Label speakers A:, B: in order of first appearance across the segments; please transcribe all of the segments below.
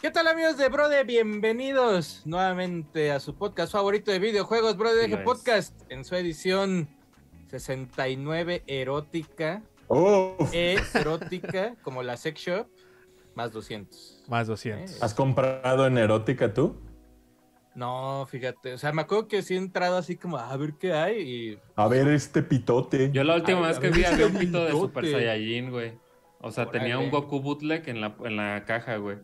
A: ¿Qué tal amigos de Brode? Bienvenidos nuevamente a su podcast favorito de videojuegos, Brode
B: Sí lo
A: DG
B: es.
A: Podcast, en su edición 69 erótica, e
C: Oh,
A: erótica, como la sex shop, más Eh, 200.
B: Más 200.
C: ¿has comprado en erótica tú?
A: No, fíjate, o sea, me acuerdo que sí he entrado así como a ver qué hay y
C: A ver este pitote.
D: Yo la última
A: Ay,
D: vez
A: a
D: que
A: ver,
D: vi había un
A: este
D: pito de
A: bigote.
D: Super Saiyajin, güey. O sea, tenía un
A: Órale.
D: Goku bootleg en la, en la caja, güey.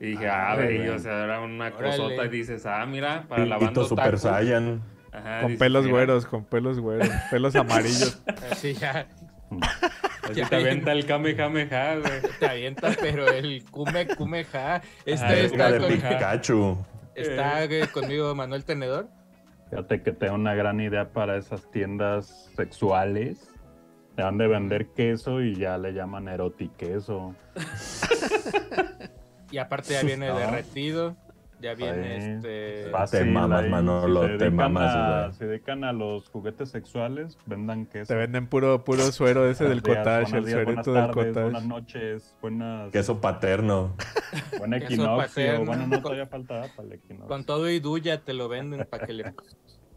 D: Y dije, ah,
C: Órale.
D: güey, o sea, era una
A: Órale.
D: cosota. Y dices, ah, mira, para la banda
C: Pito Super Saiyan.
D: Ah,
B: Con pelos güeros, con pelos güeros, pelos amarillos.
A: así ya
D: Así pues, te avienta el Kamehameha, güey.
A: te avienta, pero el kume kumeja.
D: Ah,
A: Está,
D: el
A: este
C: Verga
A: está,
C: de
D: con-
C: Pikachu.
A: está eh, conmigo Manuel Tenedor.
E: Fíjate que tengo una gran idea para esas tiendas sexuales. Le han de vender queso y ya le llaman erotiqueso.
A: Y aparte ya viene
E: Ah.
A: derretido. Ya viene
E: Ahí.
A: este.
E: Fácil,
C: Te mamas,
E: ahí,
C: Manolo,
E: si se
C: te
E: dedican
C: mamas,
E: a-
C: güey.
E: Se dedican a los juguetes sexuales, vendan queso.
B: Te venden puro, puro suero ese del
E: Buenos días,
B: cottage,
E: buenos
B: el
E: días, buenas
B: suerito del
E: tardes, Buenas
B: cottage.
E: noches, buenas,
C: Queso paterno.
E: buen
A: queso
E: equinoccio.
A: paterno.
E: Bueno, no
A: Con-
E: todavía faltaba para el equinoccio.
A: Con todo y duya te lo venden para que le.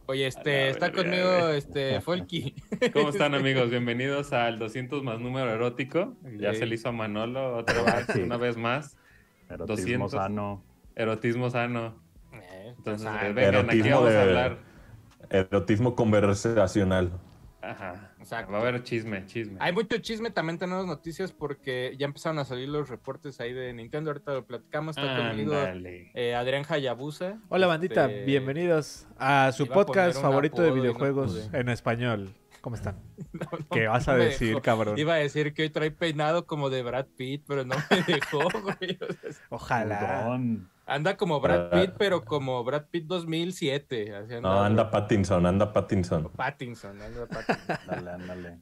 A: Oye, este,
D: la
A: está
D: verga,
A: conmigo
D: güey.
A: este Folky.
D: ¿Cómo están, amigos? Bienvenidos al 200 más número erótico. Ya
A: Sí.
D: se le hizo a Manolo otra vez,
E: Sí.
D: una vez más.
E: Erotismo
D: 200.
E: sano.
D: Erotismo sano.
A: Eh,
D: Entonces,
A: sano,
D: eh, vengan, aquí
C: erotismo
D: vamos a
C: de-
D: hablar.
C: Erotismo conversacional.
D: Ajá.
A: Exacto.
D: Va a haber chisme, chisme.
A: Hay mucho chisme, también tenemos noticias porque ya empezaron a salir los reportes ahí de Nintendo. Ahorita lo platicamos. Está conmigo
D: Ándale.
A: eh, Adrián Hayabusa.
B: Hola
A: Este,
B: bandita, bienvenidos a su
A: iba a poner
B: podcast
A: un
B: favorito de
A: apodo y no
B: videojuegos
A: pude.
B: en español. ¿Cómo están?
A: no, no,
B: ¿Qué vas
A: no
B: a
A: me
B: decir,
A: dejó.
B: cabrón?
A: Iba a decir que hoy trae peinado como de Brad Pitt, pero no me dejó, güey. O sea,
B: Ojalá.
E: Perdón.
A: Anda como Brad
C: Ah.
A: Pitt, pero como Brad Pitt 2007. así
C: No, anda Pattinson, anda Pattinson.
A: Pattinson. anda Pattinson.
E: Dale, ándale.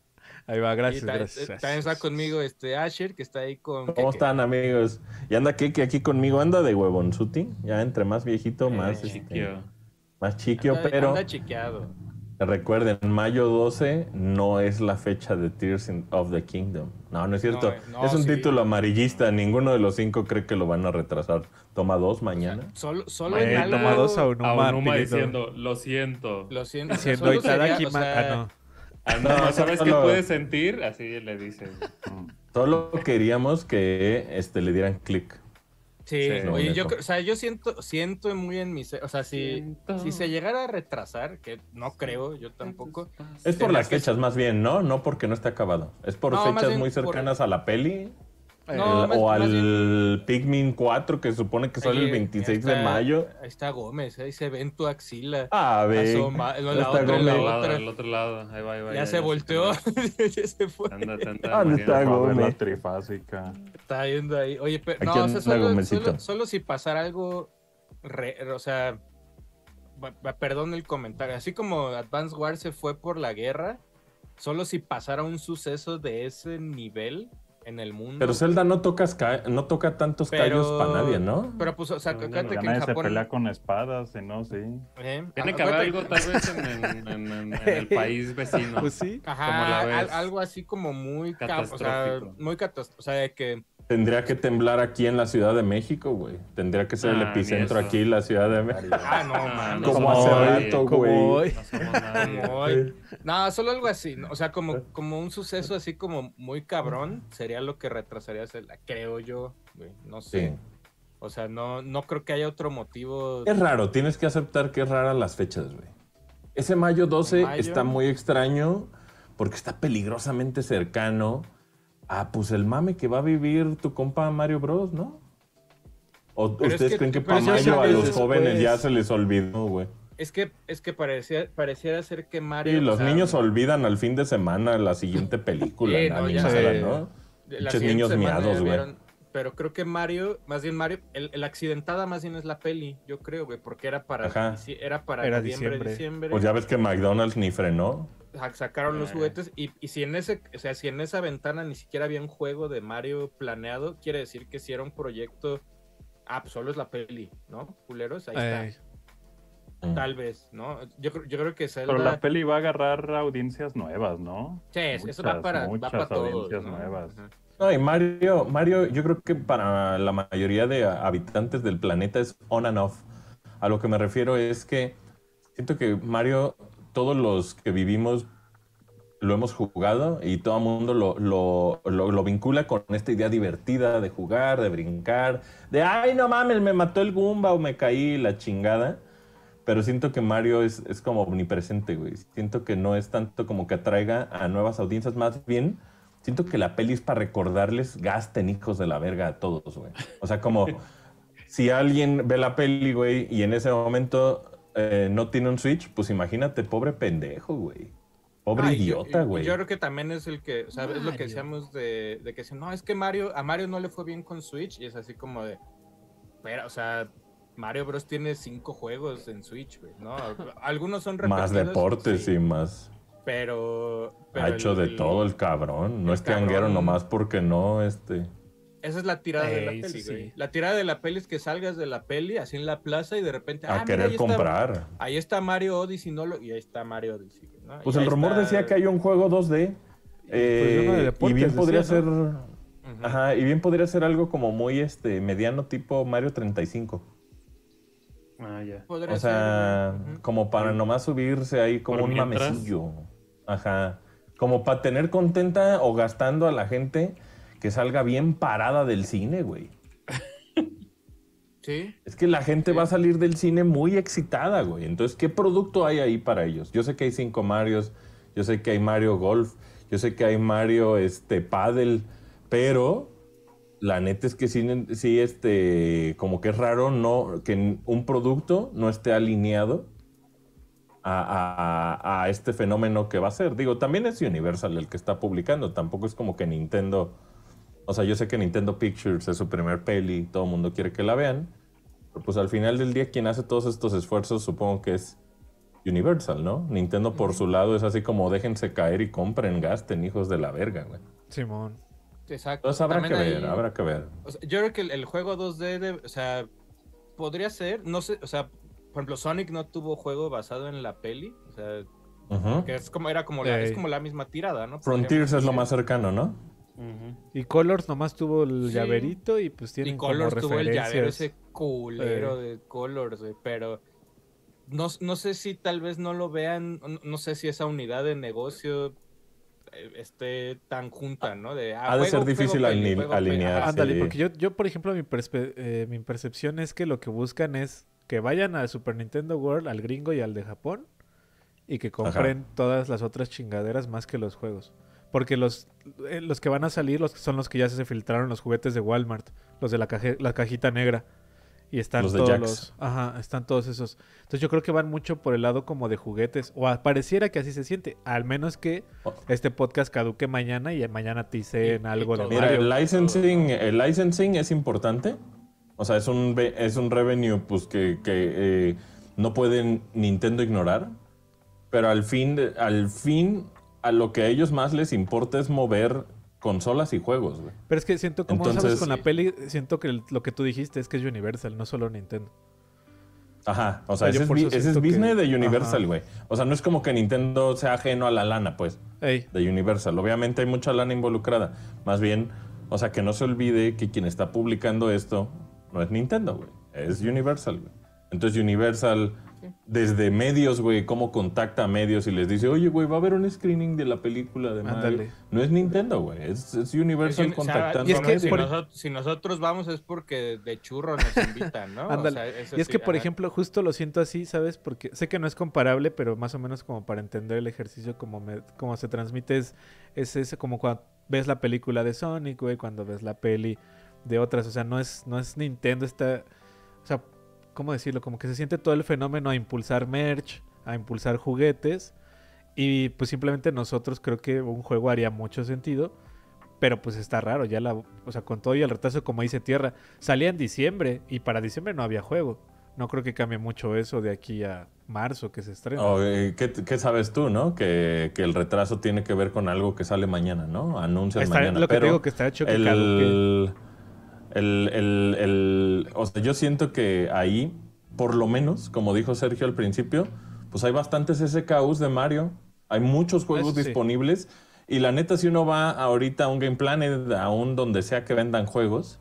B: Ahí va,
A: Y
B: gracias,
A: ta-
B: gracias.
A: ta- También está conmigo este Asher, que está ahí con...
C: ¿Cómo
A: Keke.
C: están, amigos? Y anda Keke aquí conmigo, anda de huevonzuti. Ya entre más
D: Eh,
C: viejito, más, este,
D: Chiquio.
C: más chiquio,
A: Anda-
C: pero
A: Anda chiqueado.
C: recuerden, mayo 12 no es la fecha de Tears in- of the Kingdom. No, no es cierto.
A: No, no,
C: es un
A: sí.
C: título amarillista, ninguno de los cinco cree que lo van a retrasar. Toma dos mañana.
A: Solo, solo
B: Güey,
A: en algo...
B: toma dos a Unuma,
D: A Unuma
B: Pinito.
D: diciendo, lo siento.
A: Lo siento. o sea,
B: Diciendo
A: solo
B: Itadaki
A: sería, o sea,
B: Ah, no.
D: Ah, no,
C: No,
D: ¿Sabes
C: solo-
D: qué puedes sentir? Así le dices.
E: Mm.
C: Solo queríamos que este, le dieran clic.
A: Sí,
D: Sí,
C: no,
A: oye, yo,
C: neta.
A: creo- o sea, yo siento, siento muy en mi... ser- O sea, si,
D: Siento.
A: si se llegara a retrasar, que no creo, yo tampoco...
C: Es por
A: Tenía
C: las
A: que
C: fechas más bien, ¿no? No porque no esté acabado. Es por
A: No, más
C: fechas
A: bien
C: muy
A: por-
C: cercanas a la peli
A: No,
C: el-
A: más-
C: o
A: más
C: al Pikmin 4 que supone que sale
A: Oye,
C: el 26
A: ahí
C: de
A: está-
C: mayo. Ah,
A: Ahí está Gómez, ahí se ve en tu axila.
C: A ver.
A: Asoma- no, la
C: está
A: otra,
D: Al
A: la
C: Gómez.
D: lado,
A: otra.
D: al otro lado. Ahí va, ahí va.
A: ya se volteó. ya se fue.
D: Anda, anda,
C: Ah, no está
E: Por
D: anda.
E: favor,
C: Gómez.
E: la trifásica.
A: Está viendo ahí. Oye, pero
C: Aquí
A: no, o sea,
C: anda
A: solo,
C: Gomezito.
A: solo, solo si pasara algo. re- o sea, va- va- perdón el comentario. Así como Advance War se fue por la guerra, solo si pasara un suceso de ese nivel en el mundo.
C: Pero Zelda no toca, esca- no toca tantos callos
A: Pero-
C: para nadie, ¿no?
A: Pero, pues, o sea,
D: No, no,
A: acuérdate
D: no,
E: Ya
A: que en
E: nadie se pelea
A: Japón.
E: con espadas, si no, sí.
A: ¿eh?
D: Tiene que haber
A: Acuérdate-
D: algo tal vez en, en- en- en- en el país vecino.
B: Pues sí.
A: Ajá,
D: ¿Cómo la ves?
A: al- algo así como muy cap- o sea,
D: Catastrófico.
A: muy catastrófico, o sea, de que
C: Tendría que temblar aquí en la Ciudad de México, güey. Tendría que ser
D: Ah,
C: el
D: ni
C: epicentro
D: eso.
C: aquí en la Ciudad de México.
A: ah, no,
D: Ah,
A: mames.
D: no
C: Como
D: somos
C: hace
D: nadie,
C: rato,
B: Como
C: güey.
B: hoy.
D: No somos nadie.
A: Como hoy. No, solo algo así, ¿no? o sea, como, como un suceso así como muy cabrón sería lo que retrasaría Zelda, creo yo, güey, no sé.
C: Sí.
A: O sea, no, no creo que haya otro motivo.
C: Es raro, tienes que aceptar que es rara las fechas, güey. Ese mayo 12
A: Mayo.
C: está muy extraño porque está peligrosamente cercano a pues el mame que va a vivir tu compa Mario Bros, ¿no? ¿O
A: Pero es
C: ustedes
A: que-
C: creen que
A: pero
C: para
A: es
B: que
C: mayo a
B: sabes
C: los
B: después.
C: jóvenes
A: pues,
C: ya se les olvidó, güey?
A: Es que, es que parecía, pareciera ser que Mario.
C: Y
A: o
C: los
A: sea,
C: niños olvidan al fin de semana la siguiente película,
A: Sí,
C: la
A: no, ya
C: animada,
B: sé.
C: ¿no?
A: la
C: pinches
A: siguiente
C: niños
A: semana ya
C: miados, güey.
A: vieron- Pero creo que Mario, más bien Mario, el, el accidentada más bien es la peli, yo creo, güey, porque era para,
C: Ajá.
A: dici- era para
B: Era
A: noviembre,
B: diciembre.
A: diciembre.
C: Pues ya ves que McDonald's ni frenó.
A: ja- sacaron los
D: Ah.
A: juguetes y, y si en ese, o sea, si en esa ventana ni siquiera había un juego de Mario planeado, quiere decir que si era un proyecto, ah, pues solo es la peli, ¿no? Culeros, ahí
B: Ay,
C: Eh.
A: está. Tal vez, ¿no? Yo, creo- yo creo que Zelda,
E: Pero la peli va a agarrar audiencias nuevas, ¿no?
A: Sí, eso va
E: muchas,
A: para, va
E: muchas
A: para todos,
E: audiencias
A: ¿no?
E: nuevas.
A: Ajá.
C: No, y Mario, Mario, yo creo que para la mayoría de habitantes del planeta es on and off. A lo que me refiero es que siento que Mario, todos los que vivimos lo hemos jugado y todo el mundo lo, lo- lo- lo vincula con esta idea divertida de jugar, de brincar, de ay, no mames, me mató el Goomba o me caí la chingada. Pero siento que Mario es, es como omnipresente, güey. Siento que no es tanto como que atraiga a nuevas audiencias, más bien siento que la peli es para recordarles gasten hijos de la verga a todos, güey. O sea, como si alguien ve la peli, güey, y en ese momento eh, no tiene un Switch, pues imagínate, pobre pendejo, güey. Pobre
A: Ah, y yo-
C: idiota,
A: y- y
C: güey.
A: Yo creo que también es el que, o sea, es lo que
F: Mario.
A: decíamos de, de que si no, es que Mario, a Mario no le fue bien con Switch y es así como de, pero, o sea, Mario Bros tiene cinco juegos en Switch, güey, ¿no? Algunos son
C: Más
A: repetidos,
C: deportes
A: sí,
C: y más.
A: pero, pero
C: Ha hecho de
A: el-
C: todo el cabrón. No
A: el
C: es canguero
A: cabrón-
C: nomás porque no, este.
A: Esa es la tirada de la
F: Ey,
A: peli,
F: sí,
A: güey.
F: sí.
A: La tirada de la peli es que salgas de la peli así en la plaza y de repente
C: A
A: "Ah, mira,
C: querer
A: ahí está-
C: comprar.
A: ahí está Mario Odyssey, no lo, y ahí está Mario Odyssey, güey, ¿no?
C: Pues
A: Y
C: el
A: ahí
C: rumor
A: está-
C: decía que hay un juego 2D. eh,
B: uno de
C: y
B: deportes,
C: bien podría
B: decía,
C: ser.
B: ¿no?
A: Ujú.
C: Ajá, y bien podría ser algo como muy este mediano tipo Mario 35.
E: Ah, ya.
A: Podría
C: O sea,
A: ser, güey. Ujú.
C: como para nomás subirse ahí como
D: Por
C: un
D: mientras.
C: mamecillo. Ajá. Como para tener contenta o gastando a la gente que salga bien parada del cine, güey.
A: Sí.
C: Es que la gente va a salir del cine muy excitada, güey. Entonces, ¿qué producto hay ahí para ellos? Yo sé que hay cinco Marios, yo sé que hay Mario Golf, yo sé que hay Mario este, Paddle, pero la neta es que sí, sí, este, como que es raro no, que un producto no esté alineado a, a- a este fenómeno que va a ser. Digo, también es Universal el que está publicando, tampoco es como que Nintendo... O sea, yo sé que Nintendo Pictures es su primer peli, todo el mundo quiere que la vean, pero pues al final del día quien hace todos estos esfuerzos supongo que es Universal, ¿no? Nintendo por su lado es así como déjense caer y compren, gasten, hijos de la verga, güey.
B: Simón.
A: Exacto.
C: Entonces Pues habrá
A: También
C: que
A: ahí-
C: ver, habrá que ver.
A: o sea, yo creo que el, el juego 2D, de- o sea, podría ser, no sé, o sea, por ejemplo, Sonic no tuvo juego basado en la peli, o sea,
C: Ujú.
A: que es como, era como la, es
B: Ey.
A: como la misma tirada, ¿no?
C: Frontiers
A: Podríamos
C: es lo
A: decir.
C: más cercano, ¿no?
D: Ujú.
B: Y Colors nomás tuvo el
A: Sí.
B: llaverito y pues tiene
A: Y
B: como
A: Colors tuvo el llavero
B: referencias.
A: ese culero de Colors, güey, pero no, no sé si tal vez no lo vean, no, no sé si esa unidad de negocio eh, esté tan junta, ¿no? De, ah,
C: Ha de
A: juego,
C: ser
A: juego,
C: difícil
A: peli,
C: aline-
A: juego, peli.
C: alinear,
A: Ajá.
B: Ándale,
C: Sí.
B: porque yo, yo, por ejemplo, mi, perspe- eh, mi percepción es que lo que buscan es que vayan al Super Nintendo World, al gringo y al de Japón, y que compren todas las otras chingaderas más que los juegos. Porque los, eh, los que van a salir los, son los que ya se filtraron los juguetes de Walmart, los de la, caje- la cajita negra. Y están
C: Los de
B: todos
C: Jax.
B: los. Ajá, están todos esos. Entonces yo creo que van mucho por el lado como de juguetes. O a- pareciera que así se siente. Al menos que
C: Oh.
B: este podcast caduque mañana y mañana te
A: Y- y
B: algo de
A: todo.
C: Mira,
B: Mario.
C: el licensing, el licensing es importante. O sea, es un, ve- es un revenue pues, que, que, eh, no puede Nintendo ignorar. Pero al fin, de- al fin, a lo que a ellos más les importa es mover consolas y juegos, güey.
B: Pero es que siento como, sabes,
C: Entonces-
B: con la peli, siento que el- lo que tú dijiste es que es Universal, no solo Nintendo.
C: Ajá, o sea,
B: O sea, yo
C: ese es,
B: por
C: bi-
B: eso
C: ese es
B: siento que-
C: business de Universal,
B: Ajá.
C: güey. O sea, no es como que Nintendo sea ajeno a la lana, pues.
B: Ey,
C: de Universal. Obviamente hay mucha lana involucrada. Más bien, o sea, que no se olvide que quien está publicando esto no es Nintendo, güey. Es Universal, güey. Entonces Universal, desde medios, güey, cómo contacta a medios y les dice, oye, güey, va a haber un screening de la película de Mario.
B: Ándale.
C: No es Nintendo, güey. Es, es
A: Es un-
C: Universal
A: o sea,
C: contactando
A: y es
C: a
A: que
C: medios.
A: si, nosot- si nosotros vamos es porque de churro nos invitan, ¿no? O
B: ándale.
A: sea, eso
B: y es
A: sí,
B: que, por
A: ajá.
B: ejemplo, justo lo siento así, ¿sabes? Porque sé que no es comparable, pero más o menos como para entender el ejercicio, como, me- como se transmite, es, es ese como cuando ves la película de Sonic, güey, cuando ves la peli de otras. O sea, no es, no es Nintendo, está. O sea, ¿cómo decirlo? Como que se siente todo el fenómeno a impulsar merch, a impulsar juguetes. Y pues simplemente nosotros creo que un juego haría mucho sentido. Pero pues está raro, ya la. O sea, con todo y el retraso, como dice Tierra, salía en diciembre y para diciembre no había juego. No creo que cambie mucho eso de aquí a marzo que se estrena.
C: Oh, eh, ¿qué, qué sabes tú, no? Que, que el retraso tiene que ver con algo que sale mañana, ¿no? Anuncian
B: Está-
C: mañana.
B: lo que te
C: pero-
B: digo que está hecho que
C: el,
B: caduque.
C: el- el- el- o sea, yo siento que ahí, por lo menos, como dijo Sergio al principio, pues hay bastantes SKUs de Mario. Hay muchos juegos
B: Eso sí.
C: disponibles Y la neta, si uno va ahorita a un Game Planet, a un donde sea que vendan juegos,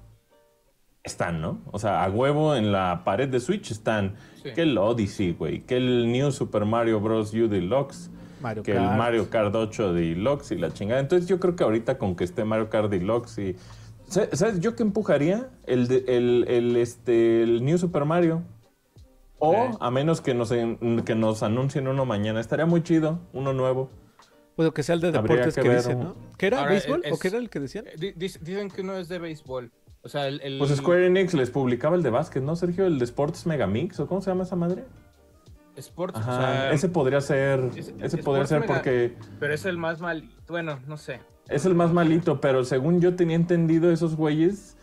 C: están, ¿no? O sea, a huevo en la pared de Switch están
A: Sí.
C: que el Odyssey, güey, que el New Super Mario Bros. U Deluxe,
B: Mario
C: que
B: Kart.
C: el Mario Kart 8 Deluxe y la chingada. Entonces yo creo que ahorita con que esté Mario Kart Deluxe y... ¿Sa- ¿Sabes yo qué empujaría? El, de- el, el, este, el New Super Mario. O
D: Ok.
C: a menos que nos, en- que nos anuncien uno mañana. Estaría muy chido, uno nuevo.
B: Bueno, que sea el de
C: Habría
B: deportes que,
C: que ver
B: dicen,
C: un-
B: ¿no? ¿Qué era?
A: Ahora,
B: ¿Béisbol?
A: es-
B: ¿O qué era el que decían?
A: Eh, di- dic- Dicen que uno es de béisbol. O sea, el. el-
C: Pues Square Enix les publicaba el de básquet, ¿no, Sergio? El de Sports Megamix, ¿o cómo se llama esa madre?
A: Sports. o
C: Ajá,
A: sea,
C: ese podría ser,
A: es-
C: ese
A: Sports
C: podría ser
A: Mega-
C: porque
A: Pero es el más mal. Bueno, no sé.
C: es el más malito, pero según yo tenía entendido esos güeyes,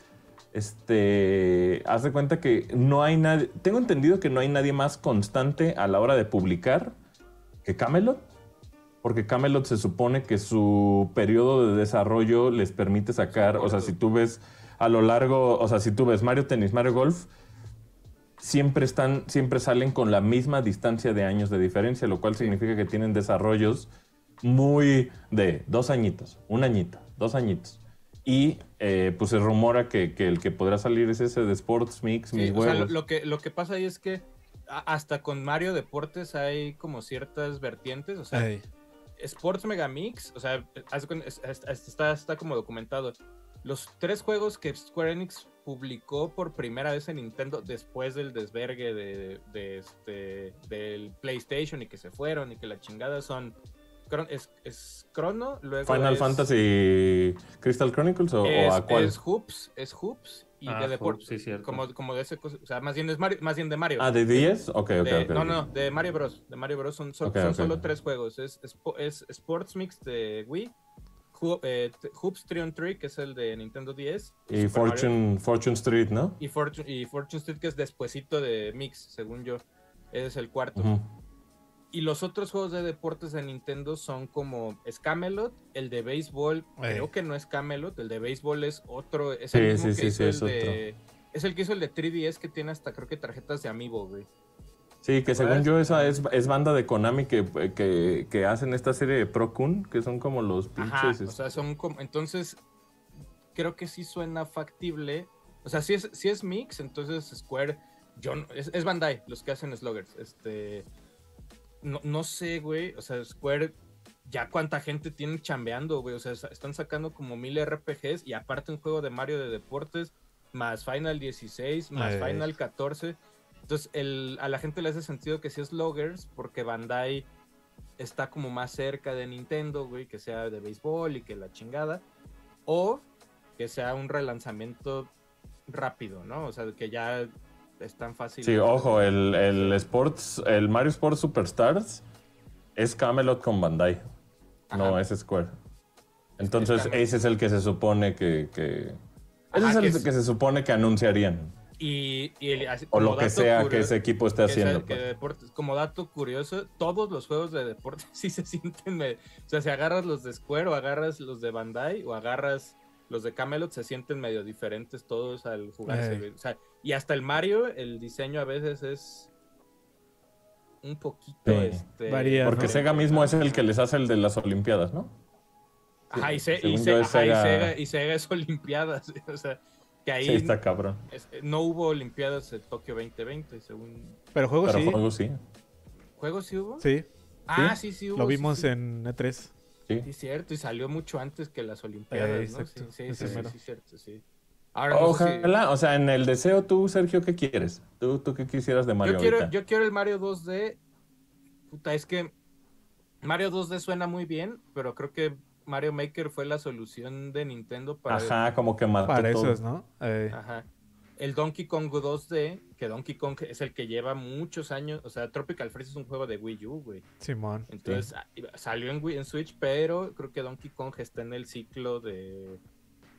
C: este, haz de cuenta que no hay nadie, tengo entendido que no hay nadie más constante a la hora de publicar que Camelot, porque Camelot se supone que su periodo de desarrollo les permite sacar, o sea, si tú ves a lo largo, o sea, si tú ves Mario Tennis, Mario Golf, siempre están, siempre salen con la misma distancia de años de diferencia, lo cual significa que tienen desarrollos muy de dos añitos, un añito, dos añitos. Y eh, pues se rumora que, que el que podrá salir es ese de Sports Mix, mis
A: Sí, o sea, lo,
C: huevos.
A: lo que, lo que pasa ahí es que a- hasta con Mario Deportes hay como ciertas vertientes. O sea,
B: Ay,
A: Sports Megamix, o sea, haz de cuen- es- es- es- está, está como documentado. Los tres juegos que Square Enix publicó por primera vez en Nintendo después del desvergue de, de este, del PlayStation y que se fueron y que la chingada son. Cron- Es, es Chrono, luego.
C: Final
A: es-
C: Fantasy Crystal Chronicles o, o
A: Es,
C: a cuál?
A: es Hoops, es Hoops y de
D: Ah, Hoops,
A: deportes.
D: sí, cierto.
A: Como, como de ese cosa. O sea, más bien, es Mario, más bien de Mario.
C: Ah, de 10? Ok, ok,
A: De-
C: ok.
A: no,
C: ok.
A: no, de Mario Bros. De Mario Bros. son, sol-
C: Ok,
A: son
C: ok.
A: solo tres juegos. Es, es, po- es Sports Mix de Wii, Ju- eh, t- Hoops Trion Tree, que es el de Nintendo 10.
C: Y
A: Super Mario,
C: Fortune, Fortune Street, ¿no?
A: y, Fortune, y Fortune Street, que es despuesito de Mix, según yo. Ese es el cuarto.
C: Ujú.
A: Y los otros juegos de deportes de Nintendo son como es Camelot, el de béisbol,
B: Ey.
A: creo que no es Camelot, el de béisbol es otro, es
C: Sí,
A: el mismo
C: sí,
A: que
C: sí,
A: hizo
C: sí,
A: el
C: es otro.
A: de... Es el que hizo el de 3DS que tiene hasta creo que tarjetas de amiibo, güey.
C: Sí, que según
A: acuerdas?
C: yo esa es, es banda de Konami que, que, que hacen esta serie de Pro Kun, que son como los
A: Ajá,
C: pinches.
A: o sea, son como... Entonces, creo que sí suena factible. O sea, si es, si es Mix, entonces Square... Yo no- es, es Bandai los que hacen Sluggers. Este... No, no sé, güey. O sea, Square... Ya cuánta gente tienen chambeando, güey. O sea, sa- están sacando como mil RPGs y aparte un juego de Mario de deportes, más Final 16, más
C: Eh.
B: Ay.
A: Final 14. Entonces, el, a la gente le hace sentido que sí es Loggers, porque Bandai está como más cerca de Nintendo, güey, que sea de béisbol y que la chingada. O que sea un relanzamiento rápido, ¿no? O sea, que ya es tan fácil.
C: sí, ojo, el, el Sports, el Mario Sports Superstars es Camelot con Bandai, no
A: Ajá.
C: es Square. Entonces,
A: Camelot.
C: ese es el que se supone que. que- ese
A: Ajá,
C: es el
A: que
C: que,
A: es-
C: se supone que anunciarían.
A: Y, y el- así-
C: O
A: como
C: lo que
A: dato
C: sea que
A: curioso-
C: ese equipo esté
A: que sea-
C: haciendo.
A: que
C: pues.
A: deportes- como dato curioso, todos los juegos de deporte sí se sienten. me- o sea, si agarras los de Square o agarras los de Bandai o agarras los de Camelot, se sienten medio diferentes todos al jugarse.
B: Ey.
A: güey. O sea, y hasta el Mario, el diseño a veces es un poquito.
C: Sí.
A: este,
B: Varía,
C: Porque
B: Ajá.
C: Sega mismo es el que les hace el de las Olimpiadas, ¿no?
A: Ajá, y, se- y
C: Según
A: se-
C: yo es
A: ajá, y
C: Sega.
A: Sega, y Sega es Olimpiadas. O sea, que ahí
C: Sí, está cabrón.
A: es- no hubo Olimpiadas en Tokio 2020, según.
B: Pero juegos
C: Pero
B: sí.
C: juego sí.
A: ¿Juegos sí hubo?
B: Sí,
A: Ah, sí, sí hubo.
B: lo
A: sí,
B: vimos
A: sí.
B: en E E3.
C: sí.
A: Sí, cierto, y salió mucho antes que las Olimpiadas, ¿no? Sí,
B: exacto,
A: sí,
B: ese
A: sí, sí,
B: mero.
A: sí, cierto, sí. Ahora, no sé si-
C: Ojalá, o sea, en el deseo tú, Sergio, ¿qué quieres? ¿Tú, tú qué quisieras de Mario
A: yo, quiero,
C: ahorita?
A: yo quiero el Mario 2D. Puta, es que Mario 2D suena muy bien, pero creo que Mario Maker fue la solución de Nintendo para...
C: Ajá, como que mató
B: Para
C: Ah, todo.
B: esos, ¿no? Eh,
A: Ajá. El Donkey Kong 2D, que Donkey Kong es el que lleva muchos años, o sea, Tropical Freeze es un juego de Wii U, güey.
B: Simón.
A: Entonces a- salió en, Wii- en Switch, pero creo que Donkey Kong está en el ciclo de...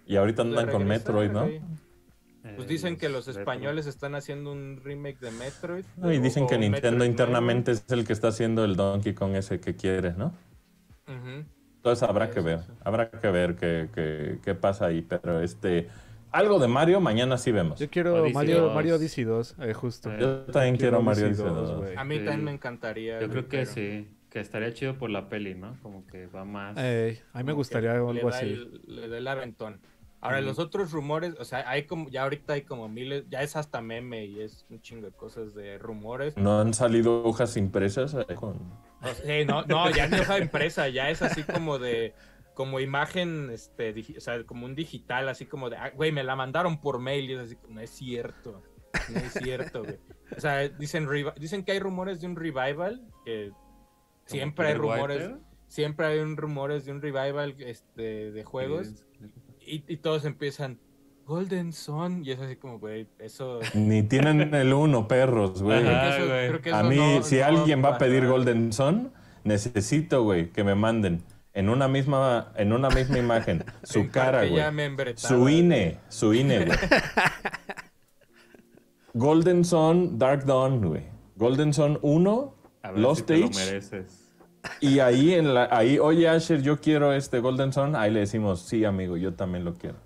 C: Y ahorita
A: Pues de
C: andan con
A: regresar,
C: Metroid, ¿no?
A: güey. Pues dicen que
D: Eh,
A: los españoles están haciendo un remake de Metroid.
C: No, Y
A: o-
C: dicen
A: o
C: que
A: un
C: Nintendo
A: Metroid
C: internamente es el que está haciendo el Donkey Kong ese que quiere, ¿no?
A: nuevo. Ujú.
C: Entonces habrá
A: Sí,
C: que
A: sí,
C: ver,
A: sí.
C: habrá que ver qué, qué- qué pasa ahí, pero este, algo de Mario mañana sí vemos.
B: Yo quiero
D: Odyssey
B: Mario,
D: 2.
B: Mario Odyssey 2, eh, justo.
D: Eh,
C: Yo también quiero Mario
B: Odyssey
C: Odyssey
B: 2,
C: 2,
B: güey.
A: A mí
D: Sí.
A: también me encantaría.
D: Yo
A: güey,
D: creo que
A: pero-
D: sí. que estaría chido por la peli, ¿no? Como que va más.
B: Eh, a mí me
A: como que
B: gustaría
A: le
B: algo
A: da
B: así.
A: el- le da el aventón. Ahora,
D: Ujú.
A: los otros rumores, o sea, hay como, ya ahorita hay como miles, ya es hasta meme y es un chingo de cosas de rumores.
C: No han salido hojas impresas eh, con...
A: O sea, eh, no, no, ya no es la empresa, ya es así como de, como imagen, este, digi- o sea, como un digital, así como de, "Ah, güey, me la mandaron por mail y es así, como, no es cierto, no es cierto, güey. O sea, dicen, revi- dicen que hay rumores de un revival, que siempre hay
D: ¿eh?
A: rumores,
C: eh?
A: siempre hay un rumores de un revival este, de juegos. Y, y todos empiezan Golden Sun y es así como, güey, eso...
C: Ni tienen el uno, perros,
D: Ajá.
C: güey.
A: creo que eso-
D: güey.
A: creo que
C: A
A: eso
C: mí,
A: no-
C: si
A: no
C: alguien va a pedir
A: pasar.
C: Golden Sun, necesito, güey, que me manden en una misma, en una misma imagen
A: En
C: su
A: parte
C: cara, güey.
A: ya me embretaba.
C: Su INE, su
A: E,
C: INE, güey. Golden Sun, Dark Dawn, güey. Golden Sun 1, Lost
D: Lost Lo
C: Age.
D: mereces.
C: y ahí, en la, ahí, oye Asher, yo quiero este Golden Sun. Ahí le decimos, sí, amigo, yo también lo quiero.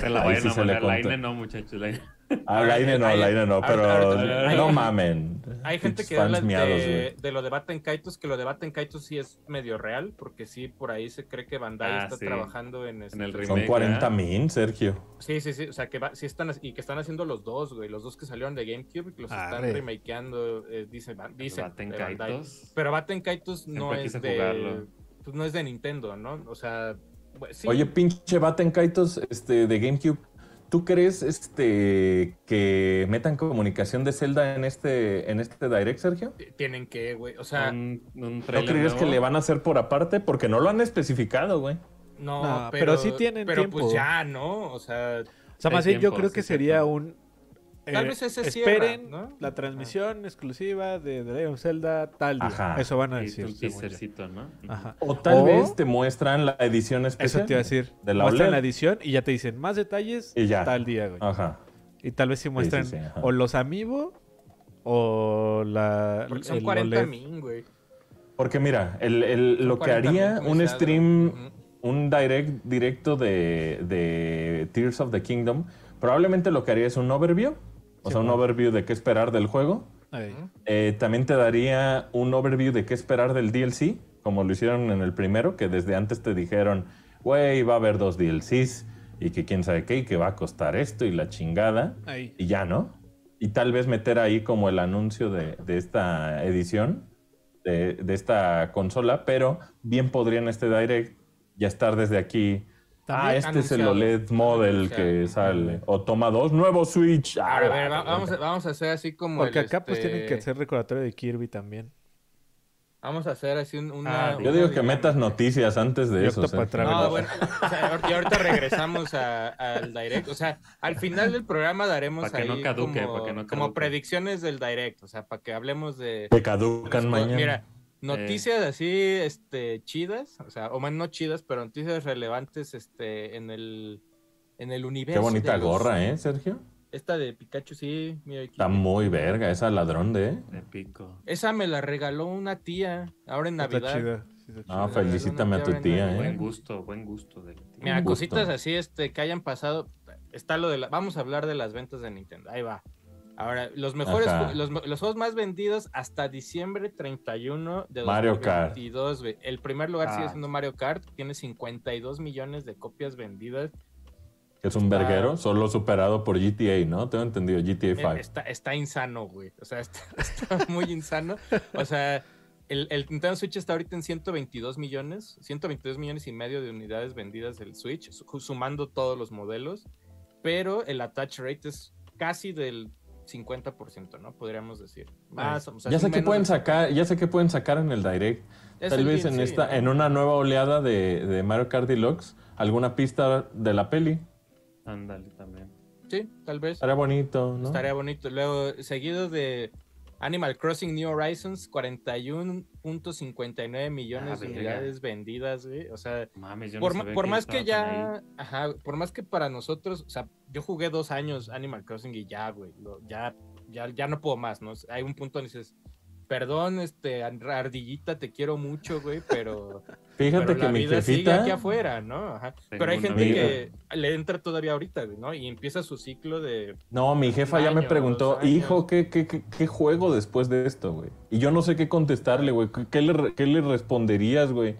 D: Se la
C: Ahí
D: vayan
C: sí
D: a
C: se le
D: mandar. La
C: conta.
D: INE no, muchachos. la INE.
C: Ah, la INE no, la INE no, pero
A: Ahorita- ahorita-
C: no mamen.
A: Hay gente
C: Pinches
A: que
C: fans
A: habla
C: miados,
A: de,
C: güey.
A: de lo de Batten Kaitos, que lo de Batten Kaitos sí es medio real, porque sí, por ahí se cree que Bandai
D: Ah,
A: está
D: sí.
A: trabajando en, este-
D: el remake.
C: Son
D: Mega.
C: 40 min, Sergio.
A: Sí, sí, sí, o sea, que va- sí están, y que están haciendo los dos, güey, los dos que salieron de GameCube y que los
D: Ah,
B: Arre.
A: están remakeando, eh, dice, dicen
D: Baten
A: de Bandai.
D: Kaitos.
A: Pero Batten Kaitos no
D: Siempre
A: es
D: quise
A: de...
D: jugarlo.
A: pues, no es de Nintendo, ¿no? O sea... bueno, sí.
C: Oye, pinche Baten Kaitos este, de GameCube. ¿Tú crees este, que metan comunicación de Zelda en este, en este Direct, Sergio?
A: T- Tienen que, güey. O
C: Mm,
A: sea,
D: un, un
C: ¿No
D: trailer
C: crees que
D: nuevo.
C: le van a hacer por aparte? Porque no lo han especificado, güey.
A: no,
B: No,
A: pero,
B: pero sí tienen
A: Pero pues
B: tiempo.
A: ya, ¿no? O sea,
B: O sea,
D: Hay
B: más bien yo
D: tiempo,
B: creo
D: sí,
B: que
D: cierto.
B: sería un...
A: Tal
B: eh,
A: vez ese cierra,
B: Esperen
A: ¿no?
B: la transmisión exclusiva de The Legend of Zelda tal día.
C: Ajá.
B: Eso van a
D: Y
B: decir.
D: un
B: según yo.
D: teasercito, ¿no?
B: Ajá.
C: O tal
B: O-
C: vez te muestran la edición especial.
B: Eso te iba a decir.
C: De la
B: muestran
C: OLED.
B: la edición y ya te dicen más detalles
C: Y ya.
B: tal día, güey.
C: Ajá.
B: Y tal vez si muestran
C: sí, ajá.
B: o los amiibo o la.
A: porque son
B: el
A: 40
B: OLED.
A: min, güey.
C: Porque mira, el, el-
A: Son
C: lo que
A: 40
C: haría
A: min
C: un
A: comisadas.
C: stream,
A: Ujú.
C: un direct directo de, de Tears of the Kingdom, probablemente lo que haría es un overview. O
B: Sí,
C: sea, un
B: bueno.
C: overview de qué esperar del juego.
B: Ahí.
C: Eh, también te daría un overview de qué esperar del DLC, como lo hicieron en el primero, que desde antes te dijeron, güey, va a haber dos DLCs y que quién sabe qué y que va a costar esto y la chingada.
B: Ahí.
C: Y ya, ¿no? Y tal vez meter ahí como el anuncio de, de esta edición, de, de esta consola, pero bien podría en este direct ya estar desde aquí. ah,
A: También
C: este es el
A: anunciado.
C: OLED model que
A: Anunciado.
C: sale. O toma dos, nuevo Switch.
A: A
C: Ah,
A: ver,
C: la
A: va-
C: verga.
A: vamos, a, vamos a hacer así como.
B: Porque
A: el,
B: acá pues
A: este,
B: tienen que hacer recordatorio de Kirby también.
A: Vamos a hacer así un- una.
D: Ah,
C: Yo
A: una
C: digo que
A: dinámica.
C: metas noticias antes de
B: Y
C: eso.
B: Octopath
C: Sergio.
B: Traveler.
A: No, bueno, o sea, ahor- y ahorita regresamos a- al direct. O sea, al final del programa daremos
D: Pa' que no
A: ahí
D: caduque,
A: como,
D: pa' que no
A: como
D: caduque.
A: predicciones del direct. O sea, para que hablemos de.
C: Te caducan mañana.
A: pues, Mira, noticias así este chidas, o sea, o más no chidas, pero noticias relevantes este en el en el universo.
C: Qué bonita
A: de los-
C: gorra, ¿eh, Sergio?
A: Esta de Pikachu sí, mira aquí.
C: Está muy verga esa ladrón de... ¿eh?
D: De pico.
A: Esa me la regaló una tía ahora en
B: Está
A: Navidad.
B: chida. sí está
C: Ah,
B: chida.
A: fe-
C: felicítame a tu tía,
D: Buen
C: ¿eh?
D: gusto, buen gusto. De
A: Mira,
C: Un gusto.
A: cositas así este que hayan pasado, está lo de la vamos a hablar de las ventas de Nintendo. Ahí va. Ahora, los mejores
C: Ajá.
A: ju- los, los juegos más vendidos hasta diciembre 31 de
C: Mario Kart.
A: 2022, güey. El primer lugar sigue
D: Ah.
A: siendo Mario Kart, tiene 52 millones de copias vendidas.
C: Que es un verguero, solo superado por GTA, ¿no? Tengo entendido, GTA 5.
A: Eh, Está, está insano, güey. O sea, está, está muy insano. O sea, el, el Nintendo Switch está ahorita en 122 millones, 122 millones y medio de unidades vendidas del Switch, su- sumando todos los modelos. Pero el attach rate es casi del 50%, ¿no? Podríamos decir. Más, o sea,
C: ya
A: sí
C: sé que
A: menos-
C: pueden sacar, ya sé que pueden sacar en el direct.
A: es
C: Tal
A: el
C: vez en
A: DLC,
C: esta,
A: ¿no?
C: en una nueva oleada de, de Mario Kart Deluxe, alguna pista de la peli.
D: Ándale también.
A: Sí, tal vez.
C: Estaría bonito, Ah, ¿no?
A: Estaría bonito. Luego, seguido de Animal Crossing New Horizons, 41.59 millones
D: Ah,
A: de
D: verga.
A: unidades vendidas, güey. O sea,
D: Mames, yo no
A: por, ma-
D: sabía
A: por más que
D: estaba
A: ya,
D: tan
A: ajá, por más que para nosotros, o sea, yo jugué dos años Animal Crossing y ya, güey, lo- ya, ya, ya no puedo más, ¿no? Hay un punto donde dices, Perdón, este, ardillita, te quiero mucho, güey, pero,
C: Fíjate
A: pero
C: que
A: la
C: mi
A: vida sigue
C: jefita.
A: aquí afuera, ¿no? Ajá.
D: Tengo
A: Pero hay
D: una
A: gente
C: vida.
A: que le entra todavía ahorita, güey, ¿no? Y empieza su ciclo de...
C: No, mi jefa ya me
A: Años,
C: preguntó,
A: años.
C: hijo, ¿qué, qué, qué, qué juego después de esto, güey? Y yo no sé qué contestarle, güey. ¿Qué- ¿Qué le, re- qué le responderías, güey?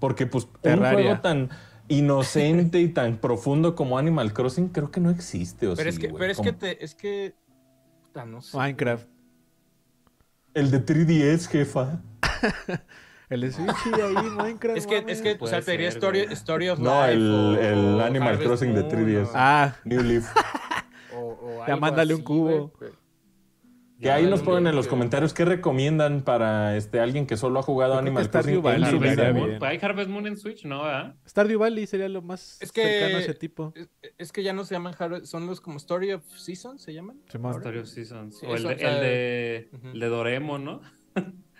C: Porque, pues, un
B: Terraria.
C: juego tan inocente y tan profundo como Animal Crossing creo que no existe, o
A: Pero es
C: Pues sí,
A: que,
C: güey.
A: pero es
C: Como-
A: que te, es que... puta, no sé.
B: Minecraft.
C: El de 3DS, jefa.
B: El de Switch y ahí, Minecraft.
A: Ah. Es que,
B: mames.
A: es que, o
D: Puede
A: sea, te diría
D: ser,
A: story,
D: güey.
A: story of
C: No,
A: Life
C: el-
A: o-
C: el
A: o
C: Animal
A: Harvest
C: Crossing de
A: Moon,
C: 3DS.
A: o-
B: Ah,
C: New Leaf.
A: o- o
B: Ya
A: algo
B: mándale un
A: así,
B: cubo.
A: güey.
C: Que ahí nos ponen en los
A: que-
C: comentarios qué recomiendan para este alguien que solo ha jugado
B: Yo creo que
C: Animal
B: está
C: Crossing
B: Stardew
C: en su
B: Valley,
C: vida,
B: estaría
D: Harvest
C: güey.
B: bien.
D: Moon. Hay Harvest Moon en Switch, ¿no? ¿Ah? ¿verdad?
B: Stardew Valley sería lo más
A: Es que-
B: cercano a ese tipo.
A: Es, es que ya no se llaman Harvest, son los como Story of Seasons, ¿se llaman?
B: Simón.
D: Story of Seasons.
A: Sí,
D: o el
A: eso,
D: de,
A: o sea,
D: el de,
A: ujú.
D: el de Doremon, ¿no?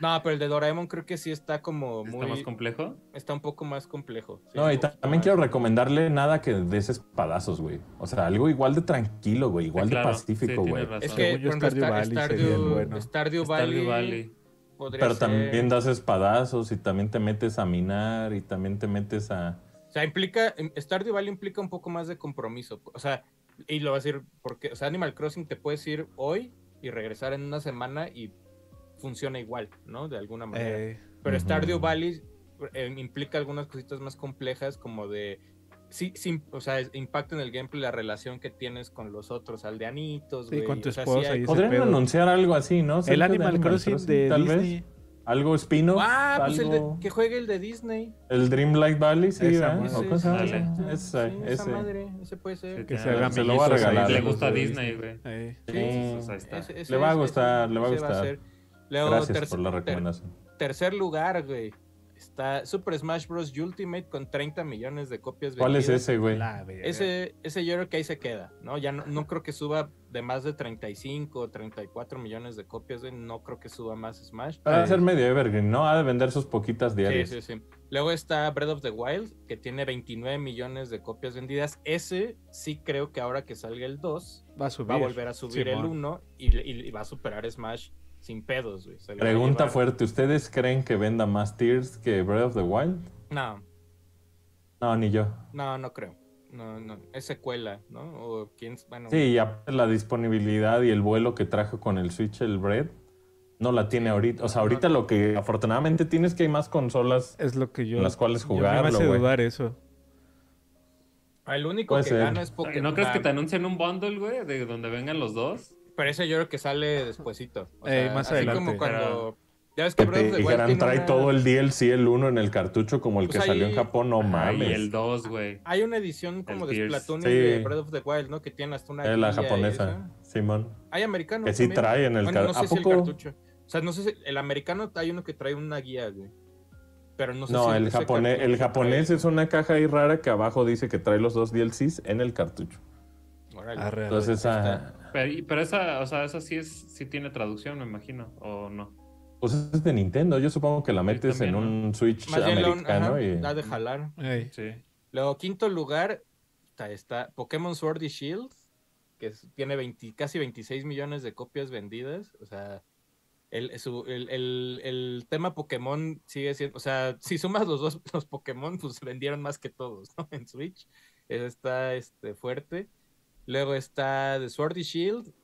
A: No, pero el de Doraemon creo que sí está como muy...
D: Está más complejo.
A: está un poco más complejo. sí,
C: No,
A: un
C: y
A: poquito
C: también
A: más.
C: quiero recomendarle nada que des espadazos, güey. O sea, algo igual de tranquilo, güey. Igual
D: Sí, claro.
C: de
D: Sí,
C: pacífico,
D: tienes
C: güey.
D: razón.
A: Es que,
B: Según
A: por
B: yo,
A: ejemplo,
B: Stardew
A: Star-
B: Valley sería el
A: Stardew-
B: bueno.
A: Stardew
D: Stardew
A: Valley
D: Valley.
A: podría
C: Pero
A: ser-
C: también das espadazos y también te metes a minar y también te metes a...
A: O sea, implica, em, Stardew Valley implica un poco más de compromiso. O sea, y lo vas a ir, porque, o sea, Animal Crossing te puedes ir hoy y regresar en una semana y funciona igual, ¿no? De alguna manera.
B: Eh,
A: Pero
C: Ujú.
A: Stardew Valley eh, implica algunas cositas más complejas como de... Sí, sí, o sea, es- impacta en el gameplay la relación que tienes con los otros aldeanitos,
B: Sí,
A: güey.
B: con tu
A: O sea,
B: esposa
A: hay-
B: y Ese
C: Podrían
B: pedo.
C: anunciar algo así, ¿no? Cerca
B: el
C: de
B: Animal Crossing de
C: tal
B: Disney.
C: Vez. Algo spin-off.
A: Ah, pues el de-
C: algo-
A: que juegue el de Disney.
C: El Dreamlight Valley, sí,
B: Esa
C: ¿verdad?
B: madre.
C: ¿O cómo se llama?
D: Dale.
C: Ese,
A: Sí,
C: ese.
A: Esa madre, ese puede ser.
B: Que
D: Sí,
B: se haga
C: Se lo voy a
B: mellizos ahí
C: regalar.
B: de
D: Le
B: los
D: gusta
B: de
D: Disney, güey.
B: Eh,
C: Sí.
D: Pues ahí está.
A: Ese- ese
C: Le va a
A: es- ese-
C: gustar, le va a
A: ese
C: gustar.
A: ser. Luego,
C: Gracias
A: terc-
C: por la
A: ter-
C: recomendación.
A: tercer lugar, güey. Está Super Smash Bros. Ultimate con 30 millones de copias
C: ¿Cuál es
A: vendidas.
C: ese, güey?
B: la verga. Eh,
A: Ese, ese yo creo que ahí se queda, ¿no? Ya no, no creo que suba de más de 35 o 34 millones de copias, güey. No creo que suba más Smash.
C: Va a ser medio evergreen, ¿no? Ha de vender sus poquitas
A: Sí,
C: diarias.
A: sí, sí. Luego está Breath of the Wild, que tiene 29 millones de copias vendidas. Ese sí creo que ahora que salga el 2,
B: va a subir.
A: va a volver a subir el
B: Simón.
A: 1 y, y- y va a superar Smash sin pedos, güey. Se le va a
C: Pregunta
A: llevar-
C: fuerte, ¿ustedes creen que venda más Tears que Breath of the Wild?
A: No,
C: No, ni yo.
A: no, no creo. No, no. Es secuela, ¿no? O quién, bueno,
C: Sí, y aparte la disponibilidad y el vuelo que trajo con el Switch el Breath, no la tiene ahorita. O sea, ahorita lo que afortunadamente tienes que hay más consolas.
B: Es lo que yo.
C: En las cuales
B: yo- a mí
C: jugarlo,
B: Me hace
C: güey.
B: dudar eso.
A: El único que
C: Puede ser.
A: gana es
D: ¿Y
A: Pokémon. Ah,
D: ¿No crees que te anuncien un bundle, güey? De donde vengan los dos.
A: Pero ese yo creo que sale despuesito. O
B: Ey,
A: sea,
B: más
A: así
B: adelante.
A: como cuando... Ya ves que
C: Que
A: Breath of the
C: te
A: Wild
C: dijeran,
A: tiene
C: trae
A: una-
C: todo el DLC, el 1 en el cartucho como el
A: Pues
C: que
A: ahí-
C: salió en Japón, no
D: Ah,
C: mames. Eh,
D: Y el 2, güey.
A: Hay una edición como
D: El
A: de
D: Tears.
A: Splatoon y
C: Sí.
A: de Breath of the Wild, ¿no? Que tiene hasta una...
C: Eh, la
A: guía y
C: japonesa,
A: eso.
C: Simón.
A: Hay americano
C: Que sí
A: también.
C: trae en el
A: Bueno, no
C: cartucho.
A: sé
C: ¿A
A: si el
C: poco?
A: cartucho. O sea, no sé si... El americano hay uno que trae una guía, güey. Pero no sé si...
C: No, el,
A: ese
C: japonés,
A: cartucho
C: el japonés
A: trae-
C: es una caja ahí rara que abajo dice que trae los dos DLCs en el cartucho.
A: Órale.
B: Arre, arre.
C: Entonces, ah,
A: ahí
C: esa,
A: está.
D: Pero, y- pero esa, o sea, esa sí es, sí tiene traducción, me imagino, o no.
C: Pues es de Nintendo, yo supongo que la metes
D: también,
C: en un Switch
A: Más bien la un-
C: americano
A: ajá,
C: y...
A: la de jalar.
B: Ey,
D: Sí.
A: Luego, quinto lugar, está, está Pokémon Sword y Shield, que es- tiene 20 casi 26 millones de copias vendidas. O sea, el, su- el- el- el tema Pokémon sigue siendo. O sea, si sumas los dos, los Pokémon, pues vendieron más que todos, ¿no? En Switch. Eso está este, fuerte. Luego está The Sword y Shield.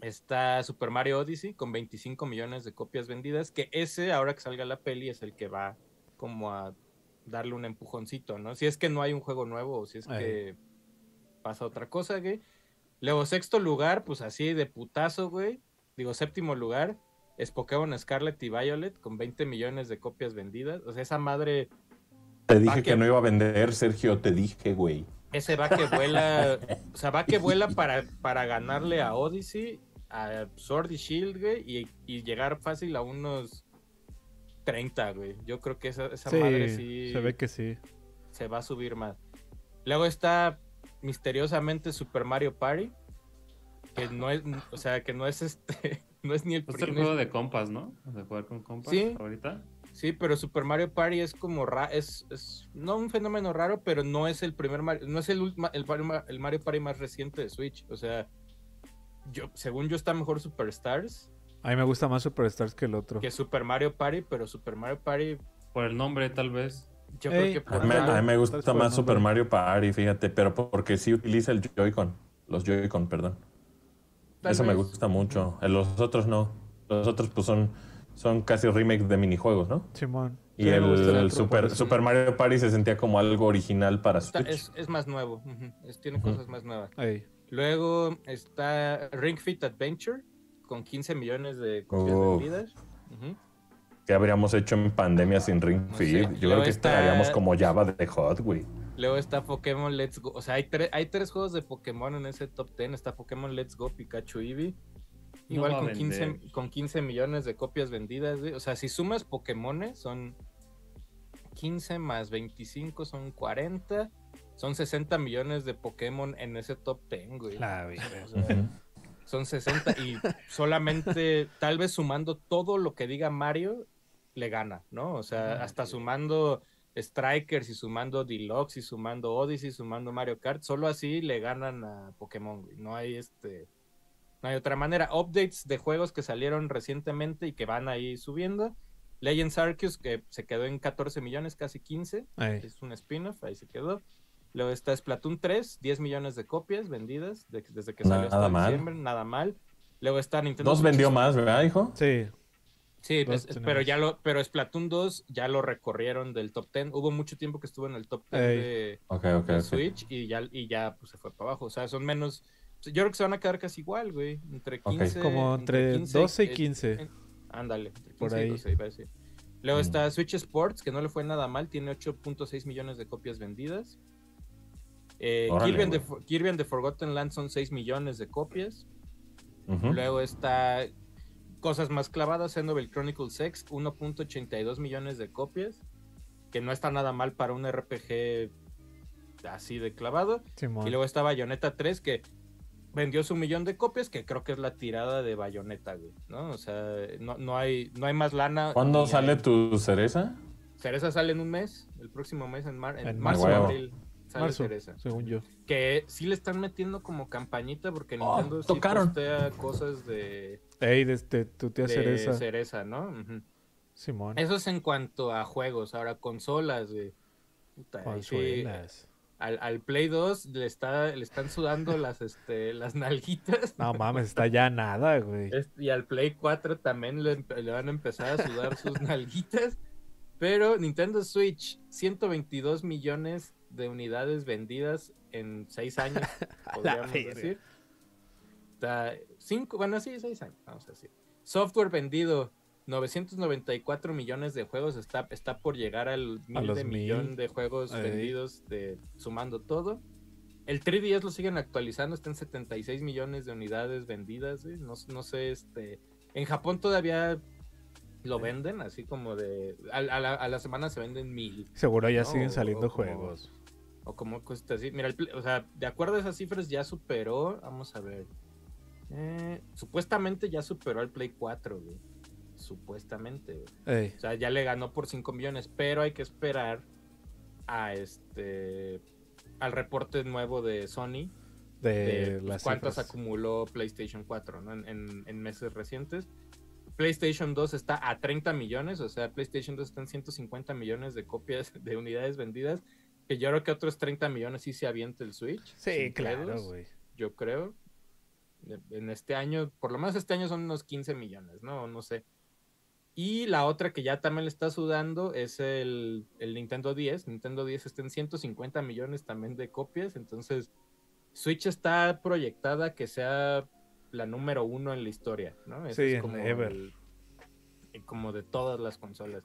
A: Está Super Mario Odyssey con 25 millones de copias vendidas. Que ese, ahora que salga la peli, es el que va como a darle un empujoncito, ¿no? Si es que no hay un juego nuevo o si es que pasa otra cosa, güey. Luego, sexto lugar, pues así de putazo, güey. Digo, séptimo lugar es Pokémon Scarlet y Violet con 20 millones de copias vendidas. O sea, esa madre,
C: Te dije
A: Paque.
C: que no iba a vender, Sergio, te dije, güey.
A: ese va que vuela, o sea, va que vuela para, para ganarle a Odyssey, a Sword y Shield, güey, y, y llegar fácil a unos 30, güey. Yo creo que esa, esa
B: sí,
A: madre sí
B: se ve que sí.
A: se va a subir más. Luego está misteriosamente Super Mario Party, que no es, o sea, que no es este, no es ni el,
D: Es
A: pri-
D: el
A: no es-
D: juego de compas, ¿no? De jugar con compas
A: Sí.
D: ahorita.
A: Sí, pero Super Mario Party es como ra- es, es no un fenómeno raro, pero no es el primer Mario, no es el, ultima- el, Mario, Ma- el Mario Party más reciente de Switch, o sea, yo según yo está mejor Superstars
B: A mí me gusta más Superstars que el otro.
A: que Super Mario Party, pero Super Mario Party,
D: Por el nombre, tal vez.
A: yo
B: Ey.
A: creo que
C: A
A: por
C: mí, me-
A: algo-
C: a mí me
B: Tal
C: gusta
B: cual,
C: más
B: ¿no?
C: Super Mario Party, fíjate, pero porque sí utiliza el Joy-Con. Los Joy-Con, perdón.
A: tal
C: Eso me
A: vez.
C: gusta mucho. Eh, Los otros no. Los otros pues son, son casi remakes de minijuegos, ¿no?
B: Simón.
C: Y
B: Sí, me
C: el,
B: gusta
C: el
B: otro, por
C: Super,
B: eso.
C: Super Mario Party se sentía como algo original para
A: Está-
C: Switch.
A: es, es más nuevo, ujú, es- tiene
C: Ujú.
A: cosas más nuevas.
B: Ey,
A: Luego está Ring Fit Adventure con 15 millones de copias
C: Oh.
A: vendidas. Ujú.
C: ¿Qué habríamos hecho en pandemia sin Ring
A: No sé.
C: Fit? Yo
A: Luego
C: creo que
A: está-
C: estaríamos como Java de Hot, güey.
A: Luego está Pokémon Let's Go. O sea, hay, tre- hay tres juegos de Pokémon en ese top 10. Está Pokémon Let's Go, Pikachu, Eevee.
D: No
A: Igual
D: va a
A: con, 15,
D: vender.
A: con 15 millones de copias vendidas. güey. O sea, si sumas Pokémones, son 15 más 25, son 40. Son 60 millones de Pokémon en ese top 10, güey.
B: La vida.
A: O sea, son 60 y solamente, tal vez sumando todo lo que diga Mario, le gana, ¿no? O sea, hasta sumando Strikers y sumando Deluxe y sumando Odyssey y sumando Mario Kart, solo así le ganan a Pokémon, güey. No hay este. No hay otra manera. Updates de juegos que salieron recientemente y que van ahí subiendo. Legends Arceus, que se quedó en 14 millones, casi 15.
B: Ey.
A: Es un spin-off, ahí se quedó. Luego está Splatoon 3, 10 millones de copias vendidas de- desde que salió
C: Nada
A: hasta
C: mal.
A: diciembre, nada mal. Luego está Nintendo
C: Dos
A: Switch.
C: vendió más, ¿verdad, hijo?
B: Sí,
A: Sí,
B: Dos
A: es- es-
B: tenemos.
A: pero ya lo pero Splatoon 2 ya lo recorrieron del top 10. Hubo mucho tiempo que estuvo en el top 10
B: Ey.
A: de,
C: Ok, ok,
A: de
C: ok.
A: Switch y ya y ya pues, se fue para abajo, o sea, son menos yo creo que se van a quedar casi igual, güey, entre
C: Ok.
A: 15
B: como entre 12 y
A: eh,
B: 15.
A: Ándale, entre
B: Por
A: 15 y
B: ahí.
A: 12, iba a decir. Luego
C: Mm.
A: está Switch Sports, que no le fue nada mal, tiene 8.6 millones de copias vendidas. Eh,
C: Órale,
A: Kirby, and the,
C: güey.
A: Fo- Kirby and the Forgotten Land son 6 millones de copias.
C: Ujú.
A: Luego está cosas más clavadas, Xenoblade Chronicles X, 1.82 millones de copias, que no está nada mal para un RPG así de clavado.
B: Simón.
A: Y luego está Bayonetta 3 que vendió su millón de copias, que creo que es la tirada de Bayonetta, güey, ¿no? O sea, no, no hay, no hay más lana.
C: ¿Cuándo
A: ni
C: sale
A: hay-
C: tu cereza?
A: Cereza sale en un mes, el próximo mes, en, mar- en
B: En
A: marzo
C: marzo.
A: abril. Sale
B: Marzo,
A: Cereza.
B: según yo.
A: Que sí le están metiendo como campañita porque
C: Oh,
A: Nintendo sí
C: tocaron.
A: postea cosas de,
B: Ey, de este, tu tía
A: de cereza.
B: Cereza.
A: ¿no? Ujú.
B: Simón.
A: Eso es en cuanto a juegos. Ahora, consolas, güey. Puta, ahí sí,
B: Consuelas.
A: al, al Play 2 le, está, le están sudando las, este, las nalguitas.
B: No mames, está ya nada, güey.
A: Es- Y al Play 4 también le, empe- le van a empezar a sudar sus nalguitas. Pero Nintendo Switch, 122 millones de unidades vendidas en 6 años, podríamos
B: verga.
A: decir. Está cinco, bueno, sí, 6 años, vamos a decir. Software vendido, 994 millones de juegos. Está, está por llegar al mil
B: los
A: de
B: mil.
A: millón de juegos
B: Ey.
A: vendidos de, sumando todo. El 3DS lo siguen actualizando, está en 76 millones de unidades vendidas, güey. No, no sé, este... En Japón todavía lo venden, así como de... A, a la, a la semana se venden mil,
B: Seguro ya
A: No,
B: siguen saliendo
A: o como-
B: juegos.
A: o como cosas así. Mira, el Play- o sea, de acuerdo a esas cifras ya superó, vamos a ver. Eh, supuestamente ya superó al Play 4, güey. Supuestamente, güey.
B: Ey.
A: O sea, ya le ganó por 5 millones, pero hay que esperar a este... Al reporte nuevo de Sony, de
B: De,
A: pues,
B: Eh, las
A: cuántas
B: cifras.
A: acumuló PlayStation 4 ¿no? en, en- en meses recientes. PlayStation 2 está a 30 millones, o sea, PlayStation 2 está en 150 millones de copias de unidades vendidas, que yo creo que otros 30 millones sí se avienta el Switch.
B: Sí,
A: sin
B: claro,
A: pedos,
B: güey.
A: Yo creo. De- En este año, por lo menos este año son unos 15 millones, ¿no? No sé. Y la otra que ya también le está sudando es el, el Nintendo 10. Nintendo 10 está en 150 millones también de copias. Entonces, Switch está proyectada que sea la número uno en la historia, ¿no? Eso
B: Sí, en ever.
A: el- el- como de todas las consolas.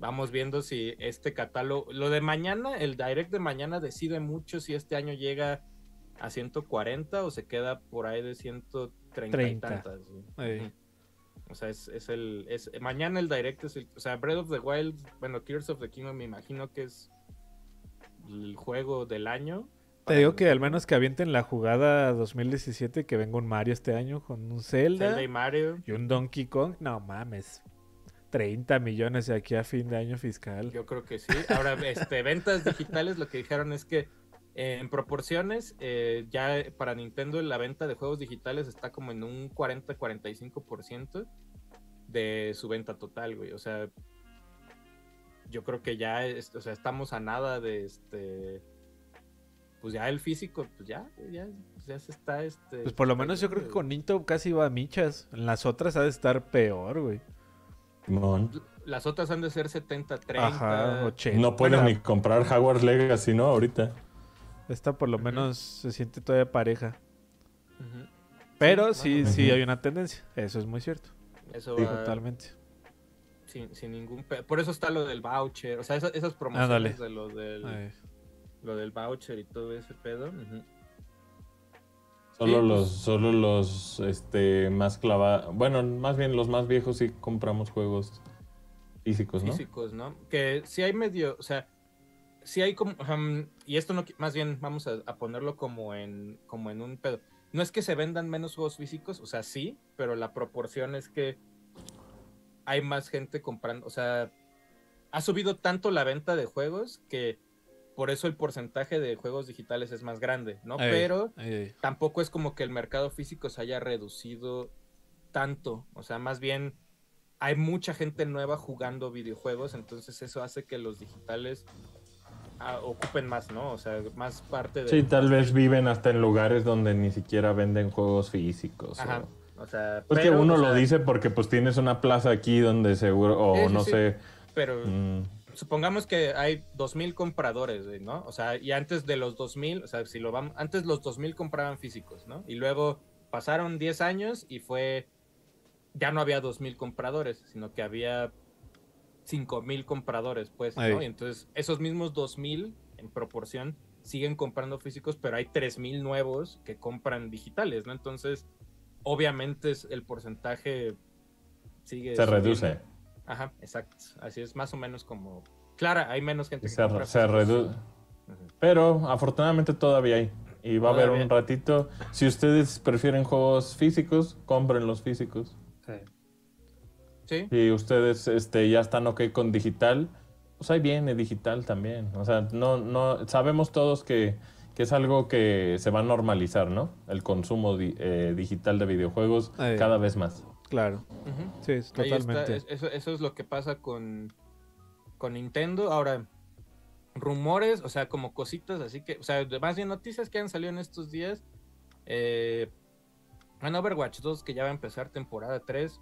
A: Vamos viendo si este catálogo, lo de mañana, el direct de mañana decide mucho si este año llega a 140 o se queda por ahí de 130 y
B: 30.
A: tantas. ¿sí?
B: Ey.
A: Ujú. O sea, es, es el. Es, mañana el direct es el. O sea, Breath of the Wild, bueno, Tears of the Kingdom, me imagino que es el juego del año.
B: Te digo que al menos que avienten la jugada 2017 que venga un Mario este año con un Zelda,
A: Zelda y Mario.
B: y un Donkey Kong. No mames. 30 millones de aquí a fin de año fiscal.
A: Yo creo que sí. Ahora, este, ventas digitales, lo que dijeron es que En proporciones, eh, ya para Nintendo la venta de juegos digitales está como en un 40-45% de su venta total, güey. O sea, yo creo que ya es- o sea, estamos a nada de este. Pues ya el físico, pues ya, güey, ya, ya se está. Este,
B: Pues por lo menos yo creo que con Nintendo casi va a michas. En las otras ha de estar peor, güey.
C: Simón.
A: Las otras han de ser 70-30.
B: Ajá, 80.
C: No puedes
B: Bueno,
C: ni comprar Hogwarts Legacy, ¿no? Ahorita.
B: Esta por lo
A: Ujú.
B: menos se siente todavía pareja.
A: Ujú.
B: Pero
A: Sí,
B: sí,
A: bueno.
B: sí
C: Ujú.
B: hay una tendencia. Eso es muy cierto.
A: Eso
C: Sí,
A: va
B: Totalmente.
A: sin, sin ningún. pe- Por eso está lo del voucher. O sea, esa- esas promociones de lo del,
B: Ay.
A: lo del voucher y todo ese pedo. ujú.
C: Solo
A: Sí, pues.
C: los, solo los este, más clavados. Bueno, más bien los más viejos sí compramos juegos físicos, Pues, ¿no?
A: físicos, ¿no? Que si hay medio, o sea, si hay como, ujú, y esto no, qui- más bien vamos a, a ponerlo como en, como en un pedo. No es que se vendan menos juegos físicos, o sea, sí, pero la proporción es que hay más gente comprando, o sea, ha subido tanto la venta de juegos que por eso el porcentaje de juegos digitales es más grande, ¿no?
B: Ay,
A: Pero
B: ay, ay.
A: tampoco es como que el mercado físico se haya reducido tanto. O sea, más bien hay mucha gente nueva jugando videojuegos, entonces eso hace que los digitales ah, ocupen más, ¿no? O sea, más parte de...
C: Sí, tal vez viven hasta en lugares donde ni siquiera venden juegos físicos. o-
A: Ajá. O sea,
C: Pues que
A: pero,
C: uno
A: o
C: lo
A: sea,
C: dice porque pues tienes una plaza aquí donde seguro, o
A: Sí, sí,
C: no
A: sí.
C: sé,
A: Pero
C: mm,
A: supongamos que hay 2.000 compradores, güey, ¿no? O sea, y antes de los 2.000, o sea, si lo vamos, antes los 2.000 compraban físicos, ¿no? Y luego pasaron 10 años y fue, ya no había 2.000 compradores, sino que había 5.000 compradores, pues, ¿no?
B: Ahí.
A: Y entonces esos mismos 2.000 en proporción siguen comprando físicos, pero hay 3.000 nuevos que compran digitales, ¿no? Entonces, obviamente es- el porcentaje sigue...
C: se
A: subiendo.
C: reduce.
A: Ajá, exacto. Así es, más o menos como. Clara, hay menos gente que
C: Se,
A: compra
C: se
A: físicos.
C: reduce.
A: Ujú.
C: Pero afortunadamente todavía hay. Y va a haber
A: Todavía.
C: un ratito. Si ustedes prefieren juegos físicos, compren los físicos.
D: Sí.
A: Sí,
C: Si ustedes este, ya están ok con digital, pues ahí viene digital también. O sea, no, no, sabemos todos que, que es algo que se va a normalizar, ¿no? El consumo di- eh, digital de videojuegos
B: Ahí.
C: cada vez más.
B: Claro.
A: ujú.
B: Sí, es
A: Ahí está,
B: totalmente.
A: es- eso, eso es lo que pasa con, con Nintendo. Ahora, rumores, o sea, como cositas, así que, o sea, de- más bien noticias que han salido en estos días. Eh, en Overwatch 2, que ya va a empezar temporada 3.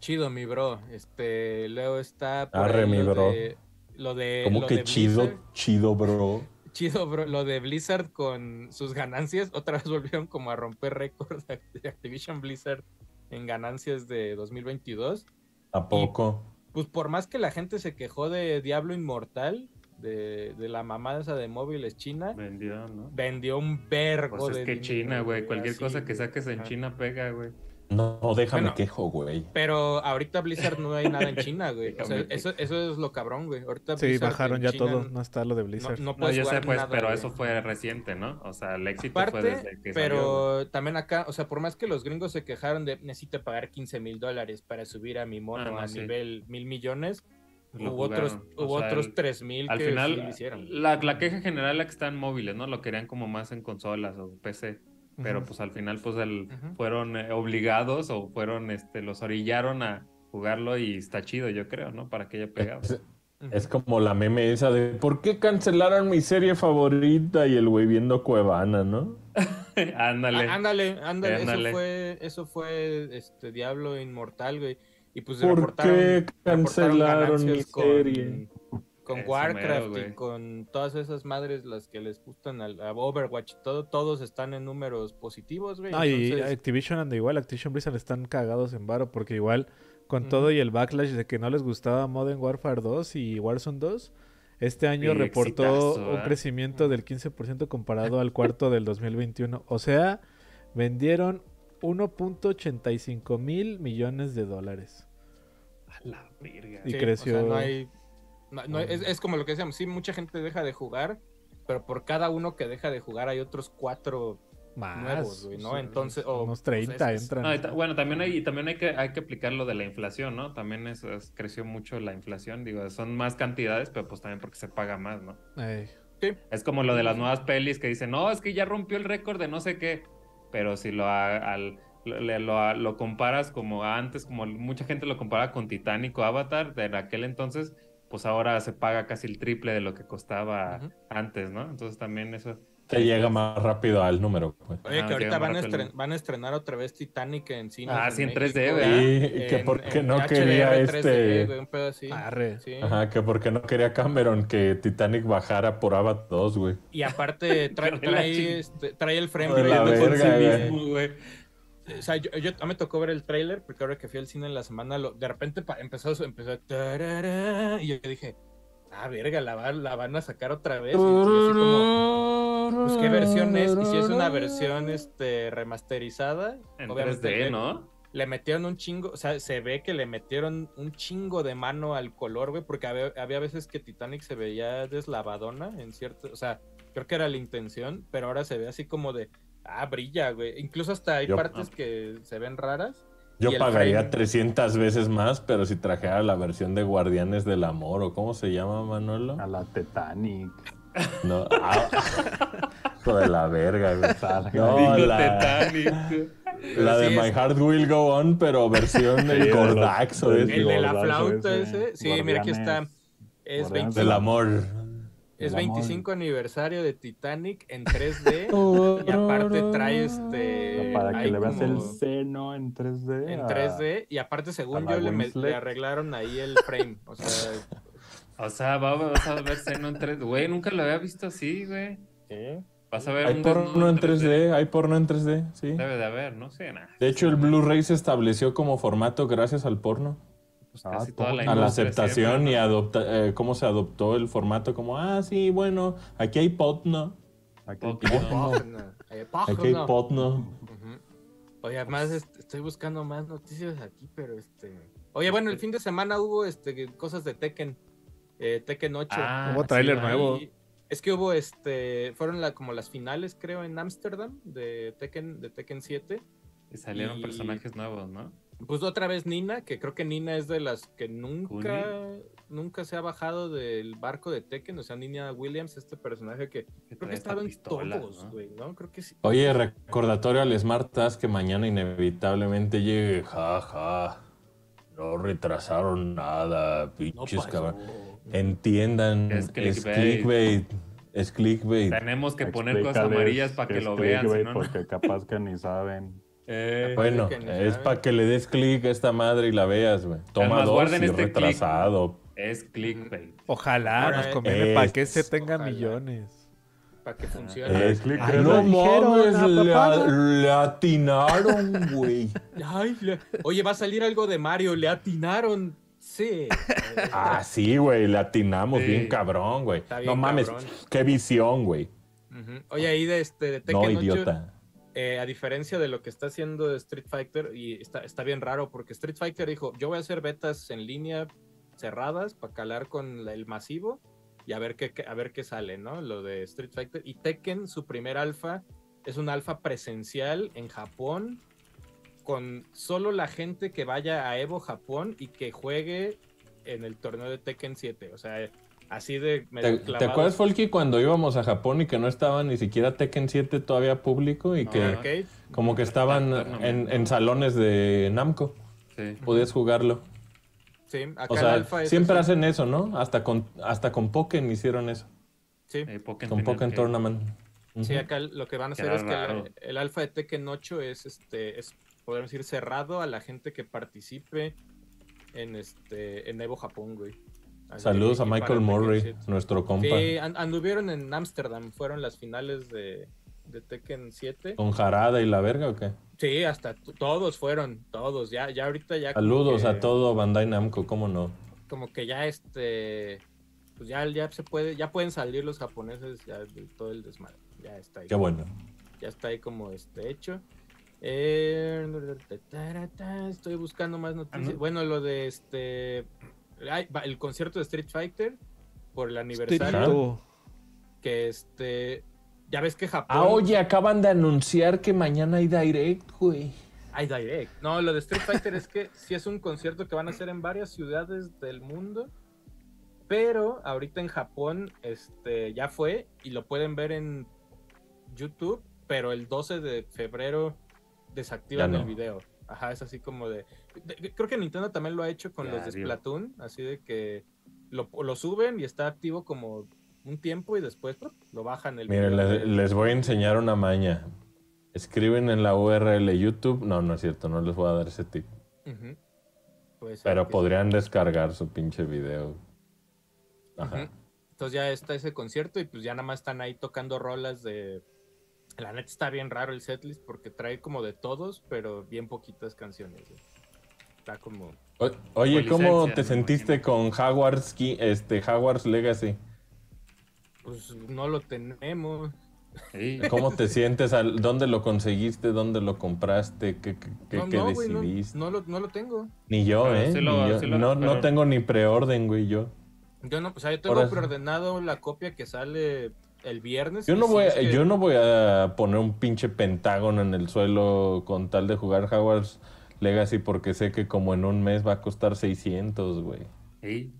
A: Chido, mi bro. Este, Leo está. por
C: Arre,
A: ahí
C: mi
A: lo
C: bro.
A: de- lo de.
C: Como
A: Eh, lo
C: que
A: de
C: chido,
A: Blizzard.
C: chido, bro.
A: chido, bro. Lo de Blizzard con sus ganancias, otra vez volvieron como a romper récords de de Activision Blizzard en ganancias de 2022.
C: ¿A poco?
A: Pues por más que la gente se quejó de Diablo Inmortal, de, de la mamada esa de móviles china,
D: Vendió, ¿no?
A: vendió un vergo
D: Pues
A: de
D: es que
A: dinero,
D: China, güey. Cualquier
A: así,
D: cosa que
A: güey.
D: saques en
A: Ajá.
D: China pega, güey.
C: No, déjame
A: Bueno.
C: quejo, güey.
A: Pero ahorita Blizzard no hay nada en China, güey. O sea,
D: Déjame-
A: eso, eso es lo cabrón, güey. Ahorita
B: Sí,
A: Blizzard en
B: bajaron ya
A: China
B: todo.
A: no-
B: No está lo de
A: No,
B: Blizzard.
A: no
D: No,
A: puedes
D: yo sé,
A: jugar
D: pues,
A: nada,
D: pero
A: güey.
D: eso fue reciente, ¿no? O sea, el éxito fue
A: Parte,
D: desde que salió.
A: pero también acá, o sea, por más que los gringos se quejaron de necesito pagar 15 mil dólares para subir a mi mono
D: Ah, no,
A: a
D: sí.
A: nivel mil millones,
D: güey. Lo
A: hubo otros,
D: jugaron. O
A: hubo
D: sea,
A: otros
D: el-
A: 3 mil
D: Al
A: que sí lo
D: final, eh,
A: hicieron.
D: la, la queja general era que están móviles, ¿no? Lo querían como más en consolas o PC. Pero
B: Ujú.
D: pues al final, pues el,
A: Ujú.
D: fueron eh, obligados o fueron, este, los orillaron a jugarlo y está chido, yo creo, ¿no? Para que haya pegado.
C: Es-
A: Ujú.
C: Es como la meme esa de ¿por qué cancelaron mi serie favorita y el güey viendo Cuevana, ¿no?
D: Ándale.
A: Ah, ándale, ándale,
D: Ándale.
A: eso fue, eso fue este Diablo Inmortal, güey. Y pues
C: ¿Por
A: reportaron-
C: qué
A: reportaron
C: cancelaron mi
A: ganancias
C: serie?
A: Con
D: Eso
A: Warcraft
D: mero,
A: y
D: güey.
A: con todas esas madres las que les gustan al, a Overwatch, todo, todos están en números positivos, güey.
B: No, y eh,
A: entonces-
B: Activision anda igual, Activision Blizzard están cagados en varo porque igual con todo y el backlash de que no les gustaba Modern Warfare 2 y Warzone 2, este año
D: Y
B: reportó
D: exitazo,
B: un
D: ¿verdad?
B: crecimiento del 15% comparado al cuarto del 2021. O sea, vendieron 1.85 mil millones de dólares.
D: A la verga.
A: Sí,
B: Y
A: o sea,
B: creció.
A: no hay- no- no hay- es, es como lo que decíamos, sí, mucha gente deja de jugar, pero por cada uno que deja de jugar hay otros cuatro.
B: Más.
A: Nuevos, güey,
B: o
A: ¿no?
B: sea,
A: Entonces, o-
B: unos
A: o sea, es-
B: 30
A: es-
B: entran.
D: No, y ta- bueno, también hay, y también hay que, hay que aplicar lo de la inflación, ¿no? También es, es- creció mucho la inflación, digo, son más cantidades, pero pues también porque se paga más, ¿no?
B: Ey,
A: Sí.
D: Es como lo de las nuevas pelis que dicen, no, es que ya rompió el récord de no sé qué. Pero si lo, ha- al- lo, le- lo ha- lo comparas como antes, como mucha gente lo compara con Titanic o Avatar de aquel entonces, pues ahora se paga casi el triple de lo que costaba
A: Ujú.
D: antes, ¿no? Entonces también eso.
C: Te llega más rápido al número. Pues.
A: Oye,
D: Ah,
A: que
D: ok,
A: ahorita van a,
D: Marvel.
A: estren- van a estrenar otra vez Titanic en cine.
D: Ah, sí, en 3D,
C: Y
D: ¿verdad?
C: que porque no quería este.
A: un pedo así.
B: Arre.
A: Sí.
C: Ajá, que porque no quería Cameron que Titanic bajara por Avatar 2, güey.
A: Y aparte tra-
D: Pero la
A: trae,
D: ching-
A: este, trae el frame
C: Pero la
A: viviendo con
C: verga,
A: sí
C: güey.
A: mismo. O sea, yo, yo- a mí me tocó ver el tráiler porque ahora que fui al cine en la semana, lo- de repente pa- empezó, su- empezó tarara, y yo dije, ah, verga, la, va- la van a sacar otra vez. Y yo así como, pues qué versión es, y si es una versión este remasterizada,
D: En
A: obviamente
D: 3D,
A: le-
D: ¿no?
A: le metieron un chingo, o sea, se ve que le metieron un chingo de mano al color, güey, porque había, había veces que Titanic se veía deslavadona en cierto, o sea, creo que era la intención, pero ahora se ve así como de, ah, brilla, güey. Incluso hasta hay
C: Yo-
A: partes que se ven raras. y
C: Yo
A: el
C: pagaría
A: frame.
C: 300 veces más, pero si trajera la versión de Guardianes del Amor, o cómo se llama, Manolo.
E: A la Titanic.
C: No, ah, hijo de la verga, güey.
E: Salga.
C: No,
D: Digo,
C: la,
D: Titanic.
C: la de
A: Sí,
C: My
A: es-
C: Heart Will Go On, pero versión
E: Sí, de
C: del
E: los-
C: Gordax, o
E: del-
C: del-
A: El de la
E: Gordazo
A: flauta
E: ese,
A: ese, sí, mira, aquí está.
E: Guardianes.
A: Es,
E: Guardianes
A: 20
C: del amor.
A: es
E: del amor.
A: 25 aniversario de Titanic en 3D. y aparte trae este...
E: Para que
A: hay
E: le veas
A: como-
E: el seno en 3D.
A: En
E: a-
A: 3D, y aparte, según
E: a
A: yo,
E: la
A: le, me-
E: Winslet.
A: le arreglaron ahí el frame. O sea,
D: O sea, va- vas a ver seno en 3D. Güey, nunca lo había visto así, güey. Vas a ver
C: Hay
D: un
C: porno
D: desnudo
C: en 3D, hay porno en 3D, sí.
D: Debe de haber, no sé, nada.
C: De hecho, el Blu-ray se estableció como formato gracias al porno,
D: Pues
E: Ah,
D: casi
E: todo.
D: toda la
C: a la
D: industria
C: aceptación
D: siempre,
C: y
D: ¿no?
C: adopta, eh, cómo se adoptó el formato como, ah, sí, bueno, aquí hay potno,
E: Aquí-
D: Ok.
A: Porno. Eh,
C: aquí hay
A: porno.
C: potno.
A: Ujú. Oye, además este, estoy buscando más noticias aquí, pero este. Oye, bueno, el fin de semana hubo este que- cosas de Tekken. eh, Tekken 8.
D: Ah,
B: Hubo tráiler
D: sí,
B: nuevo.
A: Y Es que hubo este. Fueron la, como las finales, creo, en Ámsterdam de Tekken, de Tekken 7.
D: Y salieron
A: Y-
D: personajes nuevos, ¿no?
A: Pues otra vez Nina, que creo que Nina es de las que nunca, nunca se ha bajado del barco de Tekken. O sea, Nina Williams, este personaje que creo que
D: trae esta
A: estaba en
D: pistola,
A: todos,
D: ¿no?
A: güey, ¿no? Creo que sí.
C: Oye, recordatorio al Smart Task que mañana inevitablemente llegue, jaja. No retrasaron nada, pinches cabrón.
A: Mm,
C: Entiendan,
D: Es
C: es
D: clickbait.
C: clickbait. Es clickbait.
D: Tenemos que poner cosas
E: Explícales
D: amarillas para que
E: es
D: lo vean,
E: clickbait,
D: si no, no.
E: Porque capaz que ni saben.
D: Eh,
C: Bueno,
A: que ni
C: es
A: saben.
C: para que le des clic a esta madre y la veas, güey. Toma
D: Además,
C: dos
D: guarden
C: y
D: este click.
C: retrasado.
D: es clickbait.
B: Ojalá
A: Ahora,
B: nos conviene para que se
C: es-
B: tenga
A: ojalá.
B: millones.
A: Para que funcione.
C: Es
E: click,
C: Eh, Ay,
E: es
C: no
E: lo
C: mames,
B: dijeron,
C: le,
B: la
C: a-
B: papada.
C: le atinaron, güey.
A: Ay, le- Oye, va a salir algo de Mario, le atinaron. Sí.
C: Ah, sí, güey, le atinamos
D: Sí.
C: bien cabrón, güey.
A: Está bien
C: No mames,
A: cabrón.
C: qué visión, güey.
A: Ujú. Oye, ahí de este de
C: No,
A: Tekken 8,
C: idiota.
A: eh, a diferencia de lo que está haciendo Street Fighter, y está, está bien raro, porque Street Fighter dijo, yo voy a hacer betas en línea cerradas para calar con la- el masivo y a ver qué, qué- a ver qué sale, ¿no? Lo de Street Fighter. Y Tekken, su primer alfa, es un alfa presencial en Japón, con solo la gente que vaya a Evo Japón y que juegue en el torneo de Tekken 7. O sea, así de...
C: ¿Te,
A: medio
C: te
A: clavados.
C: acuerdas, Folky, cuando íbamos a Japón y que no estaba ni siquiera Tekken 7 todavía público y
D: No,
A: Ah,
C: que
D: ¿qué?
A: Ok.
C: como que estaban en, en salones de Namco?
D: Sí.
C: Podías jugarlo.
A: Sí, acá
C: O
A: el
C: sea,
A: alfa es
C: siempre
A: así.
C: hacen eso, ¿no? Hasta con, hasta con Pokémon hicieron eso.
A: Sí.
D: Eh, Pokémon
C: Con
D: tenía
C: Pokémon
D: que-
C: Tournament. Ujú.
A: Sí, acá lo que van a
D: Que
A: hacer
D: era
A: es que
D: raro.
A: el, el alfa de Tekken 8 es este es podemos decir cerrado a la gente que participe en este en Evo Japón, güey. Así
C: Saludos
A: que
C: a
A: aquí
C: Michael
A: para Tekken
C: Murray,
A: 7.
C: nuestro compa.
A: Sí, an- anduvieron en Ámsterdam, fueron las finales de, de Tekken 7.
C: Con Jarada y la verga, ¿o qué?
A: Sí, hasta t- todos fueron, todos, ya ya ahorita ya como
C: Saludos
A: que-
C: a todo Bandai Namco, ¿cómo no?
A: Como que ya este pues ya, ya se puede, ya pueden salir los japoneses ya de todo el desmadre. Ya está ahí.
C: Qué bueno.
A: ya está ahí como este hecho. Eh, estoy buscando más noticias.
D: Ah, ¿no?
A: Bueno, lo de este ay, va, el concierto de Street Fighter por el
C: Street
A: aniversario
C: Fighter.
B: Tú.
A: que este ya ves que Japón
C: Ah, oye, acaban de anunciar que mañana hay Direct, güey.
A: Ay, direct. No, lo de Street Fighter es que sí es un concierto que van a hacer en varias ciudades del mundo, Pero ahorita en Japón este, ya fue y lo pueden ver en YouTube, pero el 12 de febrero desactivan
C: Ya no.
A: el video. Ajá, es así como de, de- Creo que Nintendo también lo ha hecho con
D: Ya,
A: los de
D: digo.
A: Splatoon, así de que lo, lo suben y está activo como un tiempo y después ¡prup! lo bajan el
C: Miren,
A: video.
C: les, les voy a enseñar una maña. Escriben en la URL YouTube. No, no es cierto, no les voy a dar ese tip.
A: Ujú. Puede ser
C: Pero
A: que-
C: podrían descargar su pinche video. Ajá.
A: Ujú. Entonces ya está ese concierto y pues ya nada más están ahí tocando rolas de... La neta está bien raro el setlist porque trae como de todos, pero bien poquitas canciones. ¿eh? Está como...
C: O- Oye,
D: Con
C: ¿cómo
D: licencia,
C: te
D: me
C: sentiste
D: imagino.
C: con Jaguars, Ki- este, Jaguars Legacy?
A: Pues no lo tenemos.
D: Sí.
C: ¿Cómo te sientes? al- ¿Dónde lo conseguiste? ¿Dónde lo compraste? ¿Qué, qué- qué-
A: no,
C: qué
A: no, güey, no,
C: decidiste?
A: no lo, no lo tengo.
C: Ni yo,
D: Pero
C: ¿eh?
D: sí lo-
C: Ni yo.
D: sí lo-
C: no, no
D: pero-
C: tengo ni preorden, güey, yo.
A: Yo no, o sea, yo tengo
C: Ahora-
A: preordenado la copia que sale el viernes.
C: Yo
A: y
C: no,
A: sí
C: voy,
A: es que-
C: yo no voy a poner un pinche pentágono en el suelo con tal de jugar Jaguars Legacy porque sé que como en un mes va a costar 600, güey.
D: Sí.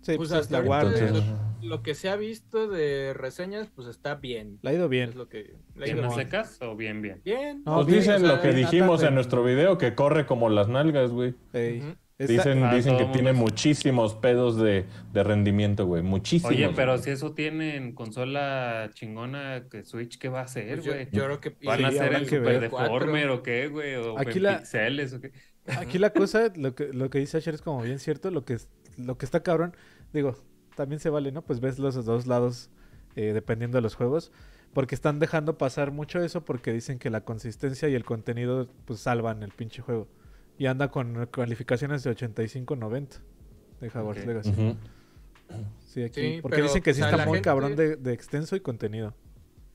B: Sí,
A: Pues
B: pues
A: hasta
B: la
A: ahorita-
B: guardia.
C: Entonces, pues,
A: Lo que se ha visto de reseñas, pues está bien.
B: Le ha ido
A: Es
B: bien.
A: lo que... le ha
D: ¿Bien
A: ido
D: a
A: bien.
D: secas o bien, bien?
A: Bien.
B: No,
C: pues
B: sí,
C: dicen
B: o sea,
C: lo que
B: es-
C: dijimos
B: ataque.
C: en nuestro video, que corre como las nalgas, güey.
B: Ey.
A: Ujú.
B: Está-
C: Dicen,
D: Ah,
C: dicen
D: todo
C: que
D: mundo
C: tiene
D: es-
C: muchísimos pedos de, de rendimiento, güey. Muchísimos.
D: Oye, pero
C: güey.
D: si eso tienen consola chingona, que Switch, ¿qué va a hacer,
A: Pues yo,
D: güey?
A: yo creo que...
D: ¿Van a
B: Sí,
D: hacer
B: habrá
D: el
B: que
D: Super
B: ver.
D: Deformer o qué, güey? ¿O
B: Aquí
D: en
B: la-
D: pixeles o qué?
B: Aquí la cosa, lo que, lo que dice Asher es como bien cierto, lo que, es- lo que está cabrón, digo, también se vale, ¿no? Pues ves los dos lados eh, dependiendo de los juegos, porque están dejando pasar mucho eso porque dicen que la consistencia y el contenido pues salvan el pinche juego. Y anda con calificaciones de 85-90 de Jaguars
D: Ok.
B: Legacy.
C: Ujú.
B: Sí, aquí.
A: Sí,
B: porque
A: pero,
B: dicen que sí
A: o sea,
B: está
A: la
B: muy
A: gente-
B: cabrón de, de extenso y contenido.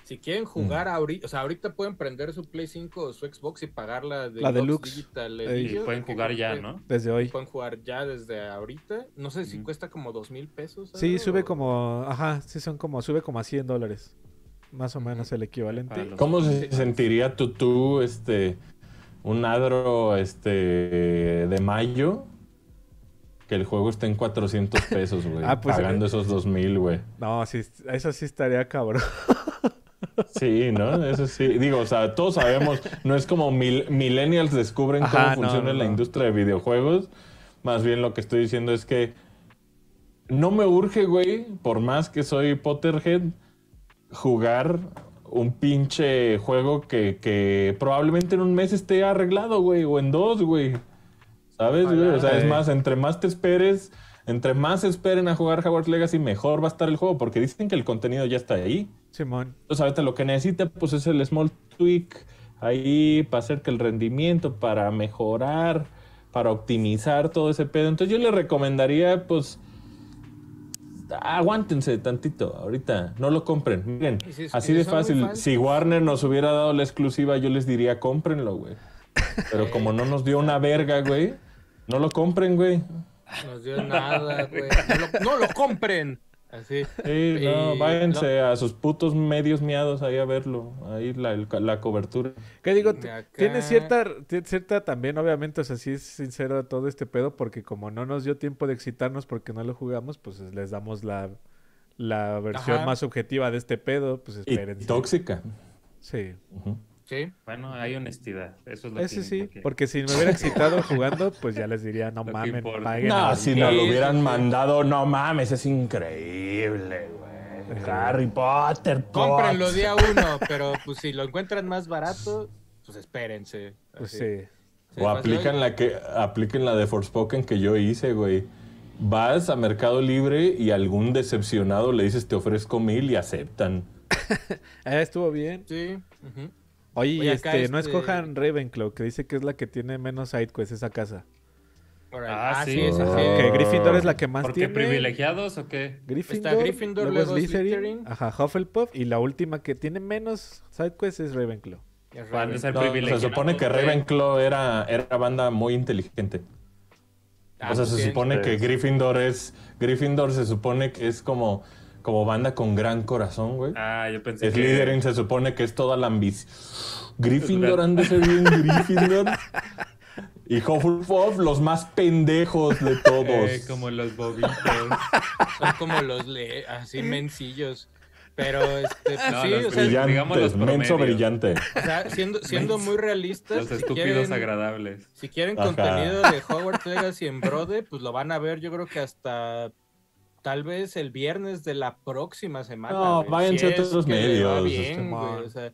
A: Si quieren jugar ahorita, o sea, ahorita pueden prender su Play 5 o su Xbox y pagar la, de
B: La deluxe.
A: Digital
B: Ey.
D: Y
A: Edition,
D: pueden
A: que
D: jugar
A: creo
D: ya,
A: que
D: ¿no?
B: Desde hoy.
A: Pueden jugar ya desde ahorita. No sé si
D: Ujú.
A: cuesta como dos mil pesos.
B: Sí,
A: ¿sabes?
B: sube
A: O-
B: como, ajá, sí son como, sube como a 100 dólares. Más o menos el
D: Para
B: equivalente.
D: los-
C: ¿Cómo se sentiría tú, tú, este, un adro, este, de mayo? Que el juego esté en 400 pesos, güey.
B: Ah, pues,
C: pagando
B: eh.
C: esos 2000, güey.
B: No, sí, eso sí estaría cabrón.
C: Sí, ¿no? Eso sí. Digo, o sea, todos sabemos, no es como mil- millennials descubren
B: Ajá,
C: cómo
B: no,
C: funciona
B: no,
C: la
B: no.
C: industria de videojuegos. Más bien lo que estoy diciendo es que no me urge, güey, por más que soy Potterhead, jugar un pinche juego que, que probablemente en un mes esté arreglado, güey, o en dos, güey. ¿Sabes, güey? O sea, es
B: Sí.
C: más, entre más te esperes, entre más esperen a jugar Hogwarts Legacy, mejor va a estar el juego, porque dicen que el contenido ya está ahí.
B: Simón.
C: Entonces ahorita lo que necesita pues es el small tweak ahí para hacer que el rendimiento, para mejorar, para optimizar todo ese pedo. Entonces yo le recomendaría pues aguántense tantito ahorita, no lo compren. Miren,
A: Y si-
C: así
A: y si
C: de
A: son muy
C: fácil.
A: fans.
C: Si Warner nos hubiera dado la exclusiva, yo les diría cómprenlo, güey. Pero como no nos dio una verga, güey, no lo compren, güey.
A: Nos dio nada, güey. No, lo- no lo compren. Así.
C: Sí,
A: Y
C: no,
A: lo-
C: váyanse a sus putos medios miados ahí a verlo, ahí la, el- la cobertura.
B: ¿Qué digo?
A: De acá.
B: Tiene cierta, tiene cierta también, obviamente, o sea, sí es sincero todo este pedo, porque como no nos dio tiempo de excitarnos porque no lo jugamos, pues les damos la, la versión
A: Ajá.
B: más objetiva de este pedo, pues
C: Y
B: espérense.
C: tóxica.
B: Sí,
C: Ujú.
A: Sí.
D: Bueno, hay honestidad. Eso es lo
B: ese
D: que
B: sí,
D: lo que-
B: porque si me hubiera excitado jugando, pues ya les diría, no
D: Lo que
B: mamen,
D: importa.
B: paguen.
C: No,
B: ahorita.
C: si
A: sí,
C: no lo
A: sí,
C: hubieran
A: sí.
C: mandado, no mames, es increíble, güey. Harry Potter,
A: Cómprenlo
C: Potts.
A: día uno, pero pues si lo encuentran más barato, pues espérense.
B: Pues
A: Así.
B: sí.
A: Sí, pues,
C: O
A: más
C: aplican
A: hoy-
C: la que apliquen la de Forspoken que yo hice, güey. Vas a Mercado Libre y algún decepcionado le dices te ofrezco mil y aceptan.
B: Ah, estuvo bien.
A: Sí. ujú.
B: Oye, y
A: Oye,
B: este,
A: acá
B: no
A: este-
B: escojan Ravenclaw, que dice que es la que tiene menos sidequests esa casa.
A: Órale.
D: Ah,
A: Ah,
D: sí.
A: sí, esa sí.
C: Ah,
B: Que Gryffindor es la que más
D: ¿Por qué
B: tiene.
D: privilegiados o qué?
B: Gryffindor,
A: Gryffindor,
B: luego
A: luego
B: Slytherin,
A: Slytherin.
B: ajá, Hufflepuff y la última que tiene menos sidequests es Ravenclaw.
A: Es
D: Van a
A: Raven.
D: ser
C: No, se
D: privilegiados.
C: supone que
D: güey.
C: Ravenclaw era, era banda muy inteligente.
A: Ah,
C: o sea, se
A: pues, sí.
C: supone que
E: Entonces-
C: Gryffindor es. Gryffindor se supone que es como, como banda con gran corazón, güey.
D: Ah, yo pensé
C: Es
D: que...
C: Slytherin se supone que es toda la ambición. Gryffindor han de ser bien Gryffindor. Y Hufflepuff, los más pendejos de todos.
D: Eh, como los bobitos.
A: Son como los le así mencillos. Pero este, pues,
D: No,
A: sí,
D: los
A: o sea,
D: brillantes.
C: Brillantes,
D: digamos los
C: menso
D: promedios.
C: brillante.
A: o sea, siendo, siendo muy realistas,
D: Los
A: si
D: estúpidos
A: quieren-
D: agradables.
A: Si quieren
C: Ajá.
A: contenido de Hogwarts Legacy en Brode, pues lo van a ver, yo creo que hasta tal vez el viernes de la próxima semana.
C: No,
A: güey.
C: váyanse a
A: es
C: otros
A: que le va
C: medios,
A: bien,
C: este,
A: güey,
B: man.
A: o sea,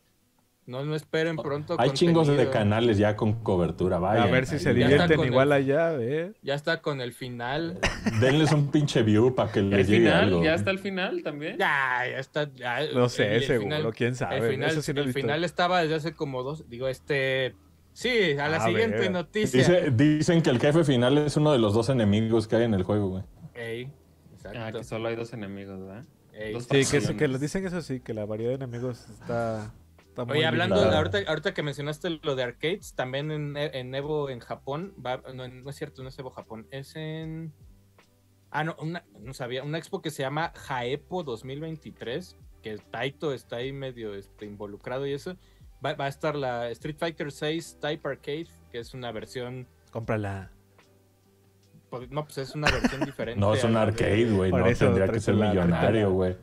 A: no, no esperen pronto.
C: Hay chingos de
A: contenido.
C: canales ya con cobertura, vaya.
B: a ver si se
A: ya está
B: divierten
A: con
B: igual allá, ¿eh?
A: Ya está con el final.
C: Denles un pinche view para que
D: ¿El
C: les llegue
D: final?
C: algo.
D: ¿Ya está el final también?
A: Ya, ya está. ya,
B: No
A: el-
B: sé,
A: el
B: seguro,
A: final-
B: quién sabe.
A: el final,
B: Eso sí no he
A: el
B: visto.
A: final estaba desde hace como dos. Digo, este. Sí, a la
B: A
A: siguiente
B: ver.
A: noticia.
C: Dice- dicen que el jefe final es uno de los dos enemigos que hay en el juego, güey.
A: Ey,
D: Ah,
A: exacto.
D: que solo hay dos enemigos, ¿verdad?
A: ey.
D: dos
B: Sí, que,
D: Sí,
B: se- que les dicen eso sí, que la variedad de enemigos está, está muy
A: Oye, hablando,
C: limitado.
A: ahorita, ahorita que mencionaste lo de arcades, también en, en Evo, en Japón, va- no, en- no es cierto, no es Evo, Japón, es en... Ah, no, una- no sabía, una expo que se llama Jaepo 2023, que Taito está ahí medio este, involucrado y eso. Va, va a estar la Street Fighter 6 Type Arcade, que es una versión,
B: Cómprala.
A: pues, no, pues es una versión diferente.
C: No, es un
A: a la de-
C: arcade, güey.
B: Este, ah, Por
C: No
B: eso
C: tendría que
B: traes
C: ser
B: la-
C: millonario, güey.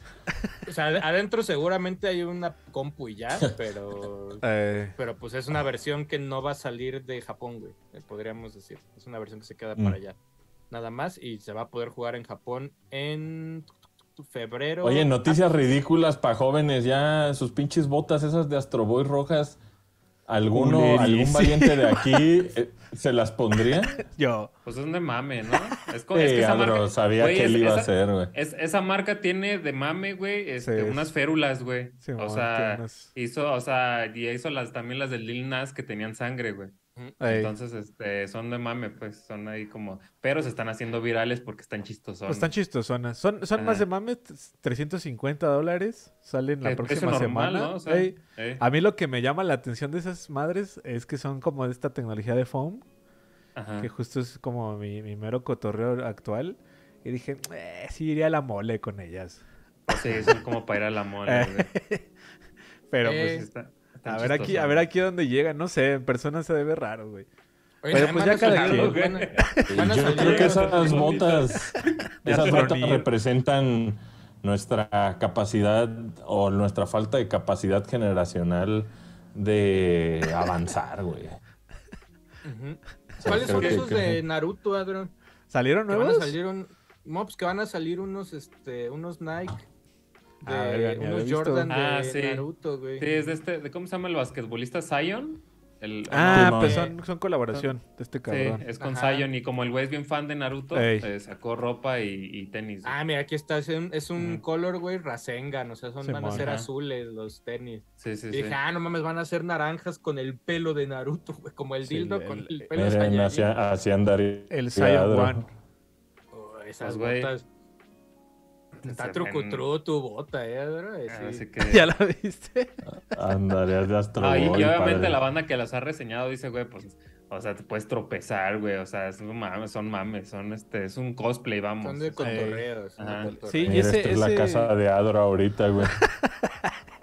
A: O sea, adentro seguramente hay una compu y ya, pero...
B: Eh,
A: Pero pues es una versión que no va a salir de Japón, güey. eh, Podríamos decir. Es una versión que se queda
C: Mm.
A: para allá. Nada más. Y se va a poder jugar en Japón en febrero.
C: Oye, noticias ridículas para jóvenes. Ya sus pinches botas esas de Astroboy rojas. ¿Alguno, algún
B: Culerísimo.
C: valiente de aquí eh, se las pondría?
B: yo.
D: Pues es de mame, ¿no? Es, co- es
C: Sí,
D: que esa
C: Andro,
D: marca-
C: sabía
D: güey,
C: que
D: es-
C: él iba a
D: esa-
C: hacer, güey.
D: Es, esa marca tiene de mame, güey, este,
B: Sí, es-
D: unas férulas, güey.
B: Sí,
D: o
B: mamá,
D: sea,
B: tienes-
D: hizo, o sea, y hizo las, también las de Lil Nas que tenían sangre, güey.
B: Ey.
D: Entonces, este, son de mame, pues, son ahí como, pero se están haciendo virales porque están chistosos.
B: Pues están chistosonas. Son, son más
D: Ajá.
B: de mames, 350 dólares. Salen la próxima semana.
D: ¿no? O sea,
B: Ey,
D: eh,
B: a mí lo que me llama la atención de esas madres es que son como de esta tecnología de foam,
D: ajá.
B: que justo es como mi, mi mero cotorreo actual. Y dije, "Eh, sí iría a la mole con ellas.
D: Sí, son como para ir a la mole, güey.
B: Pero
A: Eh,
D: Sí, está- están
B: pues, Eh, a ver aquí, a
D: chistosos.
B: ver aquí dónde llega. No sé, en persona se debe raro, güey.
A: Oye,
B: pero
A: van
B: pues
A: a
B: ya cada
A: salir-
B: quien.
A: van a- van a
C: Yo
A: salir-
C: creo que
D: Las
C: esas
D: bonitas.
C: botas, esas botas
B: Tronillo.
C: representan nuestra capacidad o nuestra falta de capacidad generacional de avanzar, güey.
A: Ujú.
C: O sea,
A: ¿Cuáles
C: creo
A: son
C: que-
A: esos
C: que-
A: de Naruto, Adron?
B: ¿Salieron
A: Que van a
B: nuevos?
A: salir un... No, pues que van a salir unos, este, unos Nike. De,
B: Ah, verga, ni había
A: unos
B: visto.
A: Jordan de
D: Ah, sí.
A: Naruto, güey.
D: Sí, es de este, de- ¿cómo se llama el basquetbolista? ¿Zion? El,
B: Ah,
C: Sí,
B: pues
A: no.
B: son, son colaboración de este
D: Sí,
B: cabrón.
D: es con
A: Ajá.
D: Zion y como el güey es bien fan de Naruto,
B: Ey.
D: eh, sacó ropa y, y tenis. güey.
A: Ah, mira, aquí está. Es un, es un
D: Ujú.
A: color, güey, Rasengan. O sea, son, van a
B: Simón.
A: ser
D: Ajá.
A: azules los tenis.
D: sí, sí,
A: Y
D: sí.
A: dije, ah, no mames, van a ser naranjas con el pelo de Naruto, güey, como el
B: Sí,
A: dildo
B: el-
A: con el pelo de
C: Miren,
A: Saiyajin.
C: así, así andaría.
B: El Zion One.
A: Oh, esas
D: Pues, güey,
A: botas.
D: Se
A: Está
D: ven-
A: trucutru tu bota, eh, bro, eh, sí.
D: Así que...
B: ¿Ya la viste?
C: Andarías de Astro
D: Ah, y, y
C: Boy,
D: obviamente
C: padre.
D: la banda que las ha reseñado dice, güey, pues, o sea, te puedes tropezar, güey, o sea, es un mame- son mames, son este, es un cosplay, vamos.
A: Son de
D: o sea,
A: cotorreos. son de
D: Ajá.
A: cotorreos.
B: Sí,
C: Mira,
B: y ese-
C: esta es la
B: ese-
C: casa de Adro ahorita, güey.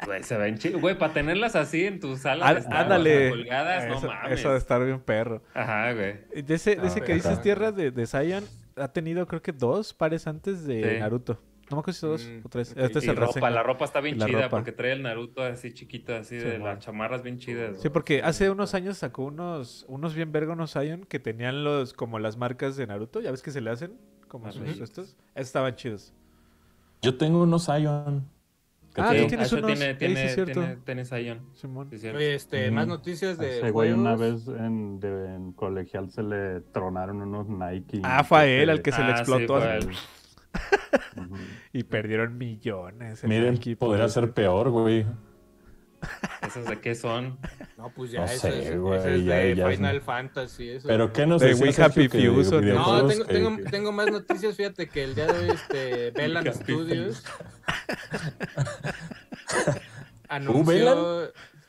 D: güey, se ven chidos, güey, para tenerlas así en tu sala,
B: Á-
D: de estar, o sea,
B: Ándale.
D: colgadas,
B: eso,
D: no mames.
B: eso de estar bien perro.
D: Ajá, güey.
B: Y De ese, de
D: Ah,
B: ese que
D: ok.
B: dices tierra de, de Zion, ha tenido creo que dos pares antes de
D: Sí.
B: Naruto. No me acuerdo si dos
A: Mm,
B: o tres.
A: ok.
B: Este es
D: Y
B: el
D: ropa,
B: Rasengan.
D: la ropa está bien
B: La
D: chida
B: ropa.
D: porque trae el Naruto así chiquito, así de
B: Simón.
D: las chamarras bien chidas.
B: Sí, porque hace unos años sacó unos, unos bien verga unos Zion que tenían los, como las marcas de Naruto, ya ves que se le hacen, como
D: Ajá.
B: sus estos. Estaban chidos.
C: Yo tengo unos Zion. que
D: Sí,
B: Ah, tú
C: tengo-
B: tienes
D: eso
B: unos.
D: Tiene,
B: Ey,
D: tiene,
B: sí, es cierto.
D: tiene- tiene Zion,
B: Simón.
D: sí, es cierto.
A: Oye, este,
C: Mm.
A: más noticias
E: A
A: de
E: ese güey una
A: juegos.
E: vez en, de- en colegial se le tronaron unos Nike.
B: Ah, fue a él al que se le
D: Ah, sí,
B: explotó.
D: fue a
B: así,
D: él.
E: Ujú.
B: y perdieron millones. el
C: Miren,
B: Nike,
C: podría
B: pobre.
C: ser peor, güey.
D: ¿Esas de qué son?
A: No, pues ya,
C: No
A: eso
C: sé,
A: es,
C: güey,
A: eso es
C: ya-
A: de
C: ya es-
A: Final Fantasy. Eso.
C: Pero qué nos
B: De
C: decía
B: We
C: Sergio
B: Happy
C: que
B: Few, ¿o no?
A: No,
C: videojuegos Eh,
A: tengo,
C: que-
A: tengo,
C: que-
A: tengo más noticias, fíjate que el día de hoy este Velan
D: Capítulo.
A: Studios
C: ¿Uh,
A: anunció
C: Velan?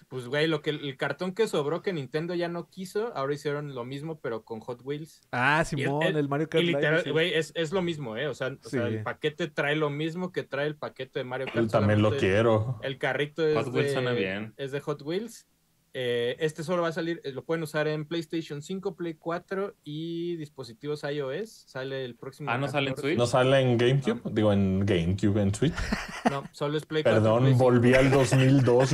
A: pues güey, lo que el cartón que sobró que Nintendo ya no quiso, ahora hicieron lo mismo pero con Hot Wheels.
B: Ah, Simón, el,
A: el-
B: Mario Kart
A: Y
B: Live,
A: literal,
B: sí.
A: güey, es, es lo mismo, eh, o sea, o sea,
B: Sí.
A: el paquete trae lo mismo que trae el paquete de Mario Kart.
C: Yo también lo
A: solamente
C: quiero.
A: El carrito es
D: Hot Wheels
A: de,
D: suena bien.
A: es de Hot Wheels Eh, este solo va a salir, eh, lo pueden usar en PlayStation 5, Play 4 y dispositivos iOS. Sale el próximo.
D: Ah, ¿no sale en
A: 14.
D: Switch?
C: ¿No sale en GameCube? Digo, en GameCube, en Switch.
A: No, solo es Play 4. Play
C: Perdón,
A: 5.
C: volví al 2002,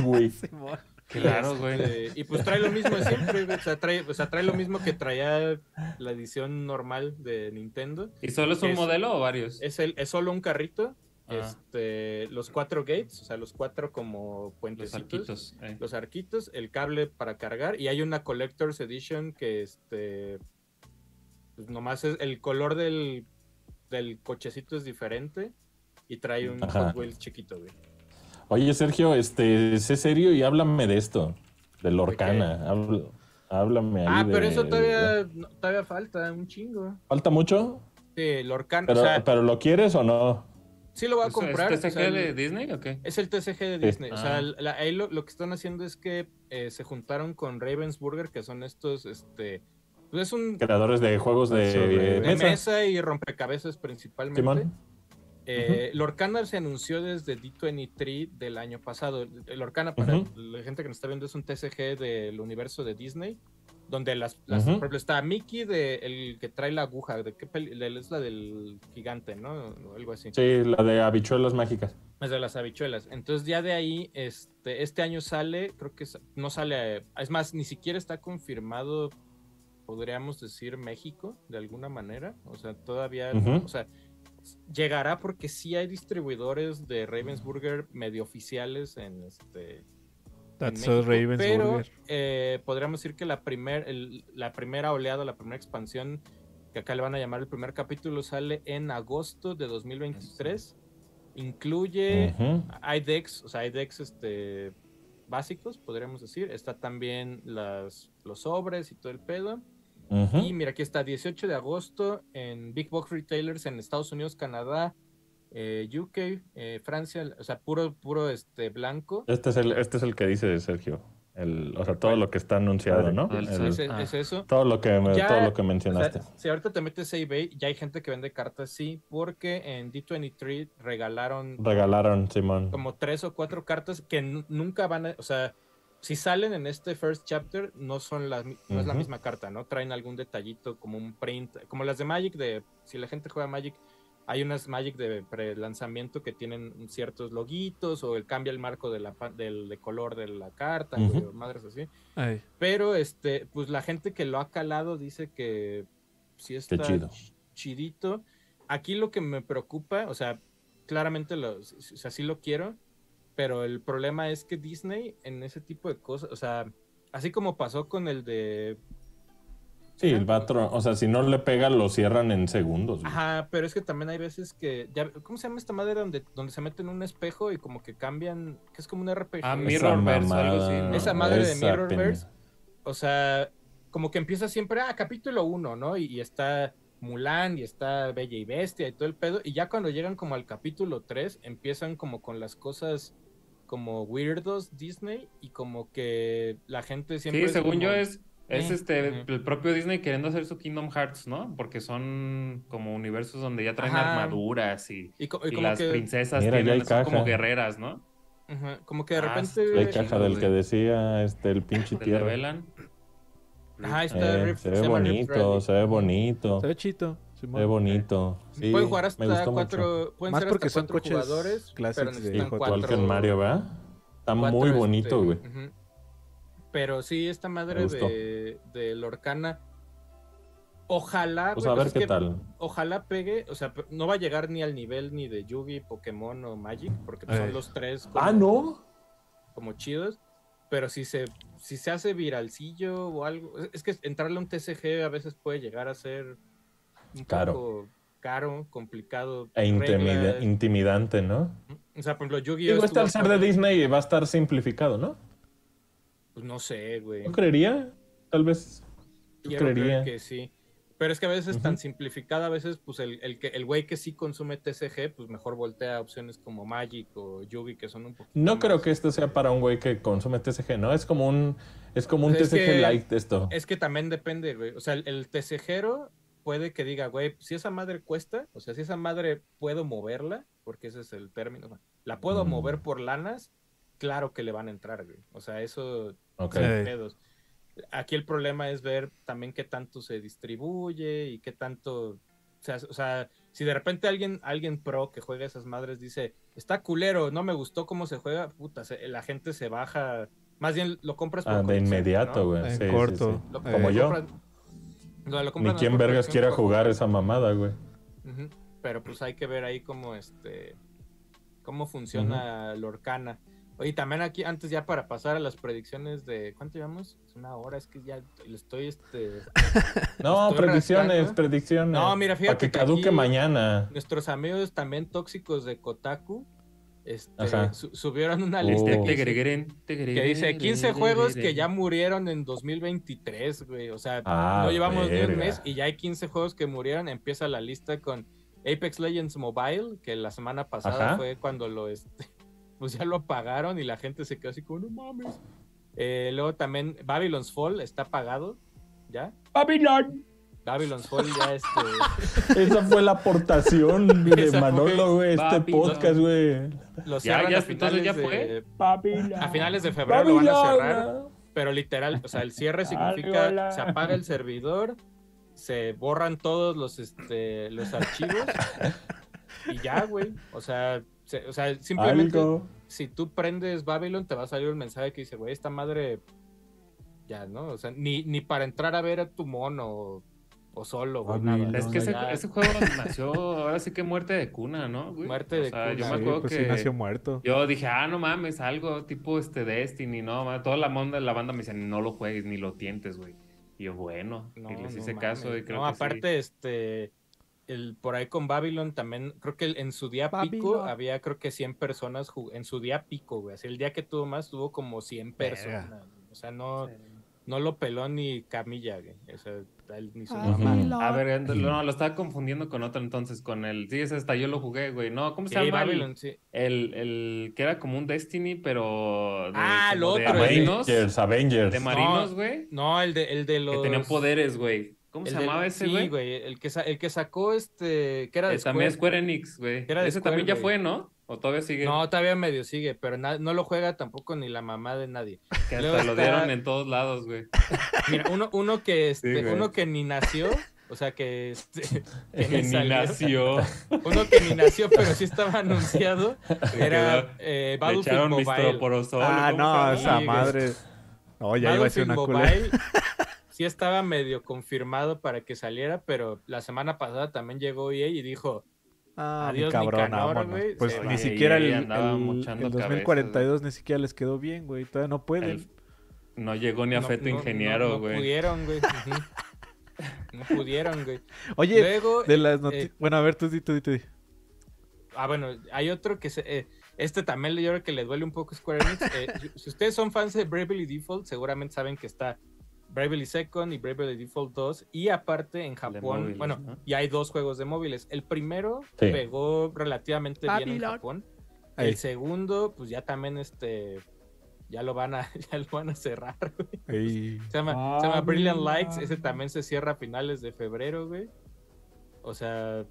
C: güey.
B: Simón.
D: Claro, güey.
A: Este, y pues trae lo mismo de siempre, güey. o sea, trae, o sea, trae lo mismo que traía la edición normal de Nintendo.
D: ¿Y solo es un
A: Es-
D: modelo o varios?
A: Es, el, es solo un carrito,
D: Ah.
A: este, los cuatro gates, o sea, los cuatro como
D: Los
A: puentecitos.
D: arquitos. eh.
A: los arquitos, el cable para cargar y hay una Collector's Edition que este pues nomás es el color del, del cochecito es diferente y trae un
C: Ajá.
A: Hot Wheels chiquito, güey.
C: Oye, Sergio, este, sé serio y háblame de esto, de Lorcana. Habl- Háblame ahí.
A: Ah, pero
C: de-
A: eso todavía no, todavía falta un chingo.
C: ¿Falta mucho?
A: Sí, Lorcan,
C: Pero,
A: o sea,
C: ¿Pero lo quieres o no?
A: sí lo voy a
D: ¿Eso
A: comprar.
D: ¿Es
A: o sea,
D: TCG de
A: el-
D: Disney o qué?
A: es el TCG de Disney. O sea,
D: Ah.
A: la- la- ahí lo, lo que están haciendo es que eh, se juntaron con Ravensburger, que son estos, este, pues es un de
C: Creadores de juegos de,
B: Eso, de-
A: mesa.
C: mesa.
A: y rompecabezas principalmente.
C: Simón.
A: Eh, Lorcana se anunció desde D23 del año pasado. Lorcana, para
C: Ujú.
A: la gente que nos está viendo, es un TCG del universo de Disney, donde las, las-
C: Ujú.
A: por ejemplo, está Mickey, de, el que trae la aguja, de qué peli- de- es la del gigante, ¿no? O algo así.
C: Sí, la de habichuelas mágicas.
A: Es de las habichuelas. Entonces ya de ahí, este, este año sale, creo que sa- no sale, es más, ni siquiera está confirmado, podríamos decir, México, de alguna manera. O sea, todavía, no,
C: Ujú.
A: o sea, s- llegará porque sí hay distribuidores de Ravensburger medio oficiales en este... en
B: That's so
A: México, pero
B: Ravensburger.
A: eh, podríamos decir que la, primer, el- la primera oleada, la primera expansión, que acá le van a llamar el primer capítulo, sale en agosto de 2023. Incluye
C: Ujú.
A: hay decks, o sea, hay decks este, básicos, podríamos decir. Está también las, los sobres y todo el pedo.
C: Ujú.
A: Y mira, aquí está 18 de agosto en Big Box Retailers en Estados Unidos, Canadá, eh, UK, eh, Francia, o sea, puro, puro este, blanco.
C: Este, es el, este es el que dice Sergio. El, o sea, todo lo que está anunciado, ¿no?
D: El-
C: El-
A: Es,
D: Ah.
A: es eso.
C: todo, lo que, me-
A: Ya-
C: todo lo que
A: O sea,
C: mencionaste.
A: si ahorita te metes a eBay, ya hay gente que vende cartas, sí, porque en D23 regalaron
C: Regalaron, Simón.
A: como tres o cuatro cartas que nu- nunca van a, o sea, si salen en este first chapter, no son las, mi- no es la
C: Ujú.
A: misma carta, ¿no? Traen algún detallito como un print, como las de Magic, de si la gente juega Magic, hay unas Magic de pre-lanzamiento que tienen ciertos loguitos o el cambia el marco de la pa- del de color de la carta, güey,
C: Ujú.
A: o madres así.
B: Ay,
A: Pero este, pues la gente que lo ha calado dice que sí está
C: chido.
A: ch- chidito. Aquí lo que me preocupa, o sea, claramente lo, o sea, sí lo quiero, pero el problema es que Disney en ese tipo de cosas, o sea, así como pasó con el de,
C: Sí, el patrón. O sea, si no le pega, lo cierran en segundos. güey.
A: ajá, pero es que también hay veces que, ya, ¿cómo se llama esta madre donde, donde se meten en un espejo y como que cambian, que es como un RPG?
D: Ah,
C: Esa
D: Mirrorverse o algo así,
C: mamada,
D: ¿no?
A: Esa madre de
C: esa
A: Mirrorverse.
C: pena.
A: o sea, como que empieza siempre, ah, capítulo 1, ¿no? Y, y está Mulan y está Bella y Bestia y todo el pedo. Y ya cuando llegan como al capítulo 3, empiezan como con las cosas como weirdos Disney y como que la gente siempre...
D: Sí, según
A: como-
D: yo es, es
A: Eh,
D: este
A: eh.
D: el propio Disney queriendo hacer su Kingdom Hearts, ¿no? Porque son como universos donde ya traen
A: Ajá.
D: armaduras y,
A: Y, co- y
D: y
A: como,
D: las
A: que,
D: princesas
C: Mira, ya
D: tienen-
C: hay
D: son como
C: caja.
D: guerreras, ¿no?
A: ajá, como que de
D: Ah,
A: repente...
D: sí,
C: La
D: Qué
C: caja
D: chido,
C: del
D: güey.
C: que decía este, el
D: Te
C: pinche
D: la
C: tierra.
D: velan.
A: Ajá, ahí está
C: Eh,
A: Rift-
C: se ve
A: llama Rift
C: bonito,
A: Rally.
C: se ve bonito.
B: se
C: Se
B: ve chito. Simón.
C: ve bonito. Sí,
A: pueden jugar
C: me
A: hasta
C: gustó mucho.
A: cuatro, pueden
B: Más
A: ser
B: porque
A: hasta
B: son
A: cuatro
B: coches
A: jugadores, pero
B: classics de
A: necesitan
B: Hot Wheels.
A: cuatro,
C: Igual que en Mario, ¿verdad? Está
A: cuatro,
C: muy
A: este,
C: bonito, güey.
A: ujú. Pero sí, esta madre
C: Me gustó.
A: de, de Lorcana. Ojalá,
C: Pues
A: ah, güey,
C: a ver
A: es
C: qué
A: que
C: tal.
A: ojalá pegue, o sea, pe- no va a llegar ni al nivel ni de Yugi, Pokémon o Magic, porque pues, son
B: Ey.
A: los tres como,
C: Ah, ¿no?
A: como chidos, pero si se, si se hace viralcillo o algo, es- es que entrarle a un TCG a veces puede llegar a ser un
C: Caro.
A: poco caro, complicado.
C: E intimida-
A: reglas.
C: intimidante, ¿no?
A: O sea, por ejemplo, Yu-Gi-Oh!
C: Digo, este
A: estuvo
C: al ser de
A: por-
C: Disney va a estar simplificado, ¿no?
A: pues, no sé, güey.
C: Yo creería, tal vez. Yo
A: Quiero
C: creería.
A: creer que sí. Pero es que a veces tan
C: Ujú.
A: simplificada, a veces pues el, el, que, el güey que sí consume TCG, pues mejor voltea a opciones como Magic o Yugi, que son un poquito
C: No creo
A: más-
C: que esto sea para un güey que consume TCG, ¿no? Es como un, es como un
A: Pues es
C: TCG
A: que-
C: light esto.
A: Es que también depende, güey. O sea, el, el TCGero puede que diga, güey, si esa madre cuesta, o sea, si esa madre puedo moverla, porque ese es el término, la puedo
C: Mm.
A: mover por lanas, claro que le van a entrar, güey. O sea, eso
C: Ok.
B: Sí.
A: pedos. Aquí el problema es ver también qué tanto se distribuye y qué tanto. O sea, o sea, si de repente alguien, alguien pro que juega esas madres dice, está culero, no me gustó cómo se juega, puta, se- la gente se baja. Más bien lo compras por
C: Ah, de
A: colección,
C: inmediato,
A: ¿no?
C: güey.
B: Eh, En
C: sí, sí,
B: corto.
C: sí.
A: Lo-
B: Eh,
C: Como
A: lo
C: yo.
A: compras- no, lo
C: Ni
A: compras
C: quien
A: por
C: vergas
A: colección,
C: quiera
A: por-
C: jugar esa mamada, güey.
A: Pues Ujú, Pero pues hay que ver ahí cómo este cómo funciona Lorcana. Oye, también aquí, antes ya para pasar a las predicciones de. ¿Cuánto llevamos? Es una hora, es que ya le estoy este.
C: No,
A: Estoy
C: predicciones,
A: rascando.
C: predicciones.
A: No, mira, fíjate
C: Para que
A: que
C: caduque
A: aquí-
C: mañana.
A: Nuestros amigos también tóxicos de Kotaku este,
C: Ajá.
A: su- subieron una
C: Oh.
D: Uh.
A: lista que dice, que
D: Que
A: dice 15 juegos que ya murieron en 2023, güey. O sea,
C: Ah,
A: no llevamos ni
C: verga.
A: un mes y ya hay 15 juegos que murieron. Empieza la lista con Apex Legends Mobile, que la semana pasada
C: Ajá.
A: fue cuando lo este, pues ya lo apagaron y la gente se quedó así como, no mames. Eh, luego también Babylon's Fall está apagado, ¿ya?
C: Babylon.
A: Babylon's Fall ya este...
C: Esa fue la aportación de
A: Esa fue-
C: Manolo, güey, este
D: Babylon.
C: podcast, güey.
A: Los
D: Ya,
A: cierran
D: ya,
A: a
D: entonces
A: finales
D: ya
A: de...
C: Babylon.
A: A finales de febrero lo van a cerrar, pero literal, o sea, el cierre
C: Ay, hola.
A: significa se apaga el servidor, se borran todos los este los archivos y ya, güey. O sea, se- o sea, simplemente
C: Algo.
A: si tú prendes Babylon te va a salir un mensaje que dice, güey, esta madre ya, ¿no? O sea, ni, ni para entrar a ver a tu mono o, o solo, güey, nada.
C: Babylon.
D: Es que
A: O
D: ese,
A: sea, ya-
D: ese juego nació, ahora sí que muerte de cuna, ¿no? güey?
A: Muerte
D: O
A: de
D: sea, Yo
A: cuna.
D: me
B: sí,
D: acuerdo
B: pues
D: que
B: sí, nació muerto.
D: yo dije, ah, no mames, algo tipo este Destiny, no, ma- toda la banda, la banda me decía, no lo juegues ni lo tientes, güey. Y yo, bueno,
A: No,
D: y les
A: no
D: hice
A: mames.
D: caso y creo
A: No,
D: que sí.
A: aparte, este, el, por ahí con Babylon también, creo que el- en su día pico
B: Babylon.
A: había creo que 100 personas, ju- en su día pico, güey, así el día que tuvo más tuvo como 100
B: Verga.
A: personas, güey. o sea, no, no lo peló ni Camilla, güey, o sea, él ni su
C: Ajá.
A: mamá.
D: A ver, ent- no, lo estaba confundiendo con otro entonces, con el, sí, ese hasta yo lo jugué, güey, no, ¿cómo
A: Sí,
D: se llama? el-
A: Babylon, sí.
D: El, el que era como un Destiny, pero. de-
A: Ah,
D: como
A: lo
D: de
A: otro, el de-
D: marinos. De
C: Avengers, Avengers.
D: marinos, güey.
A: No, el de, el de los...
D: Que tenían poderes, güey. ¿Cómo
A: el
D: se
A: de-
D: llamaba ese,
A: sí,
D: güey?
A: güey? El que, sa- el que sacó este, que era de
D: Eh, también
A: Square.
D: Square Enix, güey.
A: Era de
D: Ese
A: Square,
D: también ya
A: güey.
D: fue, ¿no? O todavía sigue.
A: No, todavía medio sigue, pero na- no lo juega tampoco ni la mamá de nadie.
D: que
A: luego
D: hasta lo
A: está-
D: dieron en todos lados, güey.
A: Mira, uno, uno que este,
D: güey.
A: uno que ni nació, o sea que, este, que
D: Que ni
A: salió.
D: nació.
A: uno que ni nació, pero sí estaba anunciado,
D: Se quedó-
A: era eh,
D: Le
A: Battlefield
D: echaron
A: Mobile.
D: mistoporosol.
B: ah,
D: ¿cómo
B: no,
D: se llama?
B: esa
A: Sí, güey.
B: madre. No, ya iba a ser
A: Battlefield
B: una culera.
A: Mobile sí estaba medio confirmado para que saliera, pero la semana pasada también llegó EA y dijo,
B: Ah, mi
A: Adiós,
B: cabrón,
A: Nicanor,
B: vámonos.
A: güey,
B: Pues
A: se
B: ni
A: va.
B: siquiera
D: Y
B: el,
D: ahí andaba
B: el-
D: mochando
B: el
D: cabezas,
B: 2042 ni siquiera les quedó bien, güey. Todavía no pueden.
D: El- No llegó ni a
A: "No,
D: Feto
A: no, no,
D: Ingeniero,
A: no
D: güey.
A: pudieron, güey. Ujú. No pudieron, güey.
B: Oye,
A: Luego
B: de las noticias.
A: eh,
B: bueno, a ver, tú di, tú di, tú di.
A: Ah, bueno, hay otro que se, eh, este también yo creo que le duele un poco a Square Enix. Eh, si- si ustedes son fans de Bravely Default, seguramente saben que está Bravely Second y Bravely Default 2. Y aparte en Japón,
D: móviles,
A: bueno,
D: ¿no?
A: y hay dos juegos de móviles. El primero
C: Sí.
A: pegó relativamente bien en
B: Babylon.
A: Japón.
B: Ahí,
A: El segundo, pues ya también este, ya lo van a, ya lo van a cerrar. güey.
B: ahí. Ah,
A: Se llama, se
C: Ah,
A: llama Brilliant
E: Babylon.
A: Lights. Ese también se cierra a finales de febrero, güey. O sea,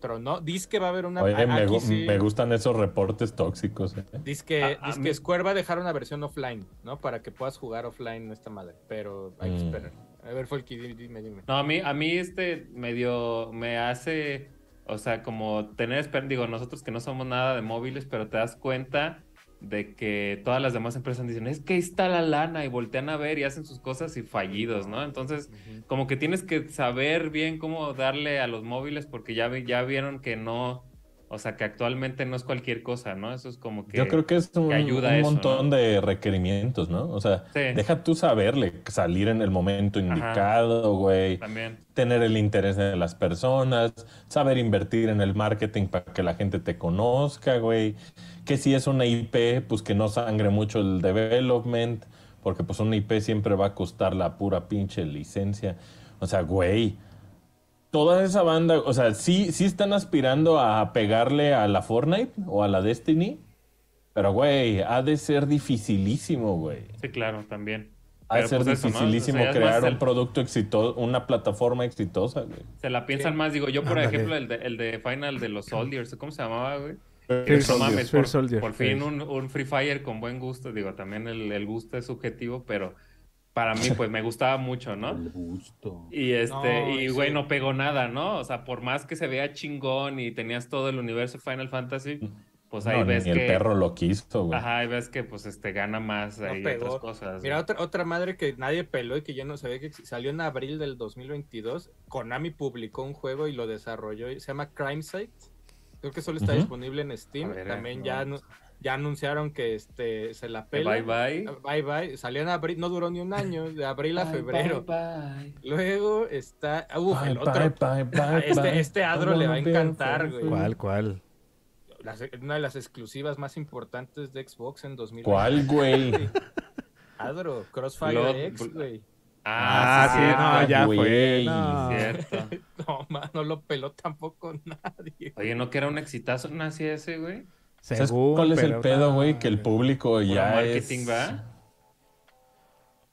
A: tronó. Dice que va a haber una.
C: Oye,
A: a-
C: me,
A: aquí
C: gu-
A: sí-
C: me gustan esos reportes tóxicos. eh.
A: Dice que,
D: A- a
A: dice
D: mí-
A: que Square va a dejar una versión offline, ¿no? Para que puedas jugar offline esta madre. Pero hay que
C: Mm.
A: esperar. A ver, Folky, di- dime, dime.
D: No, a mí, a mí este medio me hace, o sea, como tener esperanza, digo, nosotros que no somos nada de móviles, pero te das cuenta de que todas las demás empresas dicen, es que ahí está la lana y voltean a ver y hacen sus cosas y fallidos, ¿no? Entonces, como que tienes que saber bien cómo darle a los móviles porque ya, vi- ya vieron que no, o sea, que actualmente no es cualquier cosa, ¿no? Eso es como que...
C: Yo creo que es un,
D: ayuda
C: un
D: eso,
C: montón
D: ¿no?
C: de requerimientos, ¿no? O sea,
D: Sí.
C: deja tú saberle salir en el momento indicado, güey.
D: También.
C: Tener el interés de las personas, saber invertir en el marketing para que la gente te conozca, güey. Que si es una IP, pues que no sangre mucho el development, porque pues una IP siempre va a costar la pura pinche licencia. O sea, güey, toda esa banda, o sea, sí, sí están aspirando a pegarle a la Fortnite o a la Destiny, pero güey, ha de ser dificilísimo, güey.
D: Sí, claro, también.
C: Ha de
D: Pero,
C: ser
D: pues, eso, ¿no? O sea,
C: dificilísimo
D: ya es más
C: crear
D: el-
C: un producto exitoso, una plataforma exitosa, güey.
D: Se la piensan
A: Sí.
D: más, digo, yo por
B: Ándale.
D: ejemplo el de, el de Final de los Soldiers, ¿cómo se llamaba, güey?
B: Fear
D: No mames,
B: Soldier,
D: por,
B: Fear Soldier.
D: por fin un, un Free Fire con buen gusto. Digo, también el, el gusto es subjetivo, pero para mí, pues me gustaba mucho, ¿no?
E: El gusto.
D: Y este,
A: No, sí.
D: y güey, no pegó nada, ¿no? O sea, por más que se vea chingón y tenías todo el universo Final Fantasy, pues ahí
C: No,
D: ves
C: ni
D: que.
C: el perro lo quiso, güey.
D: Ajá, ahí ves que pues este gana más
A: No
D: ahí
A: pegó.
D: otras cosas.
A: Mira,
D: güey.
A: otra, otra madre que nadie peló y que yo no sabía que ex- salió en abril del 2022. Konami publicó un juego y lo desarrolló. y Se llama Crime Site. Creo que solo está
C: Ujú.
A: disponible en Steam.
D: A ver,
A: También
D: no.
A: ya, anu- ya anunciaron que este, se la pela.
D: Bye bye.
A: Bye bye. Salió en abril, no duró ni un año, de abril a
D: Bye,
A: febrero.
D: bye, bye.
A: Luego está. Uf,
C: Bye,
A: el
C: bye,
A: otro.
C: bye, bye,
A: este-
C: bye.
A: este Adro
C: I'm
A: le va a
C: gonna be a
A: encantar,
C: friend
A: güey.
C: for you.
B: ¿Cuál, cuál?
A: las- una de las exclusivas más importantes de Xbox en 2000.
C: ¿Cuál, güey?
A: Adro, Crossfire
D: Lord-
A: X, güey.
B: Ah, sí,
D: cierto.
B: no, ya fue.
C: güey.
B: no.
D: Cierto.
A: No, man, no lo peló tampoco nadie.
D: Oye, ¿no que era un exitazo? ¿No hacía ese, güey?
C: ¿Sabes
B: Según,
C: cuál es el
B: pero-
C: pedo, güey? Que el
B: Ay.
C: público
D: Puro
C: ya
D: marketing,
C: es...
D: ¿verdad?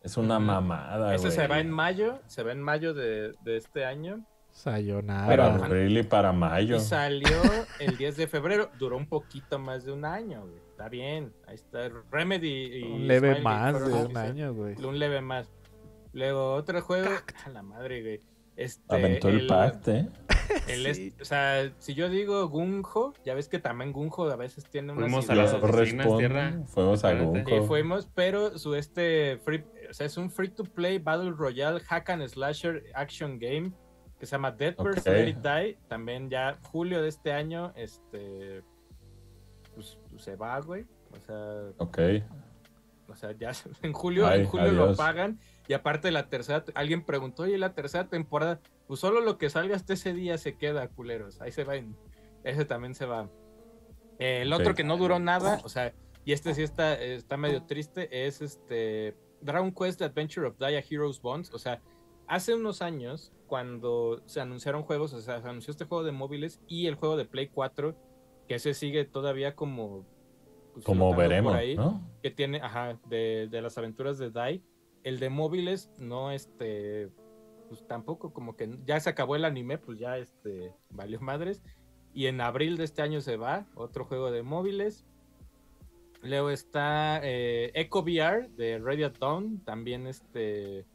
C: Es una mamada,
A: Ese
C: güey.
A: se va en mayo, se va en mayo de, de este año.
B: Sayonara.
C: Para abril y para mayo.
A: Y salió el 10 de febrero. Duró un poquito más de un año, güey. Está bien. Ahí está Remedy. Y
B: un leve
A: Smiley
B: más de
A: fueron los que
B: un
A: se-
B: año, güey.
A: Un leve más. Luego otro juego. A la madre, güey. Este,
C: Aventó el, pact, ¿eh?
A: el es-
B: Sí.
A: O sea, si yo digo Gunjo, ya ves que también Gunjo a veces tiene unas
D: Fuimos a
A: ideas
D: las
C: Yo
A: de-
D: oficinas,
C: respondo,
D: tierra.
C: Fuimos a
D: Acuérdate.
A: Sí,
C: Gunco.
A: fuimos, pero su este free, o sea, es un free to play Battle Royale Hack and Slasher Action Game que se llama Dead Birds
C: Ok.
A: Let It Die. También ya julio de este año, este pues, pues, se va, güey. O sea,
C: Ok.
A: o sea, ya en julio,
C: Ay,
A: en julio lo
C: adiós.
A: pagan. Y aparte la tercera, te- alguien preguntó, oye, la tercera temporada, pues solo lo que salga hasta ese día se queda, culeros. Ahí se va, en- ese también se va. Eh, el
C: Ok.
A: otro que no duró nada, o sea, y este sí está, está medio triste, es este Dragon Quest Adventure of Dia Heroes Bonds. O sea, hace unos años, cuando se anunciaron juegos, o sea, se anunció este juego de móviles y el juego de Play 4, que ese sigue todavía como... pues, flotando
C: Como
A: por
C: veremos,
A: ahí
C: ¿no?
A: que tiene, ajá, de, de las aventuras de Dai. El de móviles, no, este, pues tampoco, como que ya se acabó el anime, pues ya, este, valió madres. Y en abril de este año se va, otro juego de móviles. Luego está eh, Echo VR de Radio Dawn, también este,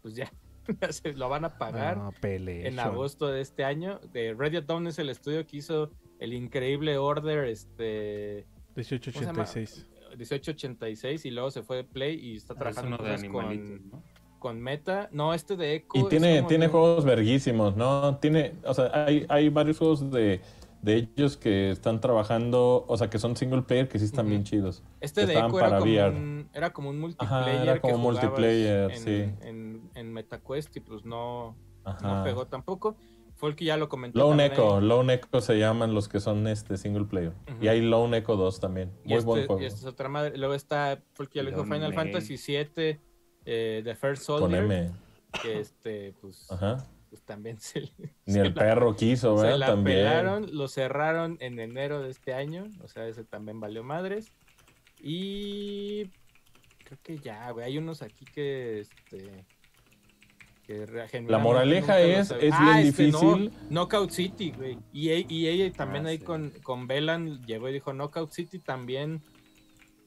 A: pues ya, ya se lo van a pagar
B: No, pele.
A: en agosto de este año. De Radio Dawn es el estudio que hizo el increíble Order, este,
B: 1886.
A: 1886 y luego se fue de Play y está
D: Ah, Es
A: trabajando
D: uno de
A: cosas
D: animalitos,
A: con,
D: ¿no?
A: con Meta. No, este de Echo.
C: Y
A: es
C: tiene,
A: como
C: tiene
A: de-
C: juegos verguísimos, ¿no? Tiene, o sea, hay, hay varios juegos de, de ellos que están trabajando, o sea, que son single player que sí están
A: Ujú.
C: bien chidos.
A: Este de
C: estaban
A: Echo era
C: para
A: como,
C: VR.
A: un, era como un multiplayer.
C: Ajá, era como
A: que jugabas
C: multiplayer,
A: en,
C: sí.
A: En, en MetaQuest y pues no,
C: Ajá.
A: no pegó tampoco. Fue el que ya lo comentó.
C: Lone
A: también
C: Echo,
A: ahí.
C: Lone Echo se llaman los que son este single player.
A: Ujú.
C: Y hay Lone Echo 2 también.
A: Y
C: Muy
A: este-
C: buen juego.
A: Y esta es otra madre. Luego está, fue el que ya lo dijo,
D: Lone
A: Final
D: Echo.
A: Fantasy VII, eh, The First
C: Con
A: Soldier.
C: M.
A: Que este, pues,
C: Ajá.
A: pues también se le,
C: Ni
A: se la-
C: el perro quiso,
A: Se
C: ¿verdad?
A: la
C: También.
A: pelaron, lo cerraron en enero de este año, o sea, ese también valió madres. Y creo que ya, güey, hay unos aquí que este que re-
C: La
A: genuinamente
C: moraleja
A: nunca los
C: es, es
A: había-
C: bien
A: Ah, este, no,
C: difícil.
A: Knockout City, güey. Y ella, y ella también
D: Ah,
A: ahí
D: sí.
A: con con Velan llegó y dijo Knockout City también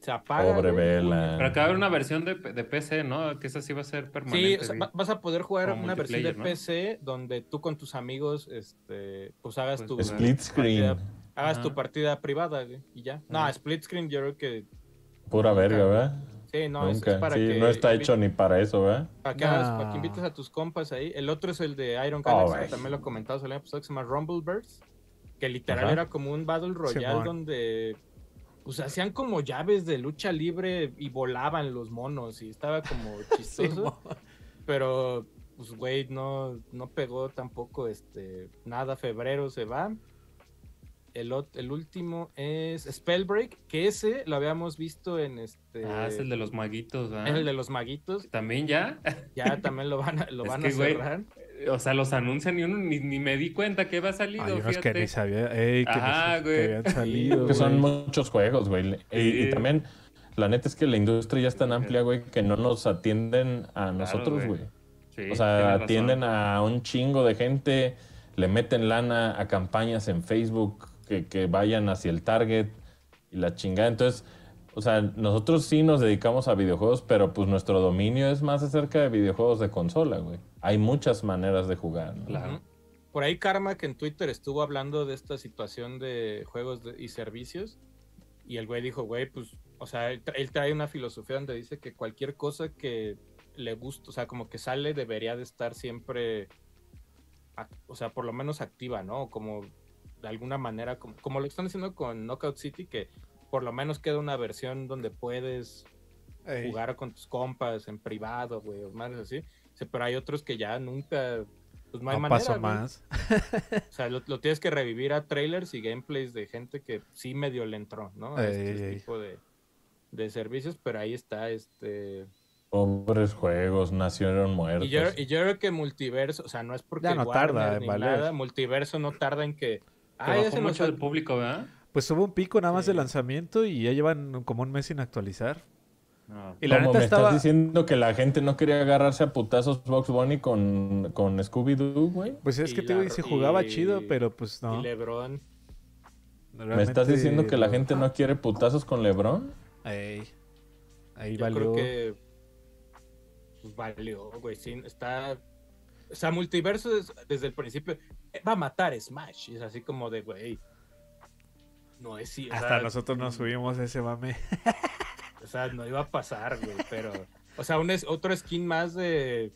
A: se apaga.
C: Pobre
A: güey".
C: Vela.
D: Pero acaba de haber una versión de, de PC, ¿no? Que esa sí va a ser permanente.
A: Sí, o sea,
D: güey.
A: va- vas a poder jugar
D: Como
A: una versión de
D: multiplayer, ¿no?
A: PC donde tú con tus amigos este pues hagas
D: Pues,
A: tu
D: es-
C: Split screen.
A: Hagas tu
D: Ajá.
A: partida privada, güey, y ya. No,
D: Ajá.
A: split screen yo creo que...
C: Pura verga, ¿verdad?
A: Sí, no, es-
C: Nunca.
A: es, para
C: sí,
A: que...
C: no está
A: invi-
C: hecho ni para eso, ¿verdad?
A: Para que, hagas-
B: No.
A: para que invites a tus compas ahí. El otro es el de Iron
C: Oh,
A: Galaxy, que
C: güey.
A: también lo comentamos el año pasado, que se llama Rumblebirds, que literal
C: Ajá.
A: era como un Battle Royale
B: Simón.
A: donde... Pues hacían como llaves de lucha libre y volaban los monos y estaba como chistoso. Pero, pues, güey, no, no pegó tampoco este, nada. Febrero se va. El, ot- el último es Spellbreak, que ese lo habíamos visto en este.
D: Ah, es el de los maguitos, ¿verdad?
A: en el de los maguitos.
D: También ya.
A: Ya también lo van a, lo
D: Es
A: van
D: que,
A: a
D: güey,
A: cerrar.
D: O sea, los anuncian y uno ni, ni me di cuenta que había salido,
B: Hay unos que
D: fíjate.
B: ni sabía. Ey, que
D: Ajá,
B: ni se- que
D: güey.
B: habían salido.
C: Que son
B: güey.
C: muchos juegos, güey. Y, y
D: Sí.
C: también, la neta es que la industria ya es tan amplia, güey, que no nos atienden a nosotros,
D: güey.
C: güey.
D: Sí,
C: O
D: tienes
C: sea,
D: razón.
C: atienden a un chingo de gente, le meten lana a campañas en Facebook, que, que vayan hacia el target y la chingada. Entonces, o sea, nosotros sí nos dedicamos a videojuegos, pero pues nuestro dominio es más acerca de videojuegos de consola, güey. Hay muchas maneras de jugar. ¿no?
D: Claro.
A: Por ahí Karma, que en Twitter estuvo hablando de esta situación de juegos de- y servicios, y el güey dijo, güey, pues, o sea, él, tra- él trae una filosofía donde dice que cualquier cosa que le gusta, o sea, como que sale, debería de estar siempre, ac- o sea, por lo menos activa, ¿no? Como de alguna manera, como, como lo están haciendo con Knockout City, que por lo menos queda una versión donde puedes
B: Ey.
A: jugar con tus compas en privado, güey, o más así. Dice, Pero hay otros que ya nunca, pues no hay
B: No
A: manera.
B: paso
A: güey.
B: más.
A: O sea, lo, lo tienes que revivir a trailers y gameplays de gente que sí medio le entró, ¿no? A
B: Ey,
A: este
B: ey, ey.
A: tipo de, de servicios, pero ahí está este...
C: Pobres juegos, nacieron muertos.
A: Y yo, y yo creo que Multiverso, o sea, no es porque
B: Ya no
A: Warner
B: tarda en
A: ni
B: valer.
A: nada, Multiverso no tarda en que...
D: Pero
A: Ah, ya
D: bajó
A: se nos
D: mucho el
A: ol-
D: público, ¿verdad?
B: Pues hubo un pico nada más
A: Sí.
B: de lanzamiento y ya llevan como un mes sin actualizar.
D: No.
B: Y la
C: Como
B: neta
C: me
B: estaba.
C: estás diciendo que la gente no quería agarrarse a putazos Box Bunny con, con Scooby-Doo, güey.
B: Pues es
A: Y
B: que te
A: la-
B: digo, y se jugaba
A: y-
B: chido, pero pues no.
A: Y Lebron.
C: ¿Me estás
B: realmente
C: diciendo que la
B: no.
C: gente no quiere putazos con LeBron?
B: Ey. Ahí
A: Yo
B: valió.
A: creo que pues, valió, güey. sí, está. O sea, multiverso es- desde el principio eh, va a matar a Smash. y Es así como de, güey. No es cierto.
B: Hasta nosotros nos subimos a ese mame.
A: O sea, no iba a pasar, güey. Pero. O sea, un es, otro skin más de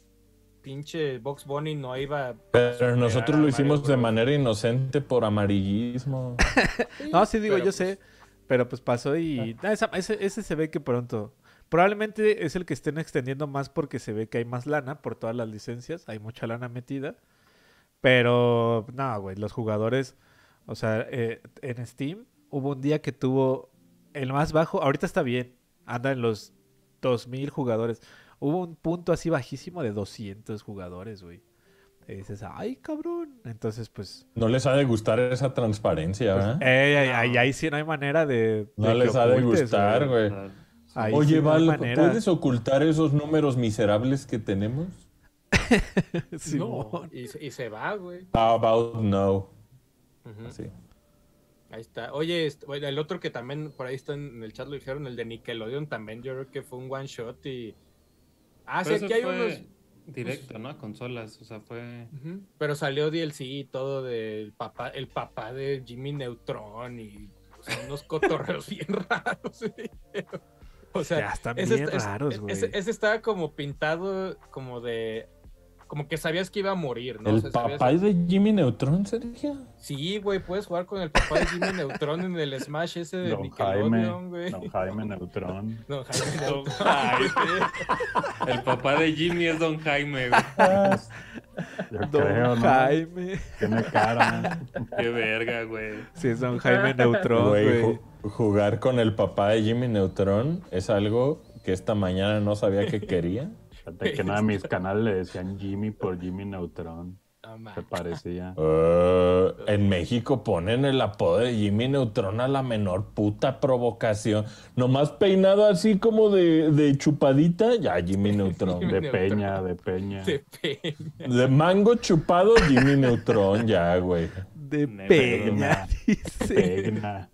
A: pinche Box Bunny no iba. a
C: Pero
A: superar
C: nosotros
A: a
C: lo
A: Mario
C: hicimos de
A: Bros.
C: manera inocente por amarillismo.
B: No, sí, digo,
A: pero,
B: yo sé. Pero pues pasó y. Ah, esa- ese, ese se ve que pronto. Probablemente es el que estén extendiendo más porque se ve que hay más lana por todas las licencias. Hay mucha lana metida. Pero, no, güey, los jugadores. O sea, eh, en Steam hubo un día que tuvo el más bajo. Ahorita está bien. Anda en los 2000 jugadores. Hubo un punto así bajísimo de 200 jugadores, güey. Y dices, ay, cabrón. Entonces, pues.
C: No les ha de gustar esa transparencia,
B: Pues,
C: ¿verdad?
B: ey, ay,
A: No.
B: ay, ahí sí no hay manera de.
C: no
B: que
C: les ha de
B: ocultes,
C: gustar, güey.
D: Claro.
B: Ahí sí
C: Oye,
B: no
C: Val,
B: hay manera.
C: ¿puedes ocultar esos números miserables que tenemos?
A: No,
B: Simón.
A: y, se- y se va, güey.
C: How about no?
B: Mm.
A: Ujú.
C: Sí.
A: Ahí está. Oye, este- bueno, el otro que también por ahí está en en el chat lo dijeron, el de Nickelodeon también, yo creo que fue un one shot y. Ah, sí,
D: Pero eso
A: aquí hay
D: fue
A: unos.
D: Directo, ¿no? A consolas, o sea, fue...
A: Ujú. Pero salió DLC y todo del papá, el papá de Jimmy Neutron y o sea, unos cotorreos bien raros. se dijeron. O sea,
B: ya están
A: ese
B: bien
A: está- es-
B: raros,
A: es-
B: güey.
A: ese- ese estaba como pintado como de. Como que sabías que iba a morir, ¿no? O
C: ¿El
A: sea, sabías-
C: papá es de Jimmy Neutron, Sergio?
A: Sí, güey, puedes jugar con el papá de Jimmy Neutron en el Smash ese de
E: Don Jaime,
A: Nickelodeon, güey.
E: Don Jaime Neutrón.
A: No, Jaime Neutron.
D: Don Jaime. El papá de Jimmy es Don Jaime, güey.
E: Yo
B: Don
E: creo, ¿no?
B: Jaime.
E: Tiene cara.
D: Qué verga, güey.
B: Sí, es Don Jaime Neutrón,
C: Güey,
B: güey.
C: ju- jugar con el papá de Jimmy Neutron es algo que esta mañana no sabía que quería.
E: Fíjate que nada, de mis canales le decían Jimmy por Jimmy Neutrón.
A: No, man.
E: Se parecía.
C: Eh, en México ponen el apodo de Jimmy Neutron a la menor puta provocación. Nomás peinado así como de, de chupadita, ya Jimmy Neutron.
E: De Peña, de Peña.
A: De pe-
C: De mango chupado, Jimmy Neutron, ya, güey.
B: De
D: Negro,
B: Peña,
E: ma.
B: dice.
E: Pegna.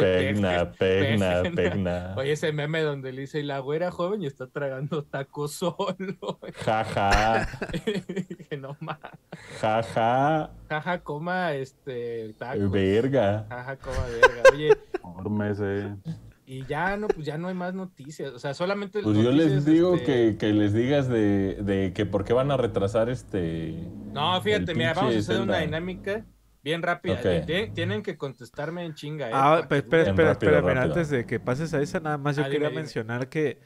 C: Pegna, pegna, pegna.
A: Oye, ese meme donde le dice, y la güera joven y está tragando tacos solo.
C: Ja, ja,
A: que no más.
C: ja, ja,
A: Jaja, coma este tacos.
C: verga.
A: Jaja, coma verga. Oye,
E: Enorme ese.
A: y ya no, pues ya no hay más noticias. O sea, solamente.
C: Pues yo les
A: noticias,
C: digo
A: este-
C: que, que les digas de, de que por qué van a retrasar este...
A: No, fíjate,
C: el
A: mira, vamos a
C: pinche
A: hacer una
C: Zelda.
A: dinámica bien rápida.
C: Ok.
A: Tien- Tienen, que contestarme en chinga. eh,
B: Ah,
A: para
B: pero
A: que-
B: espera,
C: Bien,
B: espera,
C: rápido,
B: espera, mira,
C: rápido.
B: antes de que pases a esa, nada más yo
A: Ah, dime,
B: quería
A: dime.
B: mencionar que,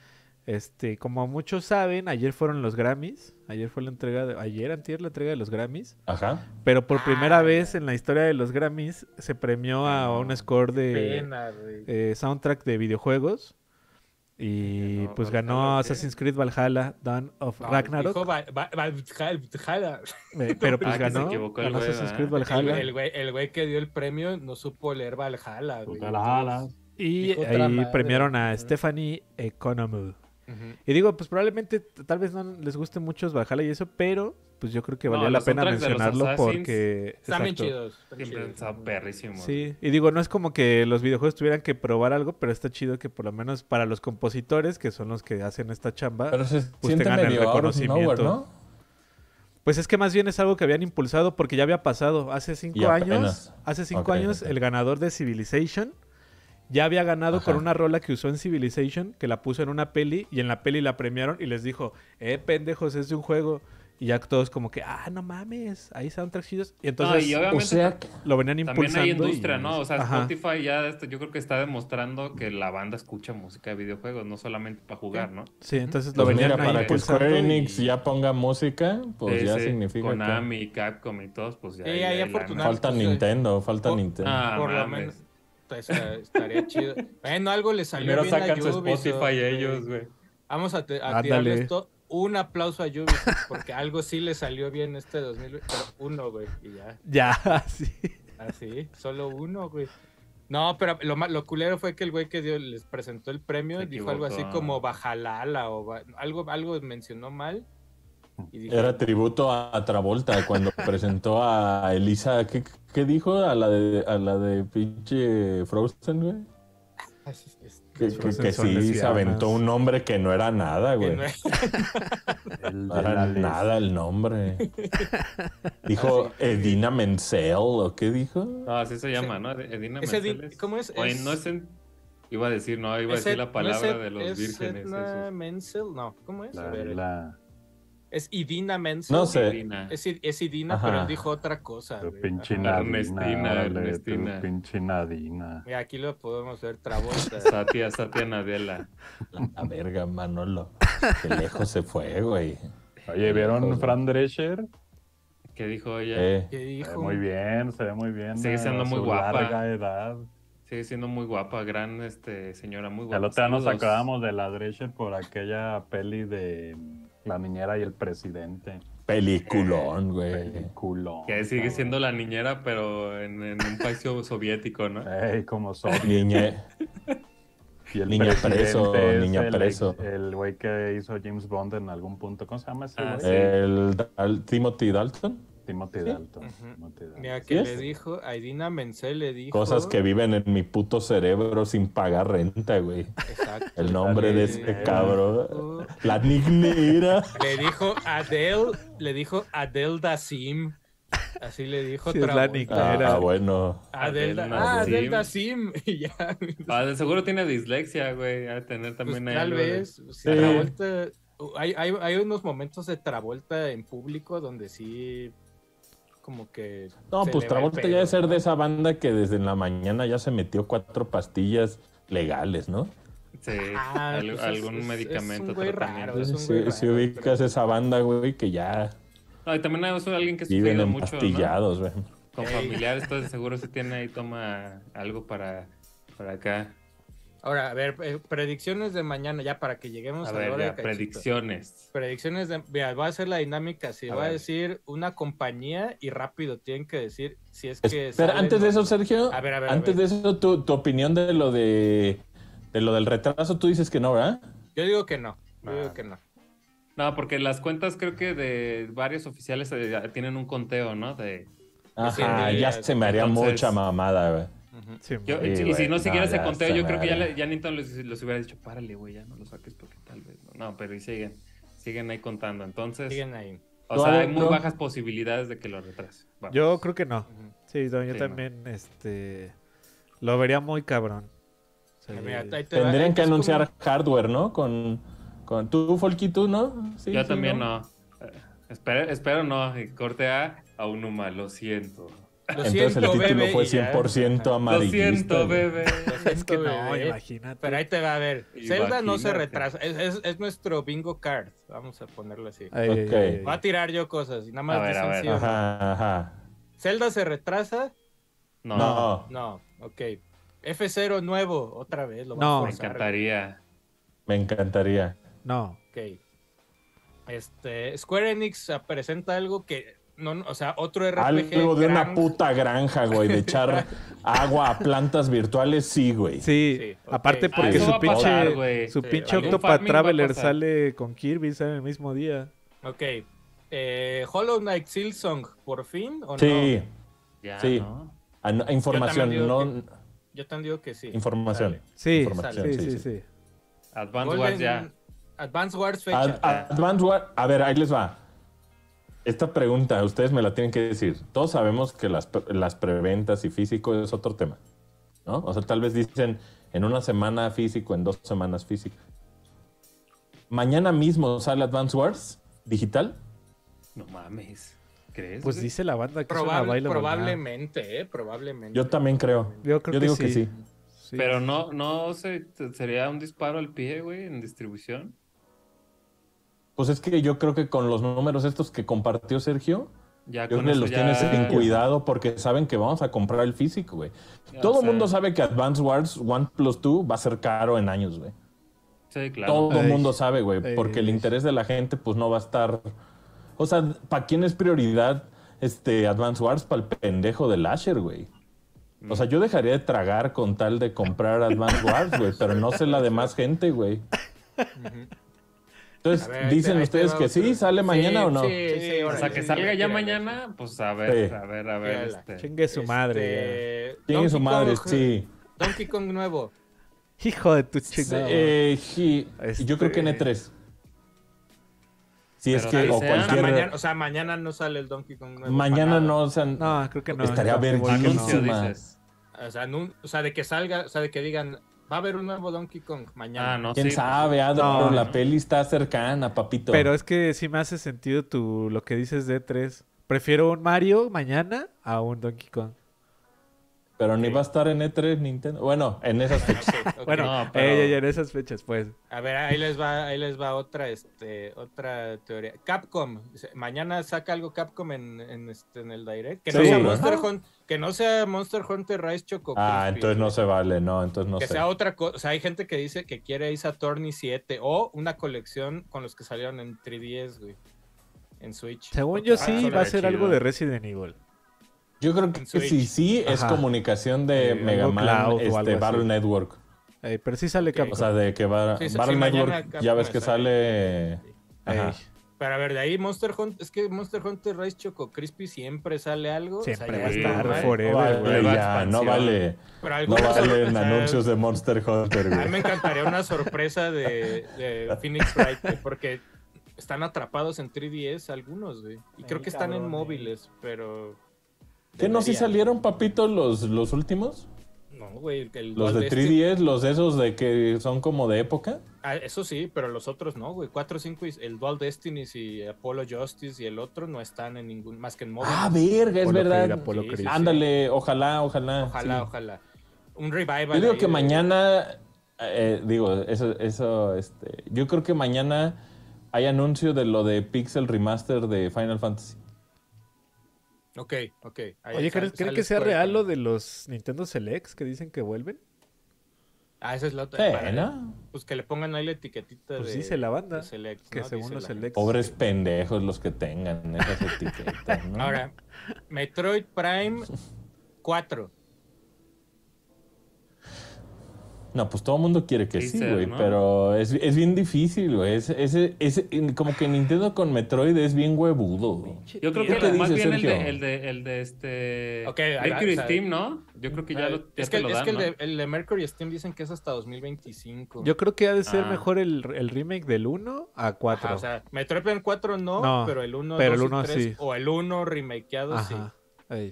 B: este, como muchos saben, ayer fueron los Grammys, ayer fue la entrega, de, ayer, antier, la entrega de los Grammys,
C: Ajá.
B: pero por primera
A: Ah,
B: vez en la historia de los Grammys se premió a un score de...
A: Pena, güey.
B: eh, soundtrack de videojuegos. Y
D: Ganó
B: pues
D: Valhalla,
B: ganó
D: ¿o qué?
B: Assassin's Creed Valhalla, Dawn of
A: No,
B: Ragnarok.
A: dijo Val- Val- Val- Jal- Jala.
B: eh, pero pues
D: Ah, que se
B: ganó,
D: equivocó el
B: ganó
D: güey,
B: Assassin's
D: ¿verdad?
B: Creed
A: El
B: Valhalla.
A: el güey, el güey que dio el premio no supo leer Valhalla, güey.
E: Puta la ala.
B: Y
A: dijo otra
B: ahí
A: madre.
B: premiaron a
A: Ujú.
B: Stephanie Economou.
A: Entonces, ujú.
B: Y digo, pues probablemente t- tal vez no les guste mucho Valhalla y eso, pero pues yo creo que
D: No,
B: valía la
D: los
B: pena
D: soundtracks de los
B: mencionarlo
D: Assassins
B: porque...
A: Están bien
B: exacto.
A: chidos. están
D: Siempre
A: chidos.
D: está perrísimo.
B: Sí, y digo, no es como que los videojuegos tuvieran que probar algo, pero está chido que por lo menos para los compositores, que son los que hacen esta chamba,
C: Pero se
B: Pues
C: siente
B: tengan el
C: medio out of
B: reconocimiento.
C: nowhere, ¿no?
B: Pues es que más bien es algo que habían impulsado porque ya había pasado. Hace
C: Y
B: cinco años,
C: apenas.
B: hace cinco
C: Ok,
B: años,
C: ok.
B: el ganador de Civilization ya había ganado con
C: Ajá.
B: una rola que usó en Civilization, que la puso en una peli, y en la peli la premiaron y les dijo, eh, pendejos, es de un juego. Y ya todos como que, ah, no mames, hay soundtracks chidos. Y entonces
D: no, y
C: O
D: obviamente
C: sea, que-
B: lo venían
D: también
B: impulsando.
D: hay
B: y-
D: industria, ¿no? O sea,
B: Ajá.
D: Spotify ya esto- yo creo que está demostrando que la banda escucha música de videojuegos, no solamente para jugar, ¿no?
B: Sí, entonces lo
C: pues
B: venían
C: mira,
B: ahí
C: para que
B: impulsando
C: Square
B: y-
C: Enix ya ponga música, pues
D: Sí,
C: ya
D: sí,
C: significa que
D: Konami, Capcom y todos, pues ya.
A: Sí, ahí
D: ya hay
A: afortunadamente-
D: lana.
C: falta
A: Sí.
C: Nintendo, falta
A: Oh,
C: Nintendo.
D: Ah,
A: Por lo
D: mames.
A: menos. Esta- Estaría chido. Bueno, algo le salió
D: Primero
A: bien a
D: sacan su
A: Ubisoft,
D: Spotify
A: güey.
D: ellos, güey.
A: Vamos a, te- a
B: Ándale.
A: tirarles to- un aplauso a Ubisoft porque algo sí le salió bien este 2021, pero uno, güey, y ya.
B: Ya, sí.
A: Así, solo uno, güey. No, pero lo, ma- lo culero fue que el güey que dio, les presentó el premio
D: Se
A: dijo algo así
D: equivocó.
A: como Bajalala o ba- algo, algo mencionó mal. Y dije,
C: Era tributo a, a Travolta cuando presentó a Elisa. ¿Qué, qué dijo? A la de, a la de pinche Frozen, güey.
A: "Ah, sí, es-
C: Que,
B: Las
C: que-
B: Frozen
C: que
B: son
C: sí se
B: lesbianas.
C: aventó un nombre que no era nada,
A: que
C: güey.
A: no
C: No
A: es-
E: El de
C: era
E: la lista.
C: nada el nombre.
E: Ah,
C: Dijo Edina Menzel, ¿o qué dijo?
D: No, así se llama, ¿no? Edina
A: ese di-
D: Menzeles.
A: ¿Cómo es?
D: Oye,
A: Es-
D: no es en- Iba a decir, no, iba a
A: es
D: decir
A: Ed-
D: la
A: no es
D: palabra
A: Ed-
D: de los
A: es
D: vírgenes.
A: Edna
D: esos.
A: Menzel, no, ¿cómo es? A
E: La
A: ver,
E: de la-
A: Es Idina Menzel.
C: No sé.
D: Edina.
A: Es, I- es Idina,
C: Ajá.
A: pero él dijo otra cosa.
E: tu
A: güey.
E: pinche
A: Ajá.
D: nada.
E: Nadina.
D: Ernestina,
E: órale, tu
D: Ernestina.
E: pinche Nadina.
A: Mira, aquí lo podemos ver Travolta.
D: Satya, Satya Nadella.
C: La verga, Manolo. Qué lejos se fue, güey.
E: Oye, ¿vieron
C: Joder.
E: Fran Drescher?
D: ¿Qué dijo ella?
C: Eh,
A: ¿Qué
E: Se ve
A: dijo?
E: muy bien, se ve muy bien.
D: Sigue
E: a
D: siendo muy
E: su
D: guapa.
E: larga edad.
D: Sigue siendo muy guapa, gran este, señora, muy guapa.
E: El otro día nos
D: Saludos.
E: acabamos de la Drescher por aquella peli de La niñera y el presidente.
C: peliculón, güey.
E: Peliculón.
D: Que sigue
E: cabrón.
D: siendo la niñera, pero en, en un país soviético, ¿no?
E: Ey, como Sophie.
C: Niñe.
E: Y el
C: Niño
E: presidente
C: preso,
E: es
C: niño
E: el-
C: preso.
E: El güey que hizo James Bond en algún punto. ¿Cómo se llama ese
D: Ah,
E: güey?
D: sí.
C: El, Dal- Timothy Dalton.
E: Timothy Dalton.
A: Ujú.
E: Timothy Dalton.
A: Mira,
C: ¿Sí
A: que
C: es?
A: le dijo, a Idina Menzel le dijo.
C: Cosas que viven en mi puto cerebro sin pagar renta, güey.
A: Exacto.
C: El nombre de
A: Eh,
C: este cabrón. La nignera.
A: Le dijo Adele, le dijo Adele Dasim. Así le dijo
B: Sí, es la
A: Travolta.
C: Ah,
B: nignera.
C: ah, bueno.
A: Adele, Da-
D: Adele
A: ah, Adele
D: Dasim.
A: Dasim. Y ya. pues,
D: Ah, de seguro tiene dislexia, güey. Ha de tener también ahí
A: tal
D: algo de-
A: vez. si Travolta- hay, hay, hay unos momentos de Travolta en público donde sí. Como que.
C: No,
A: se
C: pues
A: le va el
C: Travolta
A: pedo,
C: ya debe ser
A: ¿no?
C: de esa banda que desde la mañana ya se metió cuatro pastillas legales, ¿no?
D: Sí,
A: Ah,
D: al-
A: pues es-
D: algún
A: es- es
D: medicamento.
A: un güey
D: tratamiento.
A: raro, Pues es
C: Si,
A: un güey
C: si
A: raro,
C: ubicas esa banda, güey, que ya
D: No, y también hay es alguien que ha
C: viven
D: sufrido mucho, ¿no?
C: empastillados, güey.
D: Con
A: Ey.
D: familiares, entonces seguro se tiene ahí, toma algo para, para acá.
A: Ahora, a ver, eh, predicciones de mañana, ya para que lleguemos
D: A
A: la
D: ver,
A: hora de
D: ya,
A: Cachito.
D: predicciones.
A: Predicciones de. Mira, va a ser la dinámica. Si
D: A
A: va a
D: ver.
A: decir una compañía y rápido tienen que decir si es que.
C: Espera,
A: sale,
C: antes de
A: ¿no?
C: eso, Sergio,
A: A ver, a ver, a
C: antes
A: ver.
C: de eso, tu, tu opinión de lo de, de lo del retraso, tú dices que no, ¿verdad?
A: Yo digo que no. Yo
D: Ah.
A: digo que no.
D: No, porque las cuentas creo que de varios oficiales eh, tienen un conteo, ¿no? De,
C: Ajá,
A: sí,
C: ya
A: sí.
C: se me haría
D: Entonces-
C: mucha mamada, güey.
A: Ujú.
B: Sí,
D: Yo-
B: man.
D: y
C: Sí,
D: si- y si
C: güey,
D: no siguiera
C: no,
D: ese
C: ya
D: conteo,
C: está
D: yo creo que ya,
C: madre.
D: le- ya Nintendo les, les hubiera dicho, párale, güey, ya no lo saques porque tal vez. No, No, pero y siguen, siguen ahí contando. Entonces,
A: Siguen ahí.
D: o
C: Tú,
D: sea,
C: Ale,
D: hay muy
C: tú.
D: bajas posibilidades de que lo retrase. Vamos.
B: Yo creo que no.
A: Ujú.
B: Sí, no, yo
D: Sí, no.
B: también, este, lo vería muy cabrón. Sí.
A: Mira, ahí te va,
C: Tendrían
A: ahí
C: que
A: es como-
C: anunciar hardware, ¿no? Con, con tú, Folky, tú, ¿no? Sí,
D: Yo
C: sí,
D: también no. Eh, espero, espero no. Y Corte A a un Numa, lo siento.
A: Lo
C: Entonces
A: siento,
C: el título
A: bebé,
C: fue
A: y ya.
C: 100%
A: Ajá.
D: Lo
C: amarillista.
D: siento,
C: güey.
D: bebé.
A: Lo
B: Es que
A: siento,
B: no,
A: bebé.
B: imagínate.
A: eh, Pero ahí te va a ver. Zelda no se
D: Imagínate.
A: retrasa. Es, es- es nuestro bingo card. Vamos a ponerlo así.
B: Ay, ay,
C: Ok.
B: ay, ay.
A: Va a tirar yo cosas y nada más
D: A ver,
A: dicen
D: a ver.
A: sí o no.
C: Ajá, ajá.
A: ¿Zelda se retrasa?
D: No,
C: No.
A: No, ok. F0 nuevo, otra vez. Lo
B: No.
A: no,
D: me encantaría.
C: me encantaría.
B: No,
A: Ok. Este, Square Enix ah, presenta algo que. No, no, o sea, otro RPG.
C: Algo de
A: gran-
C: una puta granja, güey, de echar agua a plantas virtuales, sí, güey.
B: sí.
A: Sí, ok.
B: Aparte
A: Ah,
B: porque
C: eso
B: su
C: va a
B: pinche,
D: pasar, güey.
B: su
A: Sí,
B: pinche
A: algún
B: Octopath
D: farming va a
B: Traveler
D: pasar.
B: sale con Kirby, sale el mismo día.
A: Ok. Eh, Hollow Knight Silsong, por fin, ¿o no?
C: Sí,
D: Ya,
C: Sí.
D: ¿no?
C: an- información,
A: Yo
C: no
A: también Yo te digo que sí.
C: información.
B: Sí,
C: Información,
B: sí,
C: sí,
B: sí,
C: sí.
B: sí.
D: Advance
A: Golden-
D: Wars ya.
A: Advance Wars fecha.
C: Ad- Advance War- a ver, ahí les va. Esta pregunta, ustedes me la tienen que decir. Todos sabemos que las, pre- las preventas y físico es otro tema, ¿no? O sea, tal vez dicen en una semana físico, en dos semanas físico. Mañana mismo sale Advance Wars digital.
D: No mames. ¿Crees?
B: Pues
D: güey?
B: dice la banda que es una
A: Probable-
B: baila pues,
A: probablemente, eh, probablemente.
C: Yo también creo.
B: Yo creo que
C: digo
B: sí.
C: que sí.
B: Sí.
D: Pero no, no sé, t- sería un disparo al pie, güey, en distribución.
C: Pues es que yo creo que con los números estos que compartió Sergio,
D: Ya
C: yo
D: con
C: creo que
D: eso
C: los
D: ya-
C: tienes en cuidado porque saben que vamos a comprar el físico, güey.
D: ya, o
C: Todo el
D: sea,
C: mundo sabe que Advance Wars One Plus 2 va a ser caro en años, güey.
D: Sí, claro.
C: Todo el
B: Ey.
C: mundo sabe, güey,
B: Ey,
C: porque el
B: ey.
C: interés de la gente pues no va a estar... O sea, ¿para quién es prioridad este Advance Wars? Para el pendejo del Asher, güey. O sea, yo dejaría de tragar con tal de comprar Advance Wars, güey, pero no sé la demás gente, güey. Entonces,
A: A ver, ahí te-
C: ¿dicen
A: ahí te
C: ustedes
A: va
C: que sí?
A: otro.
C: ¿Sale
A: Sí,
C: mañana o no?
A: Sí, sí,
B: Sí,
A: órale,
D: O sea, que
A: sí,
D: salga ya
A: tírale.
D: mañana, pues a ver,
C: Sí.
D: a ver, a ver.
A: Tírala.
D: este.
B: Chingue su madre.
A: Este,
C: Tiene su
A: Donkey
C: madre,
A: Kong,
C: sí.
A: Donkey Kong nuevo.
B: Hijo de tu
C: Sí,
B: chingada.
C: eh, sí,
B: Este-
C: Yo creo que en E3. Si es
D: Pero
C: que,
D: tal sea,
C: o
A: O sea,
C: cualquier...
A: mañana, o sea, mañana no sale el Donkey Kong nuevo.
C: Mañana
A: para nada.
C: no, o sea,
B: no, creo que no.
C: Estaría
B: creo que voy que no.
D: Anuncio,
C: buenísima.
D: dices.
A: O sea, nun- o sea, de que salga, o sea, de que digan, va a haber un nuevo Donkey Kong mañana.
D: Ah, no,
C: quién
D: sí.
C: sabe, Adam,
B: No,
C: pero la
D: no.
C: peli está cercana, papito.
B: Pero es que sí me hace sentido tu, lo que dices de 3. Prefiero un Mario mañana a un Donkey Kong.
C: Pero ni va a estar en E3 Nintendo. Bueno, en esas fechas.
A: Ok, ok.
B: Bueno,
D: No,
B: eh,
D: pero-
B: ya- ya en esas fechas, pues.
A: A ver, ahí les va, ahí les va otra, este, otra teoría. Capcom, dice, mañana saca algo Capcom en, en, este, en el direct. Que no
B: Sí.
A: sea Monster
C: Ajá.
A: Hunter, que no sea Monster Hunter Rise Choco.
C: ah,
A: Crispy,
C: entonces no se vale, no, entonces no
A: Que
C: sé.
A: sea otra cosa. O sea, hay gente que dice que quiere Ace Attorney 7 o una colección con los que salieron en 3DS, güey. En Switch.
B: Según
A: Porque ah,
B: yo
A: van
B: sí
A: solo
B: va a
A: de
B: ser
D: chido.
B: algo de Resident Evil.
C: Yo creo que
A: en Switch.
C: sí, sí, es
B: Ajá.
C: comunicación de
B: Eh,
C: Mega
B: algo
C: Man,
B: cloud o algo
C: este,
B: así.
C: Battle Network.
B: Eh, pero sí sale Capcom.
C: O sea, de que va,
A: Sí, sí,
C: Battle
A: sí, mañana
C: Network,
A: acá
C: ya ves
A: me
C: que
A: sale.
C: sale...
B: Ey,
C: Ajá.
A: Pero a ver, de ahí Monster Hunter, es que Monster Hunter Rise Choco Crispy siempre sale algo.
B: siempre
A: ya
B: va a
D: sí,
B: estar
A: güey.
B: forever,
C: No vale,
B: güey.
D: Nueva
C: ya, no
D: expansión.
C: vale,
A: Pero
C: no
A: algunas- o
C: valen
A: sea,
C: anuncios de Monster Hunter,
A: A mí me
C: güey.
A: encantaría una sorpresa de, de Phoenix Wright, güey, porque están atrapados en 3DS algunos, güey. Y creo
B: Ay,
A: que están en
B: cabrón, eh.
A: móviles, pero.
C: ¿Qué no si
A: deberían.
C: salieron, papito, los, los últimos?
A: No, güey. el- el
C: Los
A: Dual
C: de
A: Destiny-
C: 3DS, los de esos de que son como de época.
A: Ah, eso sí, pero los otros no, güey. 4, 5 y el Dual Destinies y Apollo Justice y el otro no están en ningún. más que en móviles.
C: Ah, verga, es
B: Apolo
C: verdad.
B: Creed, Apolo
A: Sí,
B: Creed.
A: sí,
C: Ándale, ojalá, ojalá.
A: ojalá,
C: sí.
A: ojalá. Un revival.
C: Yo digo
A: ahí
C: que
A: de-
C: mañana, eh, digo, eso, eso, este, yo creo que mañana hay anuncio de lo de Pixel Remaster de Final Fantasy.
A: Ok, ok. ahí
B: Oye,
A: sal-
B: ¿creen, creen
A: sale
B: que sea
A: Square
B: real lo
A: con-
B: de los Nintendo Selects que dicen que vuelven?
A: Ah, esa es la otra.
C: Sí,
A: para-
C: ¿no?
A: Pues que le pongan ahí la etiquetita
B: Pues
A: de.
B: dice la banda
A: de Select,
B: que
A: ¿no?
B: según
A: Dice
B: los
A: la gente.
B: Selects.
C: Pobres pendejos los que tengan esas etiquetas. ¿no?
A: Ahora, Metroid Prime 4.
C: No, pues todo el mundo quiere que sí,
D: Teaser,
C: güey,
D: ¿no?
C: pero es, es bien difícil, güey. Es, es- es- como que Nintendo con Metroid es bien huevudo. güey.
D: Yo creo
C: ¿Qué
D: que
C: te
D: más
C: dice,
D: bien el de,
C: Sergio?
D: el, de, el de este.
A: Ok, ahí va,
D: Mercury
A: o sea,
D: Steam, ¿no? Yo creo que ya, lo, ya
A: es
D: te
A: que,
D: lo
A: es
D: dan.
A: que el,
D: ¿no?
A: de, el de Mercury Steam dicen que es hasta 2025.
B: Yo creo que ha de ser
D: Ah.
B: mejor el, el remake del 1 a 4.
A: Ajá, o sea, Metroid Prime 4 no,
B: No,
A: pero el 1,
B: pero el
A: 2
B: uno
A: y 3,
B: sí.
A: o el 1 remakeado
B: Ajá. Ey.
A: sí.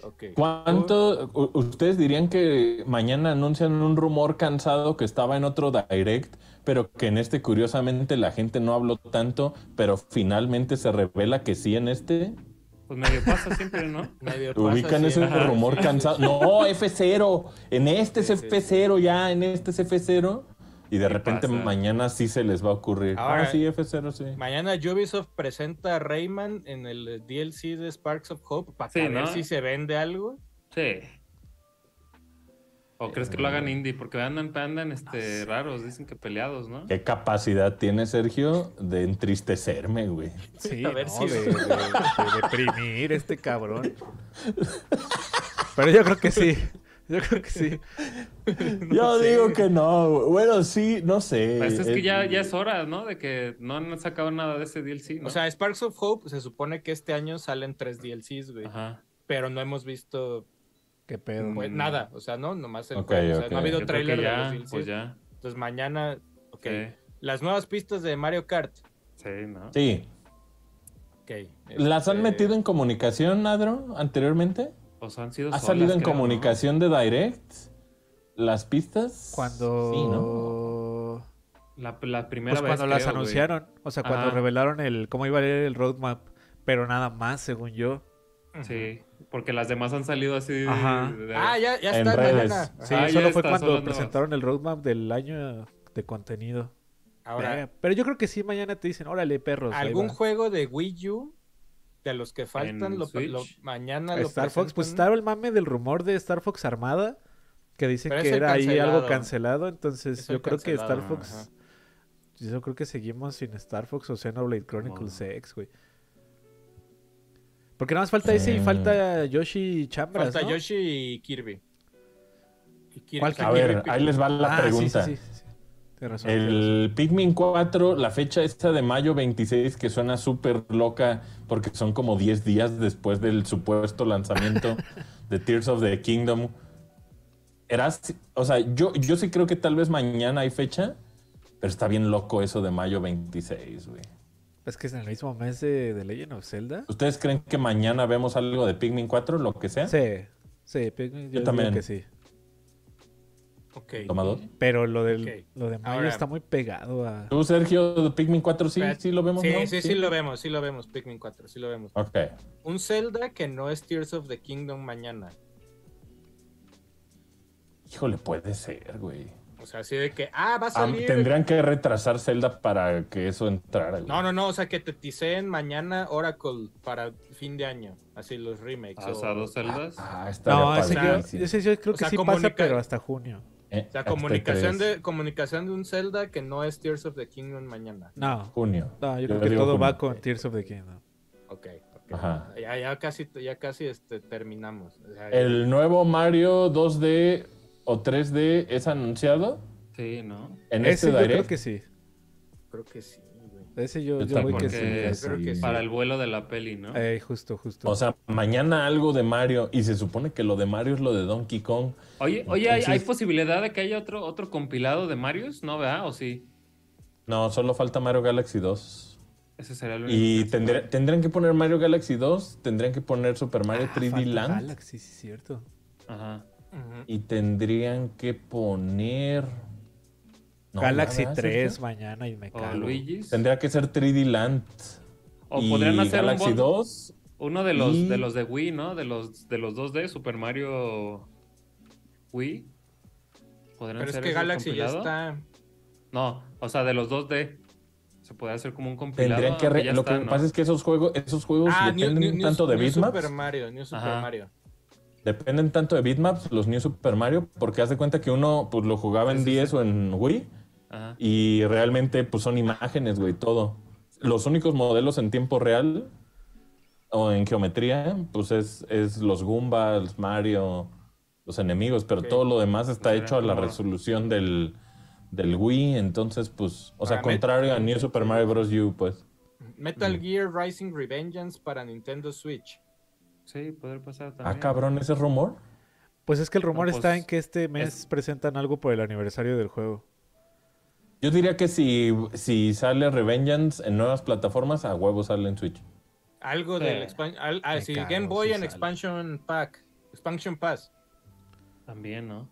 A: Ok.
C: ¿Cuánto? u- ¿Ustedes dirían que mañana anuncian un rumor cansado que estaba en otro direct, pero que en este curiosamente la gente no habló tanto, pero finalmente se revela que sí en este?
D: Pues medio pasa siempre, ¿no?
A: Medio pasa
C: ¿Ubican
A: así,
C: ese
A: ajá,
C: rumor
A: sí,
C: cansado?
A: sí, sí.
C: No, F0, en este es
A: Sí, sí, sí.
C: F0 ya, en este es F0. Y de
D: Sí
C: repente
D: pasa.
C: mañana sí se les va a ocurrir.
A: Ahora-
C: ah, sí, F0, sí.
A: Mañana Ubisoft presenta Rayman en el DLC de Sparks of Hope para
D: Sí,
A: ver
D: ¿no?
A: si se vende algo.
D: Sí. ¿O crees que lo hagan indie? Porque andan, andan
A: Ah,
D: este, raros, dicen que peleados, ¿no?
C: ¿Qué capacidad tiene Sergio de entristecerme, güey?
B: Sí,
A: A ver
B: no,
A: si-
B: de, de- de deprimir este cabrón. Pero yo creo que sí. Yo creo que sí.
C: Yo
A: Sí.
C: digo que no. Bueno, sí, no sé.
D: Pues es
C: Eh,
D: que ya, ya es hora, ¿no? De que no han sacado nada de ese DLC, ¿no?
A: O sea, Sparks of Hope se supone que este año salen tres DLCs, güey.
D: Ajá.
A: Pero no hemos visto
B: Qué pedo.
A: pues,
D: Mm.
A: nada. O sea, no, nomás el
C: Ok,
A: juego. O sea,
C: ok.
A: no ha habido
D: Yo creo que
A: trailer
D: ya,
A: de los DLCs.
D: pues ya.
A: Entonces mañana, ok.
D: Sí,
A: Las nuevas pistas de Mario Kart.
D: sí, ¿no?
C: Sí.
A: Ok.
C: ¿Las han
A: este,
C: metido en comunicación, Adro, anteriormente?
D: O sea, han sido
C: ¿Ha
D: solas,
C: salido en
D: creo, ¿no?
C: comunicación de Direct? ¿Las pistas?
B: Cuando.
C: Sí, ¿no?
D: La, la primera
B: Pues
D: vez,
B: cuando las
D: creo, güey.
B: anunciaron. O sea, cuando
D: Ajá.
B: revelaron el cómo iba a ir el roadmap. Pero nada más, según yo.
A: ujú.
D: Sí, porque las demás han salido así.
B: Ajá.
D: de-
A: Ah, ya, ya
C: En
A: está
C: redes.
A: mañana.
B: Sí,
D: Ah, ya
B: solo fue
D: está,
B: cuando
D: son las
B: presentaron el roadmap del año de contenido.
A: Ahora,
B: Verga. Pero yo creo que sí, mañana te dicen, órale,
D: pues
B: perros. ahí
A: algún
B: va".
A: juego de Wii U de los que faltan
D: ¿En
A: lo,
D: Switch?
A: lo- mañana lo
B: Star Fox, pues
A: presentan.
B: estaba el mame del rumor de Star Fox Armada, que dicen
A: Pero
B: que
A: es el
B: era ahí algo
A: cancelado.
B: cancelado, entonces
A: Es el
B: yo creo que Star
A: cancelado,
B: Fox,
A: ajá.
B: yo creo que seguimos sin Star Fox o Xenoblade Chronicles
D: Bueno.
B: X, güey. Porque nada más falta ese y
C: Mm.
B: falta Yoshi Chambras,
A: Falta
B: ¿no?
A: Yoshi y Kirby. Y Kirby-
B: ¿Cuál
C: A
B: Kirby?
C: ver, ahí les va la
B: Ah, sí,
C: pregunta.
B: Sí, sí, sí, Tienes razón, tienes razón.
C: El Pikmin 4, la fecha esta de mayo 26, que suena súper loca porque son como 10 días después del supuesto lanzamiento de Tears of the Kingdom. Era, si- o sea, yo, yo sí creo que tal vez mañana hay fecha, pero está bien loco eso de mayo 26, güey.
B: Es que es en el mismo mes de, de Legend of Zelda.
C: ¿Ustedes creen que mañana vemos algo de Pikmin 4, lo que sea?
B: Sí, sí, Pikmin, yo, también.
C: también.
B: que sí.
A: Ok.
C: Toma dos.
B: Pero lo, del,
A: Ok.
B: lo de Mayo
A: Ahora-
B: está muy pegado a...
C: ¿Tú, Sergio, de Pikmin 4 sí,
A: Espérate.
C: sí lo vemos?
A: Sí,
C: no?
A: sí, sí lo vemos, sí lo vemos, Pikmin 4, sí lo vemos.
C: Ok.
A: Un Zelda que no es Tears of the Kingdom mañana.
C: Híjole, puede ser, güey.
A: O sea, así de que, ah, va a
C: Ah,
A: salir.
C: tendrían que retrasar Zelda para que eso entrara. güey.
A: No, no, no, o sea, que te ticeen mañana Oracle para fin de año. Así los remakes.
D: O sea, dos celdas.
C: Ah, está
B: No, ese
A: padre.
B: yo,
A: O
C: sí.
B: ese yo creo
A: O
B: que
A: sea,
B: sí pasa,
A: comunica-
B: pero hasta junio.
C: Eh,
A: O sea,
C: hasta
A: comunicación
C: tres.
A: de, comunicación de un Zelda que no es Tears of the Kingdom mañana.
B: No,
C: Junio.
B: no yo
C: Yo
B: creo que
C: digo
B: todo va
C: junio.
B: con Tears of the Kingdom.
A: Ok. ok.
C: Ajá.
A: Ya, ya casi, ya casi este, terminamos. O sea,
C: El nuevo Mario 2D o 3D es anunciado
D: Sí, ¿no?
C: en
B: Ese
C: este
B: yo creo
C: direct.
B: que sí.
A: Creo que sí, güey.
B: Ese yo,
C: Yo
B: yo voy que
C: también
B: sí.
D: creo.
B: ese.
A: Creo que sí.
D: Para el vuelo de la peli, ¿no?
C: Eh,
B: Ey, justo, justo.
C: O sea, mañana algo de Mario y se supone que lo de Mario es lo de Donkey Kong.
D: Oye, oye, ¿hay,
C: Entonces-
D: hay posibilidad de que haya otro, otro compilado de Marios? ¿No, verdad? ¿O sí?
C: No, solo falta Mario Galaxy 2.
D: Ese será el único.
C: Y tendré- tendrían que poner Mario Galaxy 2, tendrían que poner Super Mario
B: Ah,
C: 3D
B: Phantom
C: Land
B: Galaxy, sí, cierto.
D: Ajá.
A: Ujú.
C: y tendrían que poner... No,
B: Galaxy
C: nada,
B: 3
C: Sergio.
B: mañana y me
D: O
B: cago.
D: Luigi's.
C: Tendría que ser 3D Land.
D: O
C: y
D: podrían hacer un
C: Galaxy
D: bot-
C: 2.
D: uno de los,
C: y-
D: de los de Wii, ¿no? De los, de los 2D, Super Mario Wii. ¿Podrían
A: Pero es
D: hacer
A: que
D: ese
A: Galaxy ya
D: compilado?
A: está.
D: No, o sea, de los 2D. Se puede hacer como un compilado.
C: Tendrían que
D: aunque
C: re-
D: ya
C: lo
D: está,
C: que
D: ¿no?
C: pasa es que esos juegos esos juegos
A: Ah, New,
C: dependen
A: New- New-
C: Pues tanto de
A: New
C: bitmaps
A: Super Mario, New Super
D: Ajá.
A: Mario.
C: dependen tanto de bitmaps los New Super Mario porque haz de cuenta que uno pues lo jugaba en 10 o en Wii
D: Ajá.
C: y realmente pues son imágenes güey todo los únicos modelos en tiempo real o en geometría pues es, es los Goombas Mario los enemigos pero
A: Ok.
C: todo lo demás está
D: Será
C: hecho a la
D: Pues, como-
C: resolución del del Wii entonces pues o sea
A: Para met-
C: contrario a New Super Mario Bros. U pues
A: Metal Gear Rising Revengeance para Nintendo Switch.
D: Sí, podría pasar también.
C: ah cabrón ese rumor
B: Pues es que el rumor
D: No,
B: está
D: pues,
B: en que este mes presentan algo por el aniversario del juego.
C: Yo diría que si, si sale Revengeance en nuevas plataformas, a huevo sale en Switch.
A: Algo del expan- al- ah,
B: Me
A: sí,
B: cago,
A: Game Boy
B: sí
A: en
B: sale.
A: Expansion Pack. Expansion Pass.
D: También, ¿no?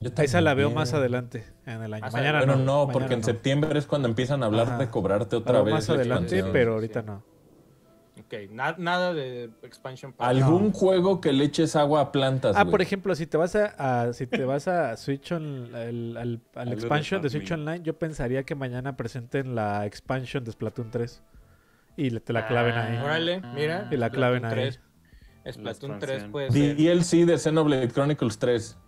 C: Yo
B: Esa la veo
C: también.
B: más adelante en el año.
A: Más
B: mañana
A: adelante.
C: Bueno,
B: no.
C: no,
B: mañana
C: porque en
B: no.
C: septiembre es cuando empiezan a hablar
B: Ajá.
C: de cobrarte
B: La
C: otra
B: veo
C: vez.
B: más
C: la
B: adelante,
C: expansión.
B: pero
A: Sí,
B: ahorita
A: sí.
B: no.
A: Ok, na- nada de Expansion Pack.
C: Algún juego que le eches agua a plantas.
B: Ah,
C: güey.
B: por ejemplo, si te vas a, a- si te vas a Switch on- al, al- al
D: de
B: expansion de Switch
D: Splatoon.
B: Online, yo pensaría que mañana presenten la expansion de Splatoon 3 y le- te la claven
D: Ah.
B: ahí.
A: Órale, mira.
B: Y la claven
A: Splatoon
B: ahí.
A: 3. Splatoon
D: La
A: 3
D: expansión.
A: puede ser.
C: DLC de Xenoblade Chronicles 3.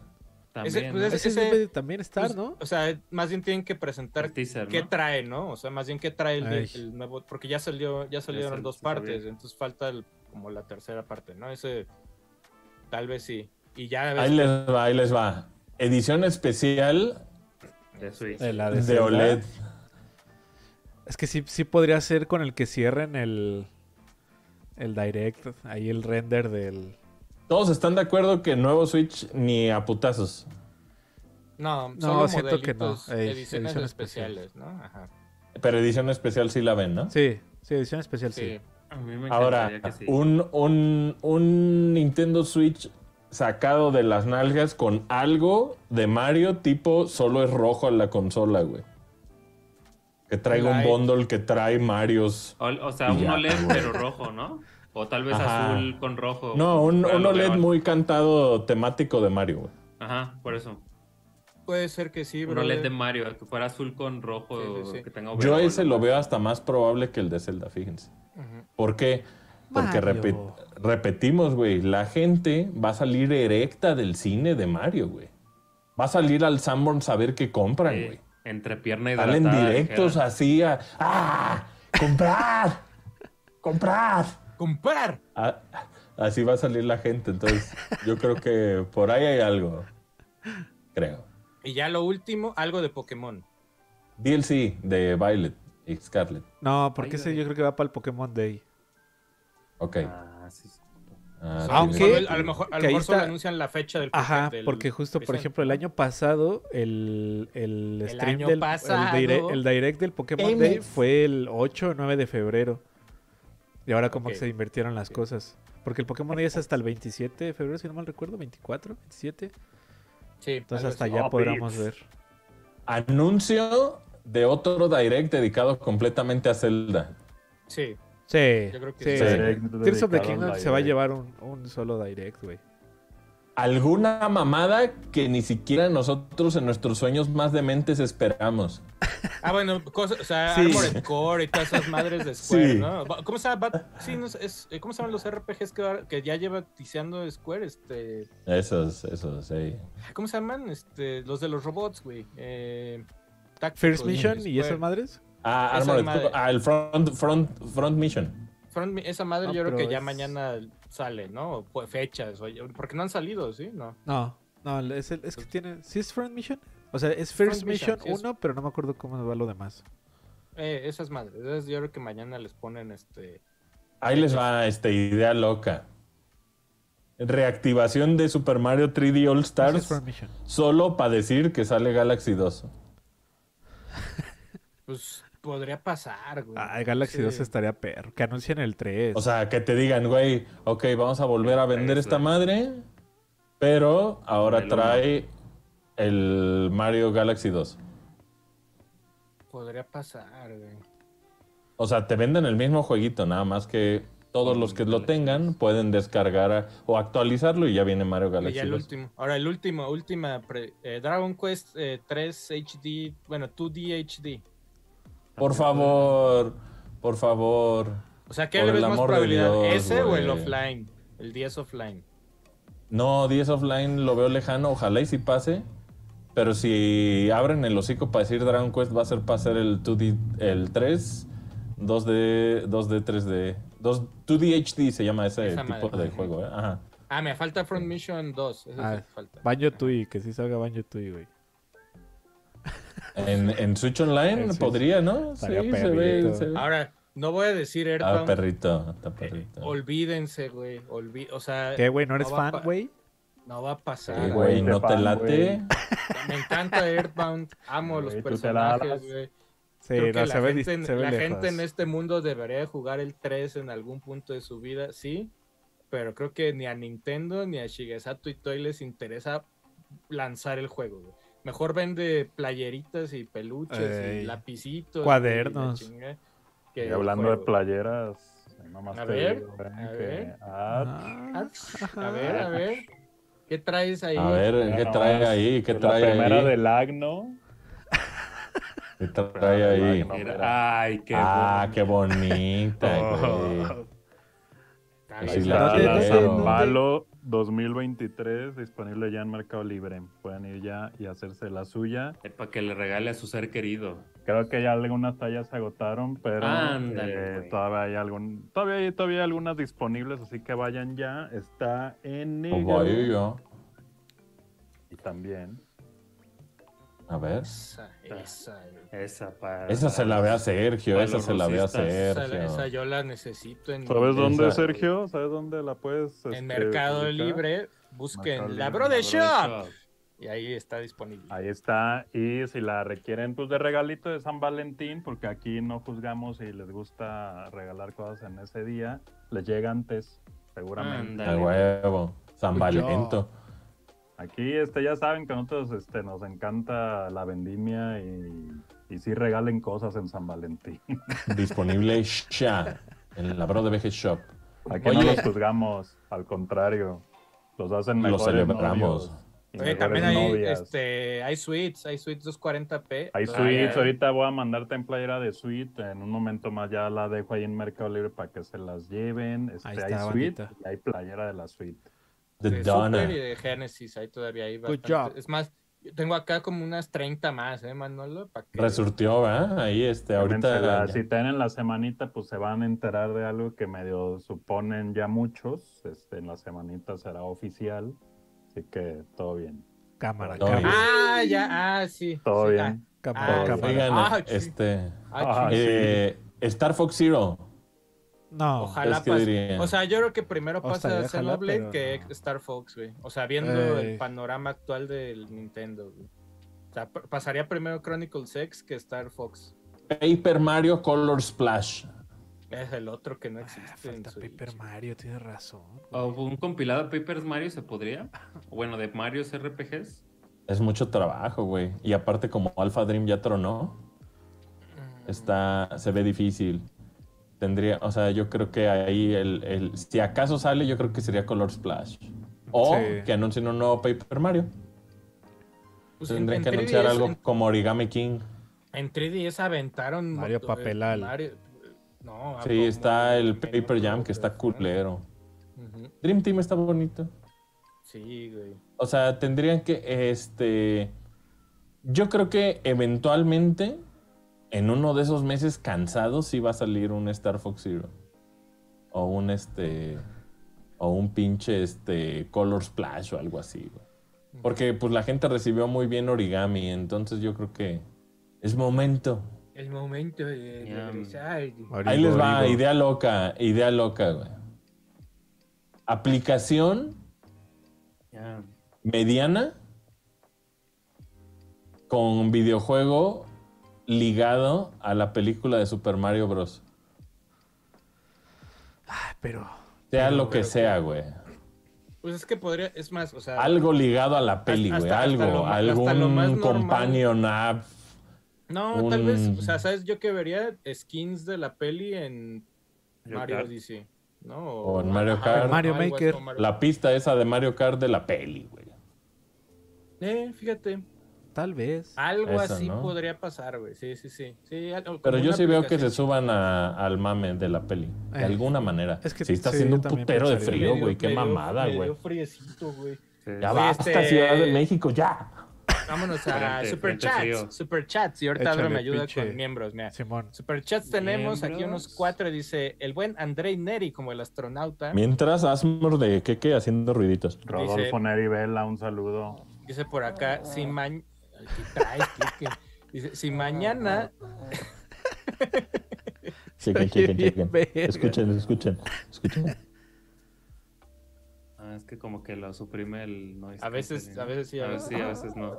D: También.
A: pues
D: ¿no?
A: es-
B: Ese
A: ese-
B: debe de también estar,
A: Pues,
B: ¿no?
A: O sea, más bien tienen que presentar
D: El teaser,
A: qué
D: ¿no?
A: trae, ¿no? O sea, más bien qué trae el,
B: Ay.
A: el nuevo, porque ya salió, ya salieron
D: sal-
A: dos
D: sí sabía.
A: partes, entonces falta el- como la tercera parte, ¿no? Ese tal vez sí. Y ya ves
C: Ahí les va, ahí les va. Edición especial
D: de
A: pues,
D: Switch.
B: El ADC,
C: de E OLED.
B: Es que sí, sí podría ser con el que cierren el, el direct, ahí el render del...
C: Todos están de acuerdo que nuevo Switch ni a putazos.
A: No,
B: No,
A: solo
B: siento que no.
A: modelitos,
B: Ey,
A: ediciones,
B: ediciones
A: especiales, ¿no? Ajá.
C: Pero edición especial sí la ven, ¿no?
B: Sí, sí, edición especial, sí.
A: Sí.
D: A mí me
C: Ahora,
D: encantaría que sí.
C: un, un, un Nintendo Switch sacado de las nalgas con algo de Mario tipo solo es rojo a la consola, güey. Que traiga un
A: Light.
C: bundle que trae Marios.
D: O, o sea,
C: Y
D: un
C: ya,
D: OLED
C: güey.
D: pero rojo, ¿no? O tal vez
C: Ajá.
D: azul con rojo.
C: No, un,
D: Pero
C: un
D: lo
C: OLED
D: veo.
C: muy cantado temático de Mario, güey.
D: Ajá, por eso.
A: Puede ser que sí,
D: Un
A: bro.
D: OLED de Mario, que fuera azul con rojo,
A: Sí, sí, sí.
D: que tenga
C: Yo
D: overall.
C: ese lo veo hasta más probable que el de Zelda, fíjense.
A: pues. Ujú.
C: ¿Por qué? Porque
B: Mario.
C: repe- repetimos, güey, la gente va a salir erecta del cine de Mario, güey. Va a salir al Sanborns a ver qué compran,
D: Sí,
C: güey.
D: Eh, entre pierna y
C: Salen directos así a... ¡Ah! ¡Comprar! ¡Comprar!
A: ¡Comprar!
C: Ah, así va a salir la gente, entonces yo creo que por ahí hay algo. Creo.
A: Y ya lo último, algo de Pokémon.
C: DLC de Violet y Scarlet.
B: No,
D: Ay,
B: porque ese
D: güey.
B: yo creo que va para el Pokémon Day.
C: Ok.
D: Ah, sí, sí.
C: Ah,
A: Solo-
B: Aunque-
C: tiene
A: solo el- a lo mejor, a lo
B: que ahí
A: mejor solo
B: está-
A: anuncian la fecha del
B: Ajá,
A: del
B: porque justo, por
A: presente.
B: ejemplo, el año pasado, el, el
A: El
B: stream
A: año
B: del
A: pasado.
B: El, dire- el direct del Pokémon Day
A: Gamers.
B: fue el 8 o 9 de febrero. Y ahora como
A: Ok.
B: que se invirtieron las cosas. Porque el Pokémon Day es hasta el 27 de febrero, si no mal recuerdo, 24, 27.
A: Sí,
B: Entonces
A: algo
B: hasta
A: así.
B: allá
E: Oh,
B: podríamos
E: bits.
B: ver.
C: Anuncio de otro direct dedicado completamente a Zelda.
A: Sí,
B: Sí,
A: Yo creo que
B: sí.
A: sí.
B: sí.
E: Direct
B: Tears of
E: dedicado
B: the
E: al
B: Kingdom se va a
E: direct.
B: llevar un, un solo direct, güey.
A: Pues,
C: Alguna mamada que ni siquiera nosotros en nuestros sueños más dementes esperamos.
A: Ah, bueno, cosas, o sea,
B: Sí.
A: Armored Core y todas esas madres de Square,
C: Sí.
A: ¿no? Ba- ¿Cómo se llama? Bat- sí, no sé, es- eh, ¿Cómo se llaman los RPGs que, ahora- que ya lleva tiseando Square? Este,
C: Esos, esos, sí.
A: ¿Cómo se llaman? Este, los de los robots, güey. Eh, tácticos
B: First
A: de
B: Mission y
A: Square.
B: esas madres.
C: Ah,
A: Esa
C: Armored
A: madre.
C: Core. Ah, el front, front, front Mission.
A: Front- esa madre
B: No,
A: yo creo
B: pero
A: que ya
B: es-
A: mañana sale, ¿no? O fue- Fechas, oye, porque no han salido, ¿sí? No.
B: No, no, es, el- es que tiene... ¿Sí es Front Mission? O sea, es First
A: Front Pues Mission,
B: Mission
A: sí es-
B: 1, pero no me acuerdo cómo va lo demás.
A: Eh, esas madres. Esas yo creo que mañana les ponen este.
C: Ahí les va esta idea loca. Reactivación de Super Mario 3D All
B: Sí es
C: Stars
B: Front Mission.
C: solo para decir que sale Galaxy 2.
A: Pues podría pasar, güey.
B: Ah, Galaxy 2
A: Sí.
B: estaría perro. Que anuncien el 3.
C: O sea, que te digan, güey, ok, vamos a volver a vender esta madre, pero ahora
D: El uno.
C: trae el Mario Galaxy 2.
A: Podría pasar, güey.
C: O sea, te venden el mismo jueguito, nada más que todos los que lo tengan pueden descargar a- o actualizarlo y ya viene Mario
A: Y ya
C: Galaxy
A: el
C: 2.
A: último. Ahora, el último, última. pre- eh, Dragon Quest eh, 3 HD. Bueno, 2D HD.
C: Por favor, por favor.
A: O sea, ¿qué
C: Por
A: le ves
C: el
A: más
C: amor de
A: probabilidad?
C: Dios,
A: ¿Ese o el
C: güey.
A: offline? El 10 offline.
C: No, 10 offline lo veo lejano, ojalá y si pase. Pero si abren el hocico para decir Dragon Quest va a ser para hacer el 2D, el 3, 2D, 2D, 3D, 2, 2D HD se llama ese
A: Esa
C: tipo
A: madre.
C: de juego. ¿eh? Ajá.
A: Ah, me falta Front Mission 2. Ese
B: Ah.
A: sí falta.
B: Banjo Tui, que sí salga Banjo Tui, güey.
C: En, en Switch Online
B: En Switch.
C: podría, ¿no? Sí,
B: Estaría
C: se ve.
B: perrito.
C: se ve.
A: Ahora, no voy a decir
C: Ah,
A: Earthbound.
C: perrito,
A: Eh,
C: está perrito.
A: Olvídense, güey. olvi- O sea,
B: ¿Qué, güey? ¿No eres
A: no va
B: fan,
A: pa-
B: güey?
A: no va a
C: Sí,
A: pasar.
C: güey, no te
E: Fan,
C: late.
A: Me encanta Earthbound. Amo los
E: Güey, tú te la
A: personajes,
E: armas.
A: güey.
B: Sí,
A: Creo que la,
B: no, se ve,
A: gente, en-
B: dis- se ve
A: la
B: lejos.
A: gente en este mundo debería de jugar el 3 en algún punto de su vida, sí, pero creo que ni a Nintendo ni a Shigesato y Toy les interesa lanzar el juego. güey. Mejor vende playeritas y peluches
B: Ey.
A: y lapicitos.
B: Cuadernos.
A: y la chingada que
E: Y
A: el
E: hablando de
A: juego.
E: playeras, ahí nomás
A: A
E: te
A: ver,
E: digo, ven,
A: a
E: que-
A: ver.
E: ah,
B: Ah,
A: A ver, a ver. ¿Qué traes ahí?
C: A ver, ¿qué
E: Mira
C: trae
E: nomás,
C: ahí? ¿Qué
E: la
C: trae
E: primera
C: ahí?
E: del Agno.
C: ¿Qué trae ahí?
E: No,
D: Mira,
E: mira.
D: Ay, qué
C: ah,
D: bueno.
C: qué bonita, güey.
A: Ah,
C: Ahí
E: Ahí
C: sí
A: sí,
E: está
B: ¿Dónde,
E: la
B: dónde,
E: San
B: dónde?
E: Palo 2023, disponible ya en Mercado Libre. Pueden ir ya y hacerse la suya.
D: Para que le regale a su ser querido.
E: Creo que ya algunas tallas se agotaron, pero
D: Ándale,
E: eh,
D: güey.
E: todavía hay algún,
C: Pues
E: todavía hay, todavía hay algunas disponibles, así que vayan ya. Está en
C: Como
E: Nigeru,
C: yo.
E: también.
C: A ver.
A: Esa, esa, güey.
D: Esa para.
C: Esa se la ve a Sergio,
D: Para
C: esa
D: los
C: se la ve a
D: rusistas,
A: Esa, esa
C: Sergio.
A: yo la necesito en,
E: ¿Sabes dónde,
C: Esa-
E: Sergio? ¿Sabes dónde la puedes?
A: en
E: este,
A: Mercado
E: ubicar?
A: Libre. Busquen
E: Mercado
A: la
E: Libre,
A: Brother
D: La
A: Shop.
D: Brother Shop.
A: Y ahí está disponible.
E: Ahí está. Y si la requieren, pues de regalito de San Valentín, porque aquí no juzgamos si les gusta regalar cosas en ese día, les llega antes, seguramente.
C: A
D: Dale.
C: huevo. San
F: Yo-
C: Valento.
E: Aquí este, ya saben que a nosotros este, nos encanta la vendimia y, y sí regalen cosas en San Valentín.
C: Disponible ya en la Bro de VG Shop.
E: Aquí no
C: Oye.
E: los juzgamos, al contrario, los hacen
C: Lo
E: mejores
C: celebramos.
E: novios y
A: Oye,
E: mejores
A: también hay,
E: novias.
A: este, hay suites, hay suites 240p.
E: Hay
A: Ah,
E: suites,
A: ya.
E: ahorita voy a mandarte en playera de suite, en un momento más ya la dejo ahí en Mercado Libre para que se las lleven. Este,
B: Ahí
E: hay
B: está,
E: suite
B: bandita.
E: y hay playera de la suite.
C: The
A: de Super y
C: Donut.
A: de Genesis, ahí todavía hay
F: Good
A: bastante.
F: job.
A: Es más, yo tengo acá como unas 30 más, ¿eh, Manolo? Pa' que-
C: Resurtió, ¿verdad? Ahí, este, ahorita.
E: Tómensela, Si tienen en la semanita, pues se van a enterar de algo que medio suponen ya muchos. Este, en la semanita será oficial, así que todo bien.
B: Cámara,
C: Todo
B: cámara,
C: bien.
A: Ah, ya, ah, sí.
E: Todo
A: sí,
E: bien.
B: cámara,
A: Ah,
B: cámara.
C: Oigan,
A: Ah, sí.
C: este.
A: ah, ah,
E: Ah,
A: chis.
C: eh, Star Fox Zero.
B: No,
A: Ojalá
C: es que
A: pase.
C: diría.
A: O sea, yo creo que primero
B: Ojalá,
A: pasa
B: ojalá,
A: Xenoblade
B: pero
A: que
B: no.
A: Star Fox, güey. O sea, viendo el
B: Ey.
A: panorama actual del Nintendo, güey. O sea, pr- pasaría primero Chronicles X que Star Fox.
C: Paper Mario Color Splash.
A: Es el otro que no
B: Ah,
A: existe. en
B: falta
A: Switch.
B: Paper Mario, tienes razón.
D: O un compilado de Papers Mario se podría. O Bueno, de Marios RPGs.
C: Es mucho trabajo, güey. Y aparte, como Alpha Dream ya tronó,
A: Mm.
C: está, se ve difícil. Tendría, o sea, yo creo que ahí el, el- si acaso sale, yo creo que sería Color Splash. O
B: Sí.
C: que anuncien un nuevo Paper Mario.
A: Pues en-
C: Tendrían
A: en
C: que
A: 3DS
C: anunciar algo
A: en-
C: como Origami King.
A: En 3DS aventaron.
B: Mario
A: moto- eh,
B: Papelal.
A: Mario- Ah, No,
C: Sí,
A: algo muy-
C: está el
A: también
C: Paper
A: otro,
C: Jam que está eh.
A: pero-
C: culero.
A: Ujú.
C: Dream Team está bonito.
A: Sí, güey.
C: O sea, tendrían que, este, yo creo que eventualmente, en uno de esos meses cansados, sí va a salir un Star Fox Zero. O un, este, o un pinche, este, Color Splash o algo así, güey. Porque, pues, la gente recibió muy bien Origami, entonces yo creo que es momento.
A: El momento de
D: Ya.
A: regresar. güey.
C: Ahí les va,
B: Origo.
C: idea loca, idea loca, güey. Aplicación
D: Ya.
C: mediana con videojuego ligado a la película de Super Mario Bros.
B: Ah, pero
C: Sea
A: Pero-
C: lo que
A: pero
C: sea, güey.
A: Pues es que podría. Es más, o sea.
C: Algo ligado a la peli,
A: Hasta-
C: güey.
A: hasta
C: Algo,
A: lo ma- hasta lo más normal.
C: algún companion ah, app.
A: No, tal
C: un-
A: vez. O sea, ¿sabes? Yo que vería skins de la peli en
D: Yo
A: Mario
D: creo-
A: Odyssey. ¿No?
C: O en Mario
A: ajá,
C: Kart.
A: algo
B: Mario
A: así
B: Maker.
A: como Mario-
C: La pista esa de Mario Kart de la peli, güey.
A: Eh, fíjate.
B: tal vez.
A: Algo
C: Eso,
A: así
C: ¿no?
A: podría pasar, güey. Sí, sí, sí. sí algo- como
C: Pero yo
A: una
C: sí veo que se
A: aplicación.
C: suban a- al mame de la peli. De
B: Eh,
C: alguna manera.
B: es que
C: sí, está
B: sí,
C: haciendo
B: yo
C: un
B: también
C: putero de
B: pensaría.
A: Me
C: frío,
A: dio-
C: güey. Qué
A: me dio-
C: mamada,
A: Me
C: güey.
A: dio friecito, güey.
D: Sí.
C: Ya
A: Oye,
C: va
A: este-
C: Ciudad de México, ya.
A: Vámonos a
D: Frente,
A: Super
D: frente frío.
A: Chats. Super Chats. Y ahorita
B: Échale,
A: Álvaro me ayuda
B: pinche.
A: con miembros. Mira.
B: Simón.
A: Super Chats tenemos aquí unos
D: Miembros.
A: cuatro. Dice el buen Andrei Neri, como el astronauta.
C: Mientras Asmor de Keke haciendo ruiditos.
E: Rodolfo
A: Dice-
E: Neri Vela, un saludo.
A: Dice por acá,
B: Ah.
A: si mañana. traes, Quique? Dice, si mañana.
B: ah,
C: Chequen,
B: Oye,
C: chequen, chequen.
B: bien verga.
C: Escuchen, escuchen. Escuchen.
D: Ah, es que como que lo suprime el noise.
A: A veces-
D: canceling.
A: a veces sí, a
D: A veces sí, a veces no.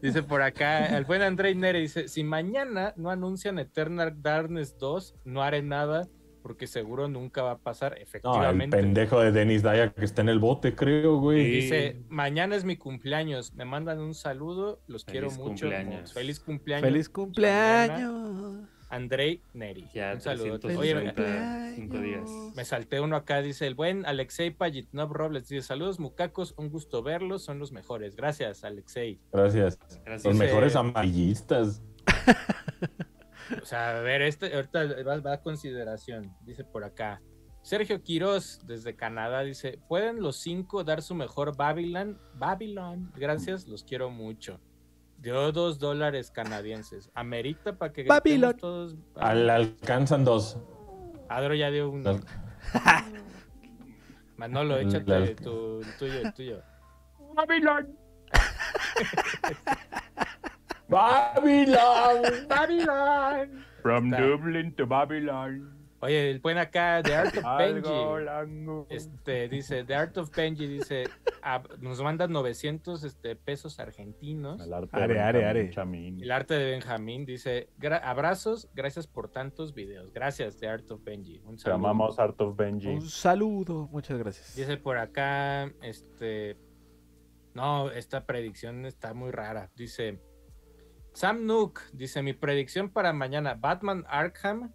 A: Dice por acá, el buen Andrei Neri dice: Si mañana no anuncian Eternal Darkness 2, no haré nada porque seguro nunca va a pasar.
C: No, el
A: Efectivamente.
C: pendejo de Dennis Daya que está en el bote, creo, güey.
D: Sí.
A: Dice, mañana es mi cumpleaños, me mandan un saludo, los
D: Feliz
A: quiero mucho.
D: cumpleaños.
A: Feliz cumpleaños.
B: Feliz cumpleaños.
A: Andrei Neri.
D: Ya,
A: un saludo. Oye, me,
D: 365 días.
A: me salté uno acá, dice el buen Alexei Pajitnov Robles. Dice, saludos mucacos, un gusto verlos, son los mejores. Gracias, Alexei.
C: Gracias.
D: Gracias.
C: Los
A: Dice-
C: mejores amarillistas.
A: O sea, a ver, este, ahorita va, va a consideración, dice por acá. Sergio Quiroz, desde Canadá, dice, ¿pueden los cinco dar su mejor Babylon? Babylon, gracias, los quiero mucho. Dio dos dólares canadienses. Amerita para que gastemos
B: Babylon.
A: todos.
C: Al alcanzan dos.
A: Adro ya dio uno.
C: Al-
A: Manolo, échate
C: Las-
A: tu, el tuyo, el tuyo.
E: ¡Babylon!
C: ¡Babylon!
A: ¡Babylon!
E: From
A: Está.
E: Dublin to Babylon.
A: Oye, el buen acá, The Art of
E: Algo
A: Benji.
E: lango.
A: Este, dice, The Art of Benji, dice, ah, nos manda 900 este, pesos argentinos.
E: El arte
B: Are,
E: de
B: are,
E: Benjamín
B: are.
E: Chamín.
A: El arte de Benjamín dice, "Gra- abrazos, gracias por tantos videos. Gracias, The Art of Benji. Un
E: Te
A: saludo.
E: amamos Art of Benji.
B: Un saludo, muchas gracias.
A: Dice por acá, este... No, esta predicción está muy rara. Dice, Sam Nook, dice, mi predicción para mañana, Batman Arkham,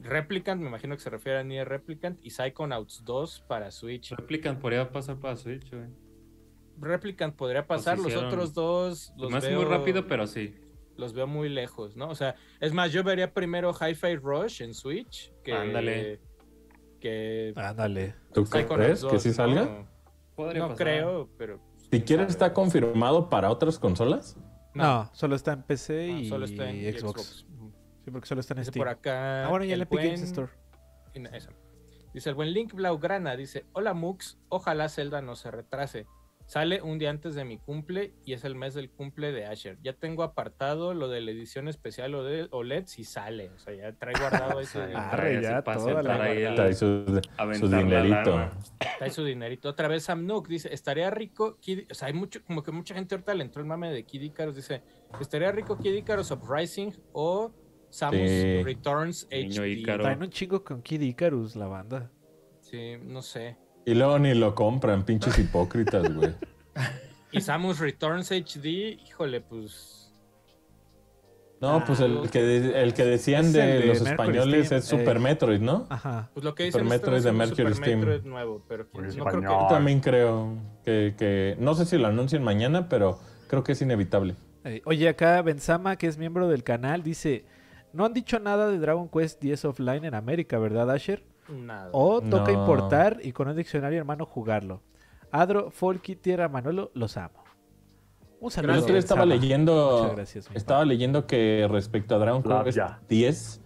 A: Replicant, me imagino que se refiere a Nier Replicant, y Psychonauts 2 para Switch.
D: Replican podría pasar para Switch, güey.
A: Replicant podría pasar, los
D: Pues hicieron-
A: otros dos los
D: No es
A: veo-
D: muy rápido, pero sí.
A: los veo muy lejos, ¿no? O sea, es más, yo vería primero Hi-Fi Rush en Switch que.
D: Ándale. Ah,
A: Que.
B: Ándale.
C: ¿Tú
A: Psychonauts
C: crees que
A: 2,
C: sí
A: ¿no?
C: salga?
D: Podría
A: No,
D: pasar.
A: creo, pero.
C: Si quieres,
A: está
C: está confirmado para otras consolas.
B: No, solo está en PC y,
A: Ah, solo está en
B: Xbox.
A: Xbox.
B: Sí, porque solo está en
A: Dice
B: Steam.
A: por acá.
B: Ah, bueno, y en
A: el
B: la Epic Games
A: buen-
B: Store.
A: en- eso. Dice el buen Link Blaugrana, dice, hola Mux, ojalá Zelda no se retrase. Sale un día antes de mi cumple y es el mes del cumple de Asher. Ya tengo apartado lo de la edición especial OLED, OLED E si sale. O sea, ya trae guardado ese...
D: Ah,
B: Arre,
D: ya,
B: ya,
D: sí pasa,
B: toda la
D: entrar ahí
B: guardada.
D: el-
C: Trae su, su
D: aventar la
C: dinerito.
D: alarma.
A: Trae su dinerito. Otra vez Sam Nook dice, estaría rico, Kid-" o sea, hay mucho, como que mucha gente ahorita le entró el mame de Kid Icarus, dice, estaría rico Kid Icarus Uprising o Samus
C: Sí.
A: Returns
D: Niño
A: HD.
D: Ícaro.
B: Traen un chingo con Kid Icarus, la banda.
A: Sí, no sé.
C: Y luego ni lo compran, pinches hipócritas, güey.
A: Y Samus Returns HD, híjole, pues...
C: No, pues el que, de- el que decían
B: Ah, Es el
C: de
B: de
C: los
B: Mercury
C: españoles
B: Steam,
C: es Super
B: eh.
C: Metroid, ¿no?
D: Ah.
B: Ajá.
A: Pues lo que
C: Super
A: dicen es que
C: Metroid de
A: no es un Super
C: Mercury Steam.
A: Metroid nuevo, pero quién-
E: Pues
A: no creo
E: español.
A: que...
C: Yo también creo que, que- No sé si lo anuncian mañana, pero creo que es inevitable.
B: Eh, oye, acá Benzama, que es miembro del canal, dice: No han dicho nada de Dragon Quest 10 Offline en América, ¿verdad, Asher?
A: Nada.
C: Oh,
B: O toca
C: No.
B: importar y con un diccionario hermano jugarlo. Adro, Folky, Tierra, Manolo, los amo. Un
C: Yo
B: saludo.
A: Gracias,
C: otro día estaba
B: Benzama.
C: leyendo.
B: Muchas gracias, mi
C: Estaba leyendo que respecto a Dragon
E: Lab,
C: Quest
E: ya.
C: 10,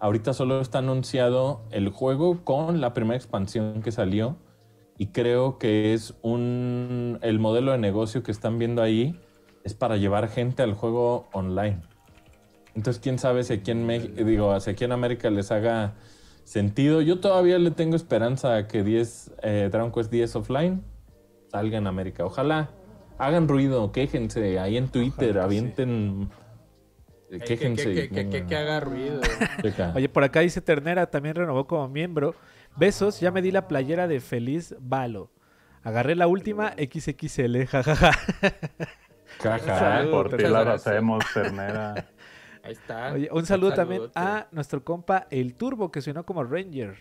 C: ahorita solo está anunciado el juego con la primera expansión que salió. Y creo que es un. El modelo de negocio que están viendo ahí es para llevar gente al juego online. Entonces, quién sabe si aquí en México, digo, si aquí en América les haga sentido. Yo todavía le tengo esperanza a que 10, eh, Dragon Quest 10 offline salga en América. Ojalá hagan ruido, quéjense ahí en Twitter,
B: Ojalá que
C: avienten. eh,
A: Ay, que- que-
C: Quéjense.
A: que- que- que- que haga ruido.
C: Checa.
B: Oye, por acá dice Ternera, también renovó como miembro. Besos, ya me di la playera de Feliz Balo. Agarré la última XXL, jajaja.
C: Caja.
A: Salud.
E: Ah, Por ti
A: Muchas
E: la
A: gracias.
E: hacemos, ternera.
A: Ahí está.
B: Oye, un saludo también
A: Ah, saludote.
B: a nuestro compa El Turbo, que sonó como Ranger.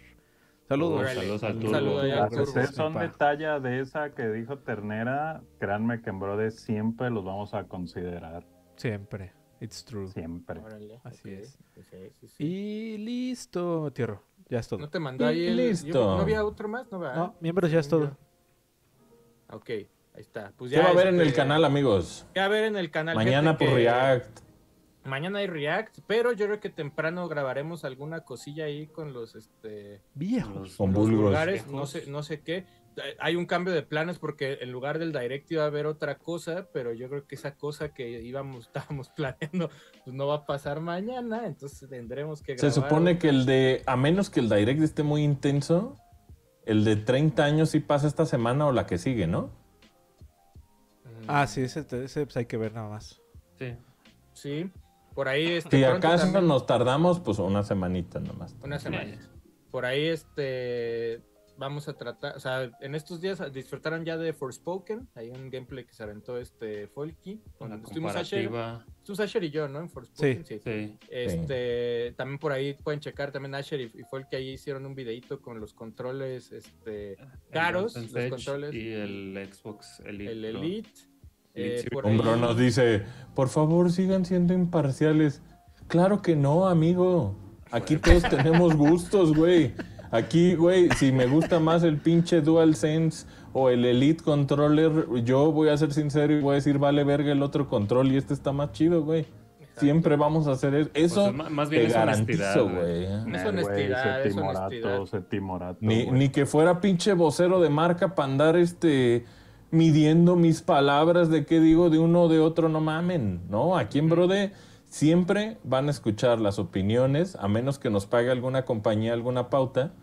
B: Saludos.
A: Órale.
D: Saludos al
A: Un
D: Turbo.
A: saludo ahí al
E: Las que
A: Turbo.
E: se- son
B: compa.
E: de talla de esa que dijo Ternera, créanme que en Brode siempre los vamos a considerar.
B: Siempre. It's true.
E: Siempre.
A: Órale,
B: Así
A: ok,
B: es.
A: ok, sí, sí.
B: Y listo, tierro. Ya es todo.
A: No te mandó ahí el...
C: Listo.
A: yo- ¿No había otro más? No, va.
B: No, miembros, ya es todo.
A: Ok, ahí está. Pues
C: ¿Qué
A: ya,
C: va a haber en
A: este,
C: el canal, amigos?
A: ¿Qué va a haber en el canal?
C: Mañana
A: Fíjate
C: por
A: que
C: React.
A: Mañana hay React, pero yo creo que temprano grabaremos alguna cosilla ahí con los este
B: Viejos.
C: Con
A: los
C: Bulgros.
A: vulgares, no sé, no sé qué. Eh, Hay un cambio de planes porque en lugar del direct iba a haber otra cosa, pero yo creo que esa cosa que íbamos, estábamos planeando, pues no va a pasar mañana, entonces tendremos que
C: Se
A: grabar.
C: supone que el de, a menos que el direct esté muy intenso, el de 30 años sí pasa esta semana o la que sigue, ¿no?
A: Mm,
B: Ah, sí, ese, ese pues, hay que ver nada más.
D: Sí.
A: Sí, por ahí este,
C: Si
A: pronto
C: acaso
A: también-
C: nos tardamos, pues una semanita nomás.
A: Una semana. Por ahí este vamos a tratar, o sea, en estos días disfrutaron ya de Forspoken, hay un gameplay que se aventó este Folky,
D: Una
A: donde estuvimos ayer,
D: comparativa.
A: estuvimos Asher y yo, ¿no? En Forspoken, sí.
D: Sí.
A: Este, también por ahí pueden checar también Asher y, y Folky ahí hicieron un videito con los controles este caros,
D: El Mountain
A: los
D: Edge
A: controles,
D: Y el Xbox Elite.
A: el
D: Pro.
A: Elite,
D: Elite
A: eh,
D: Series.
A: por ahí-
C: Hombre nos dice, por favor sigan siendo imparciales. Claro que no, amigo. Aquí todos tenemos gustos, güey. Aquí, güey, si me gusta más el pinche DualSense o el Elite Controller, yo voy a ser sincero y voy a decir, vale verga el otro control y este está más chido, güey. siempre vamos a hacer
A: Pues
C: eso.
D: O sea,
C: Eso
D: ma- más bien
C: te
D: es honestidad.
C: garantizo,
D: güey.
C: güey.
A: Es
E: Güey,
A: honestidad,
E: ese
A: es honestidad.
E: timorato, ese timorato.
C: Ni,
E: güey.
C: ni que fuera pinche vocero de marca para andar este midiendo mis palabras de qué digo de uno o de otro, no mamen, ¿no? Aquí en Brode siempre van a escuchar las opiniones, a menos que nos pague alguna compañía alguna pauta,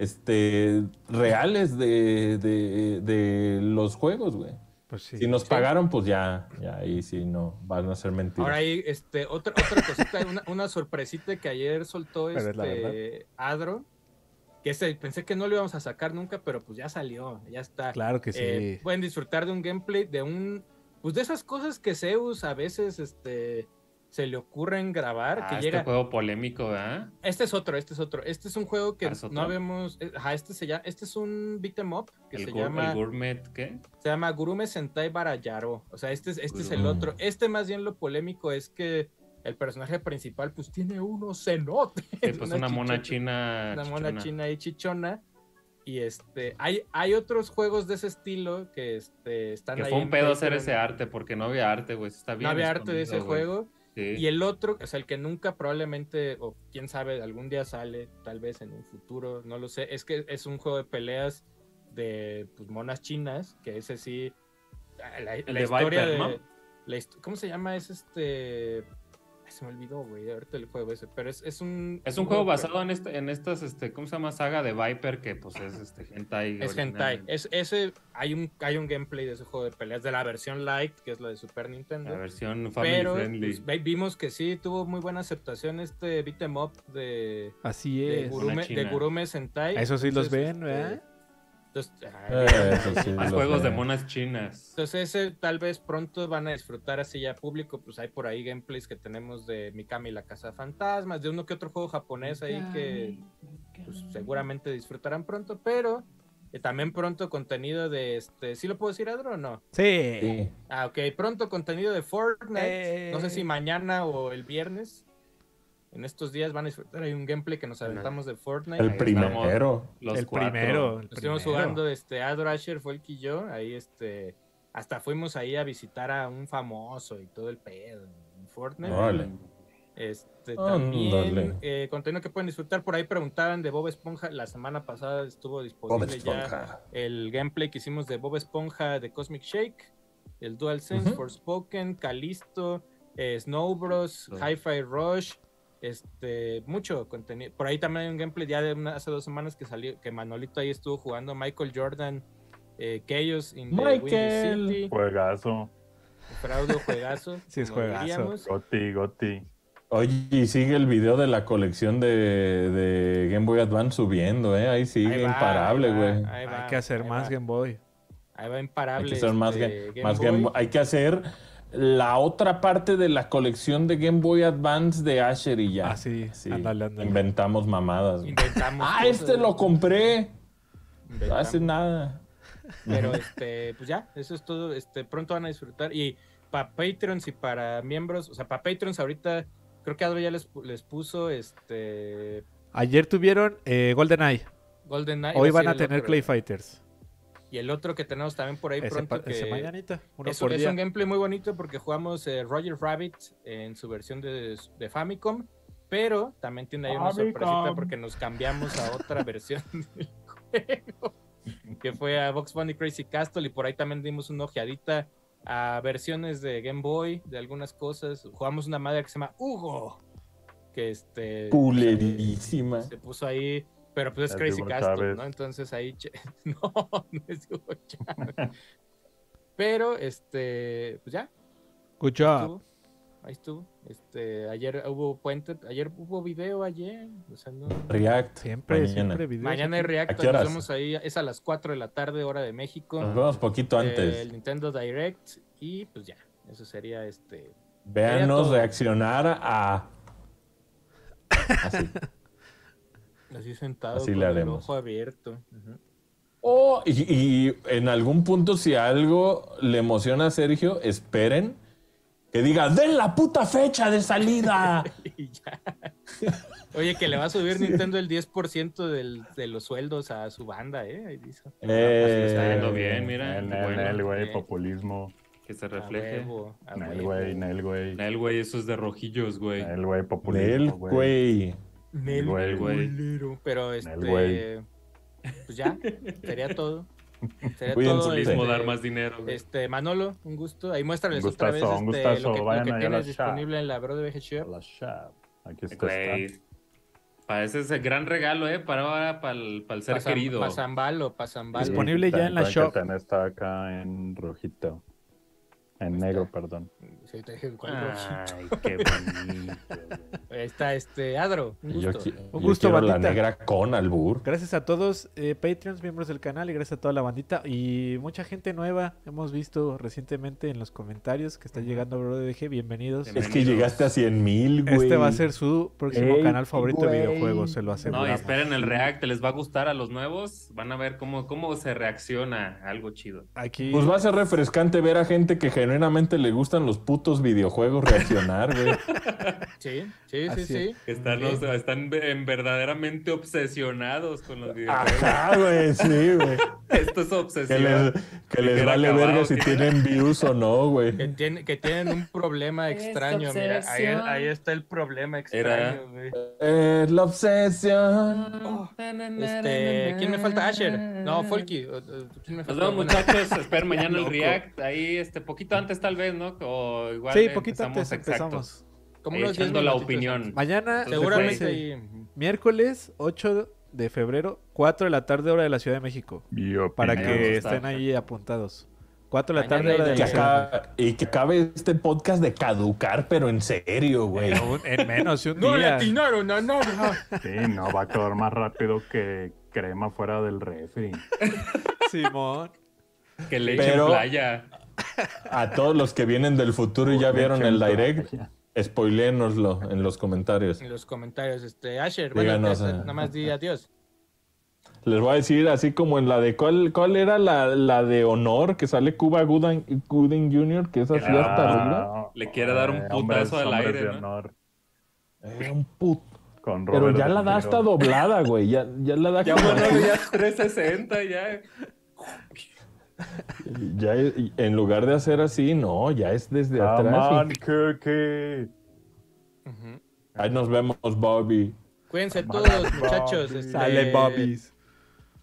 C: este, reales de, de- de los juegos, güey.
B: Pues sí.
C: Si nos pagaron, pues ya, ya ahí sí no, van a ser mentiras.
A: Ahora ahí, este, otra, otra cosita, una, una sorpresita que ayer soltó
B: Pero es la
A: este Adro, que ese, pensé que no lo íbamos a sacar nunca, pero pues ya salió, ya está.
B: Claro que sí.
A: Eh, pueden disfrutar de un gameplay de un pues de esas cosas que Zeus a veces este se le ocurren grabar
D: Ah,
A: que
D: este
A: llega
D: juego polémico, ¿verdad?
A: este es otro este es otro este es un juego que
D: Ah, ¿es otro?
A: no habíamos eh, ajá, este se llama este es un beat 'em up que
D: El,
A: se
D: gur-
A: llama
D: el gourmet, ¿qué?
A: se llama Gurume Sentai Barayaro o sea este es, este es el
C: Gurume.
A: otro este más bien lo polémico es que el personaje principal pues tiene unos cenotes
D: Sí, pues una, mona
A: chichota
D: china.
A: una mona
D: Ah, chichona.
A: china y chichona. Y este, hay, hay otros juegos de ese estilo que este, están
D: Que
A: ahí
D: fue
A: en
D: un pedo hacer
A: Patreon.
D: ese arte, porque no había arte, güey. Está bien.
A: No había arte de ese
D: escondido, güey.
A: juego.
D: Sí.
A: Y el otro, o sea, el que nunca probablemente, o quién sabe, algún día sale, tal vez en un futuro, no lo sé. Es que es un juego de peleas de pues, monas chinas, que ese sí. La, la
D: de
A: historia
D: Viper,
A: de-
D: ¿no?
A: la hist- ¿Cómo se llama? Es este. ay, Se me olvidó, güey, ahorita el juego ese. Pero es, es un.
D: Es un juego
A: de peleas.
D: basado en, este, en estas, este, ¿cómo se llama? Saga de Viper, que pues es este hentai.
A: Es hentai.
D: originalmente.
A: Es, ese, hay, un, hay un gameplay de ese juego de peleas, de la versión light, que es la de Super Nintendo.
D: La versión family
A: pero
D: friendly.
A: pues, ve- vimos que sí, tuvo muy buena aceptación este beat 'em up de,
B: Así
A: de
B: es.
D: Una
A: Gurume,
D: china.
A: de Gurume Sentai.
B: A esos sí
A: Entonces,
B: los ven,
A: este,
B: ¿verdad?
A: entonces, ay,
C: Eh, eso sí,
D: Más
C: lo
D: juegos
C: sé.
D: de monas chinas.
A: entonces ese tal vez pronto van a disfrutar así ya público, pues hay por ahí gameplays que tenemos de Mikami y la Casa de Fantasmas, de uno que otro juego japonés ahí que pues, seguramente disfrutarán pronto, pero eh, también pronto contenido de este, ¿sí lo puedo decir Adro o no?
B: Sí.
C: Sí.
A: Ah, ok, pronto contenido de Fortnite. No sé si
B: Eh.
A: mañana o el viernes. En estos días van a disfrutar. Hay un gameplay que nos aventamos de Fortnite.
C: El primero.
D: Los
B: el
D: cuatro.
B: primero. el
A: Estuvimos
B: primero.
A: jugando, este, Adro Asher fue el que yo. Ahí, este, hasta fuimos ahí a visitar a un famoso y todo el pedo en Fortnite.
C: Órale.
A: Este,
C: Ándale.
A: también, eh, contenido que pueden disfrutar. Por ahí preguntaban de Bob Esponja. La semana pasada estuvo disponible
C: Bob
A: Pues ya
C: Esponja.
A: el gameplay que hicimos de Bob Esponja de Cosmic Shake, el DualSense,
C: Ujú.
A: Forspoken, Calisto, eh, Snow Bros,
D: Ujú.
A: Hi-Fi Rush, este, mucho contenido. Por ahí también hay un gameplay ya de una- hace dos semanas que salió, que Manolito ahí estuvo jugando, Michael Jordan, eh, Chaos in the Windy
C: Michael.
A: City,
E: Pues, Juegazo,
A: Fraudo Juegazo.
B: Sí, es
A: como
B: juegazo.
A: diríamos.
E: goti, goti.
C: Oye, y sigue el video de la colección de, de Game Boy Advance subiendo, ¿eh? Ahí sigue
A: Ahí va,
C: imparable,
A: ahí va,
C: güey.
A: ahí va,
B: Hay que hacer
A: ahí
B: más
A: va.
B: Game Boy.
A: Ahí va imparable.
C: Hay que hacer más,
A: este,
C: ga- más
A: Boy.
C: Game Boy- Hay que hacer la otra parte de la colección de Game Boy Advance de Asher y ya.
B: Ah, sí.
C: Sí.
B: Ándale, ándale.
C: Inventamos mamadas. güey.
A: Inventamos
C: Ah,
A: cosas,
C: este lo compré.
A: inventamos.
C: Hace nada.
A: Pero este, pues ya, eso es todo. Este, pronto van a disfrutar. Y para Patreons y para miembros, o sea, para Patreons ahorita, creo que Adro ya les, pu- les puso este
B: Ayer tuvieron eh, GoldenEye.
A: Golden Knight.
B: Hoy
A: iba
B: van a
A: decir el
B: tener
A: otro.
B: Clay Fighters.
A: Y el otro que tenemos también por ahí
B: Ese,
A: pronto
B: pa- ese
A: que
B: mañanita. Uno
A: es,
B: por
A: es
B: día.
A: un gameplay muy bonito porque jugamos eh, Roger Rabbit en su versión de, de Famicom. Pero también tiene ahí una sorpresita
E: Famicom.
A: porque nos cambiamos a otra versión del juego. Que fue a Box Bunny Crazy Castle. Y por ahí también dimos una ojeadita a versiones de Game Boy, de algunas cosas. Jugamos una madre que se llama Hugo. Que este.
C: Culerísima.
A: Se puso ahí. Pero pues es,
E: Es
A: Crazy
E: Hugo
A: Castle,
E: Chávez.
A: ¿no? Entonces ahí. che- No, no es Hugo Chávez. Pero este. Pues ya,
B: Good job.
C: Ah.
A: estuvo, Ahí estuvo. Este, ayer hubo puente, ayer hubo video ayer. o sea, no-
C: React.
B: Siempre,
C: Mañana.
B: siempre videos.
A: Mañana hay
C: ¿A
A: React,
C: qué horas?
A: nos vemos ahí, es a las 4 de la tarde, hora de México.
C: Nos vemos poquito
A: eh,
C: antes.
A: El Nintendo Direct. Y pues ya. Eso sería este. Sería
C: Véanos
A: todo.
C: reaccionar a. Así.
A: Así sentado
C: Así le
A: con el
C: haremos.
A: ojo abierto. Ujú.
C: O- Oh, y, y en algún punto, si algo le emociona a Sergio, esperen que diga: ¡Den la puta fecha de salida!
A: Y ya. Oye, que le va a subir Nintendo el 10% del- de los sueldos a su banda, ¿eh? Ahí dice.
D: Está
C: Eh,
D: yendo bien, mira.
E: En
D: bueno.
E: el, güey,
A: bien. Ah,
E: populismo.
D: que se
A: A
D: refleje.
A: huevo, a
E: Nel,
A: huevo.
E: güey, Nel, güey.
D: Nel, güey, eso es de rojillos, güey.
E: Nel, güey,
C: Nel,
E: populismo, güey.
C: güey.
A: Nel,
E: Güey,
D: güey.
A: culero. Pero este.
E: güey.
A: Pues ya, sería todo. Sería
C: Cuídense,
A: todo.
C: Luis.
A: este,
D: Populismo, dar más dinero, güey.
A: Este, Manolo, un gusto. Ahí muéstrales
E: Un
A: otra vez
E: gustazo, un
A: este,
E: gustazo.
A: lo que, lo
E: Vayan
A: que
E: allá a la
A: tienes
E: chat.
A: disponible en la Bro de VG Shop.
E: La shop. Aquí está.
D: Güey.
E: está.
D: Parece ese gran regalo, ¿eh? Para ahora, para el, para el ser
A: Pasan-
D: querido.
A: Pasambalo, pasambalo.
B: Disponible. ya
E: ten-
B: en la
E: ten-
B: shop.
E: ten- está acá en rojito. En
A: Está.
E: negro, perdón.
A: Sí, te dije, ¿cuál Rochi?
D: Ay, qué bonito. güey.
A: Ahí Está este Adro, un
C: Yo,
A: gusto.
C: qui- yo
B: gusto,
C: quiero la
B: bandita.
C: negra con albur.
B: Gracias a todos, eh, Patreons, miembros del canal y gracias a toda la bandita y mucha gente nueva. Hemos visto recientemente en los comentarios que está llegando Bro de VG. Bienvenidos.
D: Bienvenido.
C: Es que llegaste a 100 mil, güey.
B: Este va a ser su próximo
E: Ey,
B: canal favorito de
E: güey.
B: videojuegos, se lo aseguro.
D: No, y esperen el react, les va a gustar a los nuevos. Van a ver cómo, cómo se reacciona a algo chido.
B: Aquí
C: Pues va a ser refrescante ver a gente que genuinamente le gustan los putos videojuegos reaccionar, güey.
A: Sí, sí, sí,
B: Así
A: sí.
D: Están, los- están en verdaderamente obsesionados con los videojuegos.
C: Ajá, güey, sí, güey.
D: Esto es
C: Que
D: obsesión.
C: les, que les
D: Ligera
C: vale
D: acabado,
C: verga si
D: sí.
C: tienen views o no,
A: Que,
C: güey.
A: tiene- que tienen un problema extraño, mira. Ahí,
D: obsesión.
A: ahí está el problema
D: Era-
A: extraño, güey.
C: Es la obsesión.
A: Este, ¿quién me falta? Asher. No, Folky. o- o- ¿Quién me
D: Nos
A: falta? Bueno,
D: vemos, muchachos. Esperen mañana el
A: Loco.
D: react. Ahí, este, poquito antes, tal vez, ¿no? O igual.
B: Sí,
D: eh,
B: poquito antes
D: exacto.
B: empezamos.
A: como
D: Eh,
A: unos diez
D: echando la
A: minutitos
D: opinión.
A: antes.
B: Mañana,
D: Entonces,
A: Seguramente
B: recuérdense,
A: ahí-
B: miércoles 8 de febrero, 4 de la tarde, hora de la Ciudad de México.
E: Yo
B: Para
E: opino.
D: vamos a
B: que
D: estar.
B: estén ahí apuntados. 4 de la
A: Mañana
B: tarde, hora
A: hay
B: de
C: Que
B: la Ciudad de México.
C: acá- y que acabe este podcast de caducar, pero en serio, güey.
B: En un- En menos de un
A: No le
B: día.
A: atinaron a nada.
E: Sí, no, va a acabar más rápido que crema fuera del refri.
B: Simón.
D: Que le echen
C: Pero-
D: playa.
C: A todos los que vienen del futuro y ya vieron el direct,
E: Ya.
C: spoilénoslo en los comentarios.
A: En los comentarios, este, Asher, bueno,
C: Díganos,
A: ya-
C: eh.
A: nada más di adiós.
C: Les voy a decir, así como en la de. ¿Cuál, cuál era la, la de honor que sale Cuba Gooding, Gooding Jr., que es así
D: Ah,
C: hasta arriba?
D: Le quiere dar un
E: Eh,
D: putazo
E: hombres-
D: al
E: hombres
D: aire,
E: de
D: ¿no?
E: honor
C: Era un put-
E: con
C: Pero
E: Robert
C: ya
E: De
C: la da
E: Niro.
C: hasta doblada, güey. Ya, ya la da
D: Ya,
C: como
D: bueno,
C: así.
D: ya 360, ya.
C: Ya es- y en lugar de hacer así, no, ya es desde
E: Come
C: atrás.
E: on,
C: y-
E: Cookie.
A: Ujú.
C: Ahí nos vemos, Bobby.
A: Cuídense todos, muchachos.
E: Bobby.
A: este,
B: Dale, Bobbies.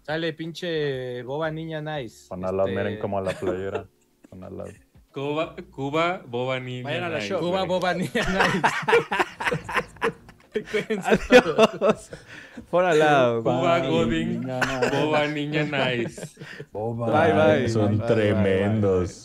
A: Sale pinche boba niña nice.
E: Van a la
A: Este,
E: miren como a la playera. Van a la-
D: Cuba, Cuba, Boba Niña.
B: Vayan a la
D: Nice,
B: show.
D: güey.
A: Cuba boba niña nice. Cuídense todos.
B: Adiós. For allowed.
D: Cuba Godin,
E: Niña,
D: Boba Niña Nice.
E: boba.
B: Bye, bye.
C: Son
B: Bye, bye, bye,
C: tremendos.